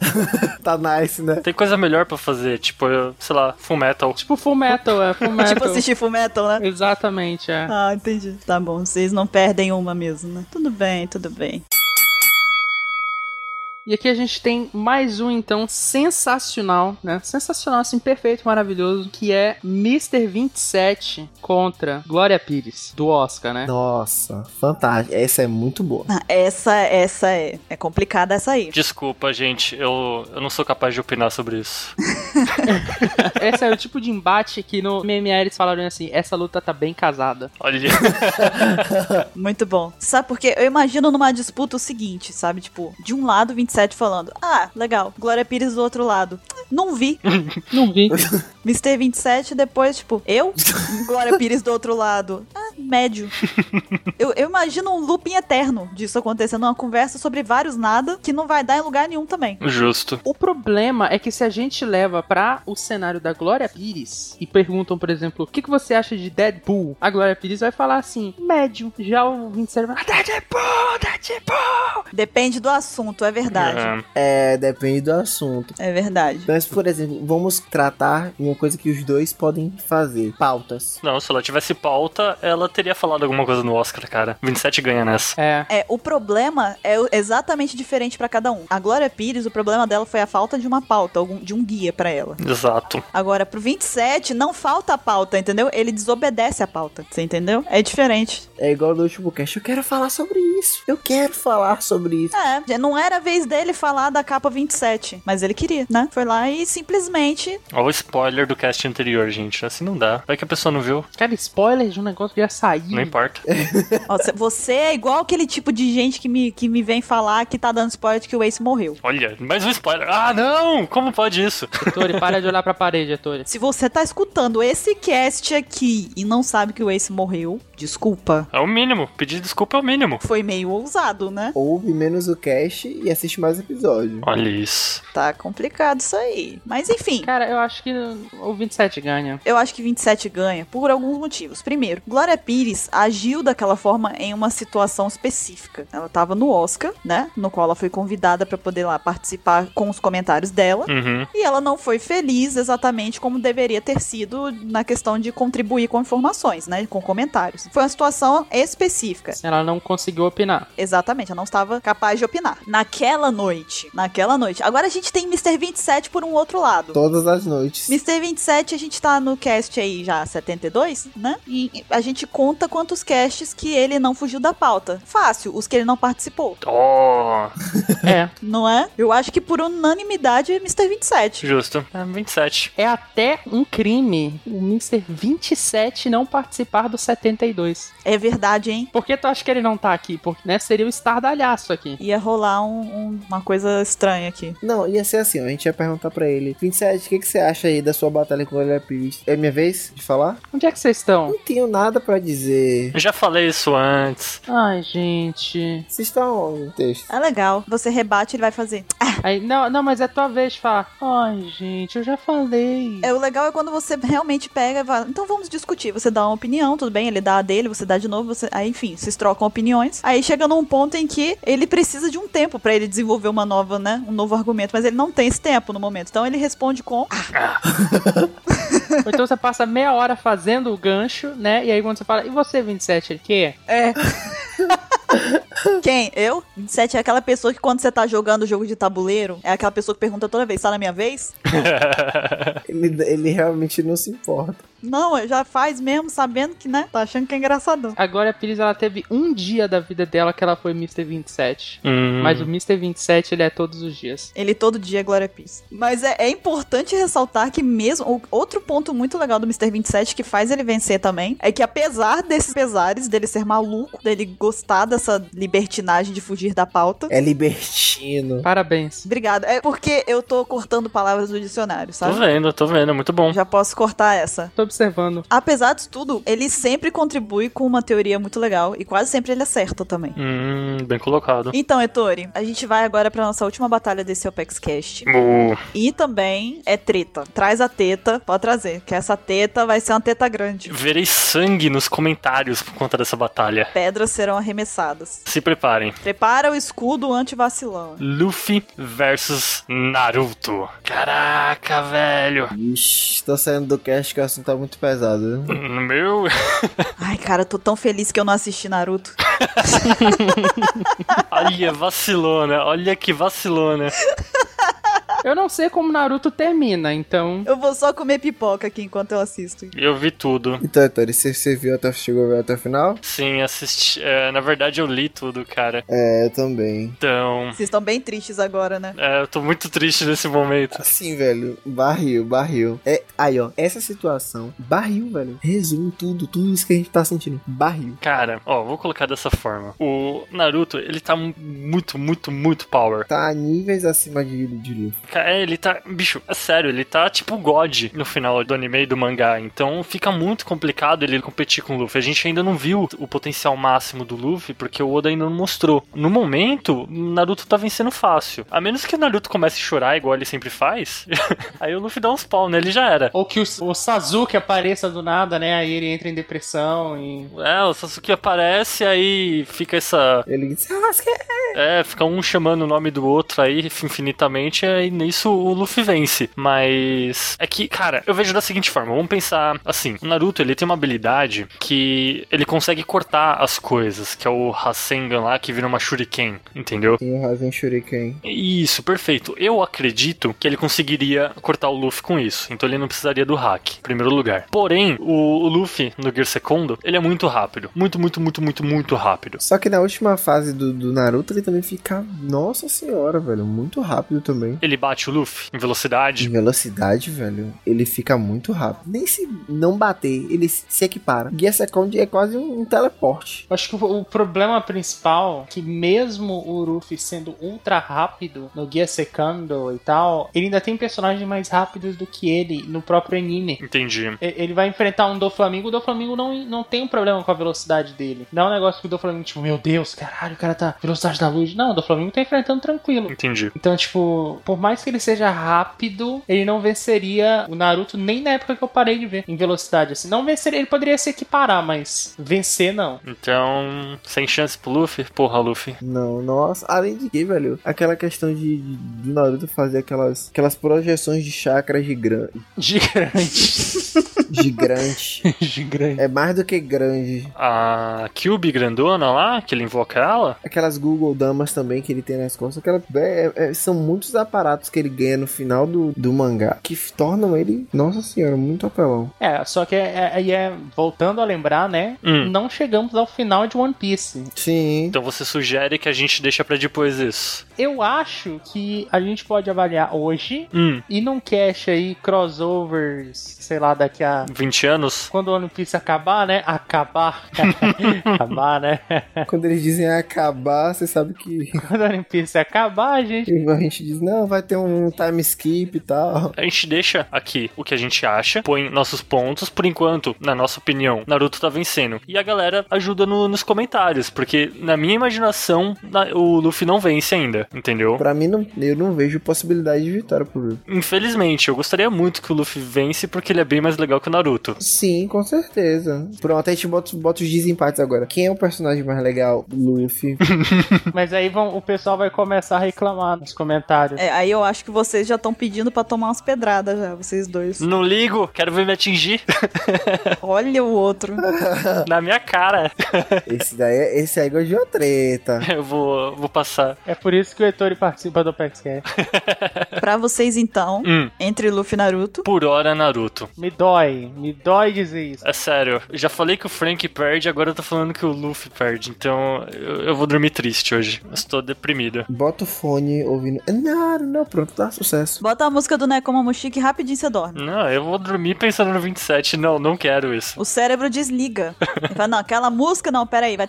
Tá nice, né?
Tem coisa melhor pra fazer, tipo, eu- sei lá, Full Metal.
Tipo Full Metal, é, Full Metal.
Tipo assistir Fullmetal, né?
Exatamente, é.
Ah, entendi. Tá bom, vocês não perdem uma mesmo, né? Tudo bem, tudo bem.
E aqui a gente tem mais um, então, sensacional, né? Sensacional, assim, perfeito, maravilhoso, que é Mr. 27 contra Glória Pires, do Oscar, né?
Nossa, fantástico. Essa é muito boa.
Ah, essa, essa é. É complicada essa aí.
Desculpa, gente, eu, eu não sou capaz de opinar sobre isso.
Esse é o tipo de embate que no MMA eles falaram assim, essa luta tá bem casada.
Olha,
Muito bom. Sabe por quê? Eu imagino numa disputa o seguinte, sabe? Tipo, de um lado, 27 falando, ah, legal, Glória Pires do outro lado. Não vi.
Não vi.
Mr. 27, depois, tipo, eu? Glória Pires do outro lado. Ah, médio. Eu, eu imagino um looping eterno disso acontecendo, uma conversa sobre vários nada que não vai dar em lugar nenhum também.
justo.
O problema é que se a gente leva pra o cenário da Glória Pires e perguntam, por exemplo, o que, que você acha de Deadpool? A Glória Pires vai falar assim, médio. Já o 27 vai falar, Deadpool, Deadpool!
Depende do assunto, é verdade.
Aham.
É, depende do assunto.
É verdade.
Mas, por exemplo, vamos tratar uma coisa que os dois podem fazer: pautas.
Não, se ela tivesse pauta, ela teria falado alguma coisa no Oscar, cara. 27 ganha nessa.
É.
É, o problema é o- exatamente diferente pra cada um. A Glória Pires, o problema dela foi a falta de uma pauta, algum- de um guia pra ela.
Exato.
Agora, pro 27, não falta a pauta, entendeu? Ele desobedece a pauta, você entendeu? É diferente.
É igual no último cast: eu quero falar sobre isso. Eu quero falar sobre isso.
É, não era a vez dele falar da capa 27, mas ele queria, né? Foi lá e simplesmente
Olha o spoiler do cast anterior, gente. Assim não dá. Vai que a pessoa não viu,
Cara, spoiler de um negócio que já saiu.
não importa.
Ó, cê- você é igual aquele tipo de gente que me, que me vem falar que tá dando spoiler de que o Ace morreu.
Olha, mais um spoiler. Ah, não! Como pode isso?
Tori, para de olhar pra parede, Tori.
Se você tá escutando esse cast aqui e não sabe que o Ace morreu, desculpa.
É o mínimo. Pedir desculpa é o mínimo.
Foi meio ousado, né?
Ouve menos o cast e assiste mais episódio.
Olha isso.
Tá complicado isso aí. Mas enfim.
Cara, eu acho que o 27 ganha.
Eu acho que 27 ganha por alguns motivos. Primeiro, Glória Pires agiu daquela forma em uma situação específica. Ela tava no Oscar, né? No qual ela foi convidada pra poder lá participar com os comentários dela.
Uhum.
E ela não foi feliz exatamente como deveria ter sido na questão de contribuir com informações, né? Com comentários. Foi uma situação específica.
Ela não conseguiu opinar.
Exatamente, ela não estava capaz de opinar. Naquela noite. Naquela noite. Agora a gente tem Mr. 27 por um outro lado.
Todas as noites.
Mr. 27, a gente tá no cast aí já 72, né? E a gente conta quantos casts que ele não fugiu da pauta. Fácil, os que ele não participou,
Oh,
É.
não é? Eu acho que por unanimidade é Mr. 27.
justo. É 27.
É até um crime o Mr. 27 não participar do 72.
É verdade, hein?
Por que tu acha que ele não tá aqui? Porque, né, seria o estardalhaço aqui.
Ia rolar um- um- uma coisa estranha aqui.
Não, ia ser assim, ó, a gente ia perguntar pra ele. 27, o que, que você acha aí da sua batalha com o Olha Pires? É minha vez de falar?
Onde é que vocês estão?
Não tenho nada pra dizer.
Eu já falei isso antes.
Ai, gente.
Vocês estão no texto.
É legal. Você rebate, ele vai fazer.
Aí, não, não, mas é tua vez de falar. Ai, gente, eu já falei.
É, o legal é quando você realmente pega e fala, então vamos discutir. Você dá uma opinião, tudo bem, ele dá a dele, você dá de novo, você... aí enfim, vocês trocam opiniões. Aí chega num ponto em que ele precisa de um tempo pra ele desenvolver uma nova, né, um novo argumento, mas ele não tem esse tempo no momento. Então ele responde com "Ah",
Ou então você passa meia hora fazendo o gancho, né? E aí quando você fala, e você, 27, ele quê?
quem? Eu? 27 é aquela pessoa que quando você tá jogando o jogo de tabuleiro, é aquela pessoa que pergunta toda vez, tá na minha vez?
Ele, ele realmente não se importa.
Não, já faz mesmo sabendo que, né, tá achando que é engraçadão.
Agora a Pires, ela teve um dia da vida dela que ela foi Mr. 27.
Hum,
Mas o Mr. 27, ele é todos os dias.
Ele todo dia é Glória Pires. Mas é, é importante ressaltar que mesmo... o- Outro ponto muito legal do Mr. 27 que faz ele vencer também é que apesar desses pesares, dele ser maluco, dele gostar dessa libertinagem de fugir da pauta...
É libertino.
Parabéns.
Obrigada. É porque eu tô cortando palavras do dicionário,
tô
sabe?
vendo, tô vendo. é Muito bom.
Já posso cortar essa.
Tô observando.
Apesar disso tudo, ele sempre contribui com uma teoria muito legal e quase sempre ele acerta também.
Hum, bem colocado.
Então, Ettore, a gente vai agora pra nossa última batalha desse Opex Cast.
Uh,
E também é treta. Traz a teta, pode trazer, que essa teta vai ser uma teta grande.
verei sangue nos comentários por conta dessa batalha.
Pedras serão arremessadas.
Se preparem.
Prepara o escudo anti-vacilão.
Luffy versus Naruto. Caraca, velho.
Ixi, tô saindo do cast que o assunto tá muito pesado. viu?
Meu.
Ai, cara, eu tô tão feliz que eu não assisti Naruto.
Olha, vacilona. Olha que vacilona.
Eu não sei como Naruto termina, então.
Eu vou só comer pipoca aqui enquanto eu assisto.
Eu vi tudo.
Então, Ettore, você, você viu até, chegou a ver até o final?
Sim, assisti. é, na verdade, eu li tudo, cara.
É, eu também.
Então.
Vocês estão bem tristes agora, né?
é, eu tô muito triste nesse momento.
Assim, velho, barril, barril. É, aí, ó, essa situação, barril, velho. Resume tudo, tudo isso que a gente tá sentindo. Barril.
Cara, ó, vou colocar dessa forma. O Naruto, ele tá mu- muito, muito, muito power.
Tá a níveis acima de, de livro.
Caraca, é, ele tá. Bicho, é sério, ele tá tipo God no final do anime e do mangá. Então fica muito complicado ele competir com o Luffy. A gente ainda não viu o potencial máximo do Luffy, porque o Oda ainda não mostrou. No momento, o Naruto tá vencendo fácil. A menos que o Naruto comece a chorar, igual ele sempre faz, aí o Luffy dá uns pau nele e já era.
Ou que o, o Sasuke apareça do nada, né? Aí ele entra em depressão e.
É, o Sasuke aparece, aí fica essa.
Ele disse, ah, você quer
É, fica um chamando o nome do outro aí infinitamente, e nisso o Luffy vence. Mas é que, cara, eu vejo da seguinte forma: vamos pensar assim, o Naruto ele tem uma habilidade que ele consegue cortar as coisas, que é o Rasengan lá que vira uma Shuriken, entendeu?
tem o Rasen Shuriken.
Isso, perfeito. Eu acredito que ele conseguiria cortar o Luffy com isso. Então ele não precisaria do hack, em primeiro lugar. Porém, o, o Luffy no Gear Secondo, ele é muito rápido. Muito, muito, muito, muito, muito rápido.
Só que na última fase do, do Naruto ele também fica, nossa senhora, velho, muito rápido também.
Ele bate o Luffy em velocidade.
De velocidade, velho, ele fica muito rápido. Nem se não bater, ele se se equipara. Gear Second é quase um, um teleporte.
Eu Acho que o o problema principal é que mesmo o Ruffy sendo ultra rápido no Guia Secando e tal, ele ainda tem personagens mais rápidos do que ele no próprio anime.
Entendi.
E- Ele vai enfrentar um Doflamingo, o Doflamingo não, não tem um problema com a velocidade dele. Não é um negócio que o Doflamingo, tipo, meu Deus, caralho, o cara tá velocidade da luz. Não, o Doflamingo tá enfrentando tranquilo.
Entendi.
Então, tipo, por mais que ele seja rápido, ele não venceria o Naruto nem na época que eu parei de ver em velocidade. Assim, não venceria, ele poderia se equiparar, mas vencer não.
Então, sem chance pro Luffy? Porra, Luffy.
Não, nossa. Além de que, velho, aquela questão de, de do Naruto fazer aquelas, aquelas projeções de chakra gigan-
Gigante.
gigante.
Gigante.
é mais do que grande.
A Kyubi grandona lá, que ele invoca ela?
Aquelas Google Damas também que ele tem nas costas. Aquela, é- é- são muitos aparatos que ele ganha no final do, do mangá que f- tornam ele, nossa senhora, muito apelão.
É, só que é, é- é- voltando a lembrar, né?
Hum.
Não chegamos ao final de One Piece.
Sim.
Então você sugere que a gente deixa pra depois isso.
Eu acho que a gente pode avaliar hoje
Hum,
e num cache aí, crossovers, sei lá, daqui a
20 anos?
Quando o One Piece acabar, né? Acabar. acabar, né?
Quando eles dizem acabar, você sabe que
Quando o One Piece acabar, a gente.
a gente diz, não, vai ter um time skip e tal.
A gente deixa aqui o que a gente acha, põe nossos pontos. Por enquanto, na nossa opinião, Naruto tá vencendo. E a galera ajuda no- nos comentários, porque na minha imaginação, na- o Luffy não vence ainda, entendeu?
Pra mim, não, eu não vejo possibilidade de vitória pro
Infelizmente, eu gostaria muito que o Luffy vence, porque ele é bem mais legal que o Naruto.
Sim, com certeza. Pronto, a gente bota, bota os desempates agora. Quem é o personagem mais legal? Luffy.
Mas aí vão, o pessoal vai começar a reclamar nos comentários.
É, aí eu acho que vocês já estão pedindo pra tomar umas pedradas já, vocês dois.
Não ligo, quero ver me atingir
Olha o outro.
na minha cara.
esse daí, é- esse aí gosta de uma treta.
Eu vou, vou passar.
É por isso que o Ettore participa do PaxCast.
pra vocês então,
Hum.
entre Luffy e Naruto.
Por hora, Naruto.
Me dói, me dói dizer isso.
É sério, eu já falei que o Frank perde, agora eu tô falando que o Luffy perde. Então eu, eu vou dormir triste hoje. Eu Estou deprimido.
Bota o fone ouvindo. Não, não, pronto, dá sucesso.
Bota a música do Nekomamushiki e rapidinho você dorme.
Não, eu vou dormir pensando no 27. Não, não quero isso.
O cérebro desliga. Ele fala, não, aquela música não, pera aí, vai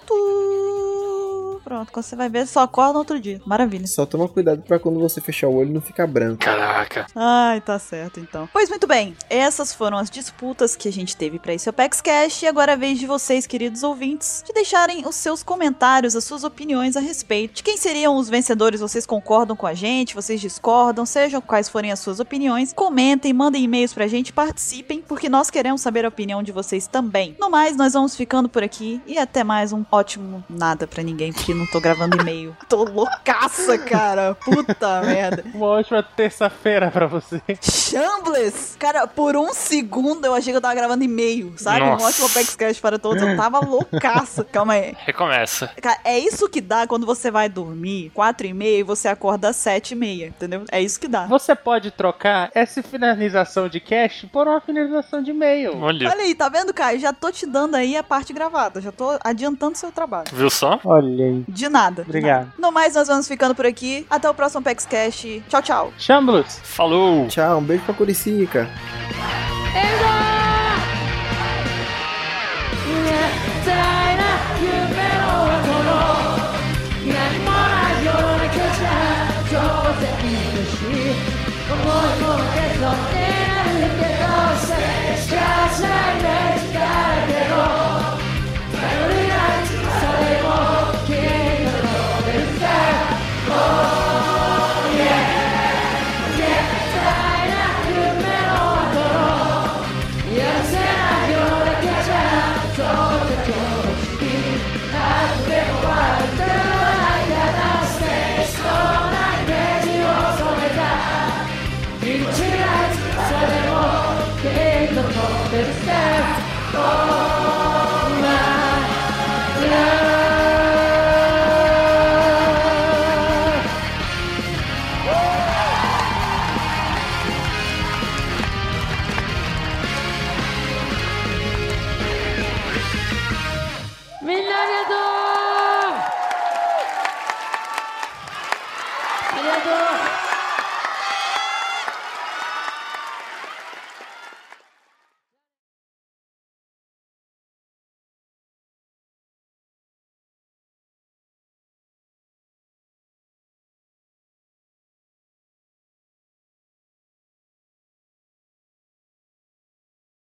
tu. Pronto, quando você vai ver, só acorda no outro dia. Maravilha.
Só toma cuidado pra quando você fechar o olho não ficar branco.
Caraca.
Ai, tá certo então. Pois muito bem, essas foram as disputas que a gente teve pra esse Apex Cash e agora é a vez de vocês, queridos ouvintes, de deixarem os seus comentários, as suas opiniões a respeito de quem seriam os vencedores. Vocês concordam com a gente? Vocês discordam? Sejam quais forem as suas opiniões, comentem, mandem e-mails pra gente, participem, porque nós queremos saber a opinião de vocês também. No mais, nós vamos ficando por aqui e até mais um ótimo nada pra ninguém, porque não tô gravando e-mail. Tô loucaça, cara. Puta merda.
Uma ótima terça-feira pra você.
Shambles! Cara, por um segundo eu achei que eu tava gravando e-mail, sabe?
Nossa.
Um ótimo Apex Cash para todos. Eu tava loucaça. Calma aí.
Recomeça.
Cara, é isso que dá quando você vai dormir 4 e meia e você acorda às 7 e meia, entendeu? É isso que dá.
Você pode trocar essa finalização de cash por uma finalização de e-mail.
Olha,
Olha aí, tá vendo, Caio? Já tô te dando aí a parte gravada. Já tô adiantando seu trabalho.
viu só?
Olha aí.
De nada. de nada.
Obrigado.
No mais, nós vamos ficando por aqui. Até o próximo Apex Cash. Tchau, tchau.
Chamblus.
Falou!
Tchau, um beijo pra Curicica.
「何もないような気がしない」「どうせいい年」「 Vereador! Vereador!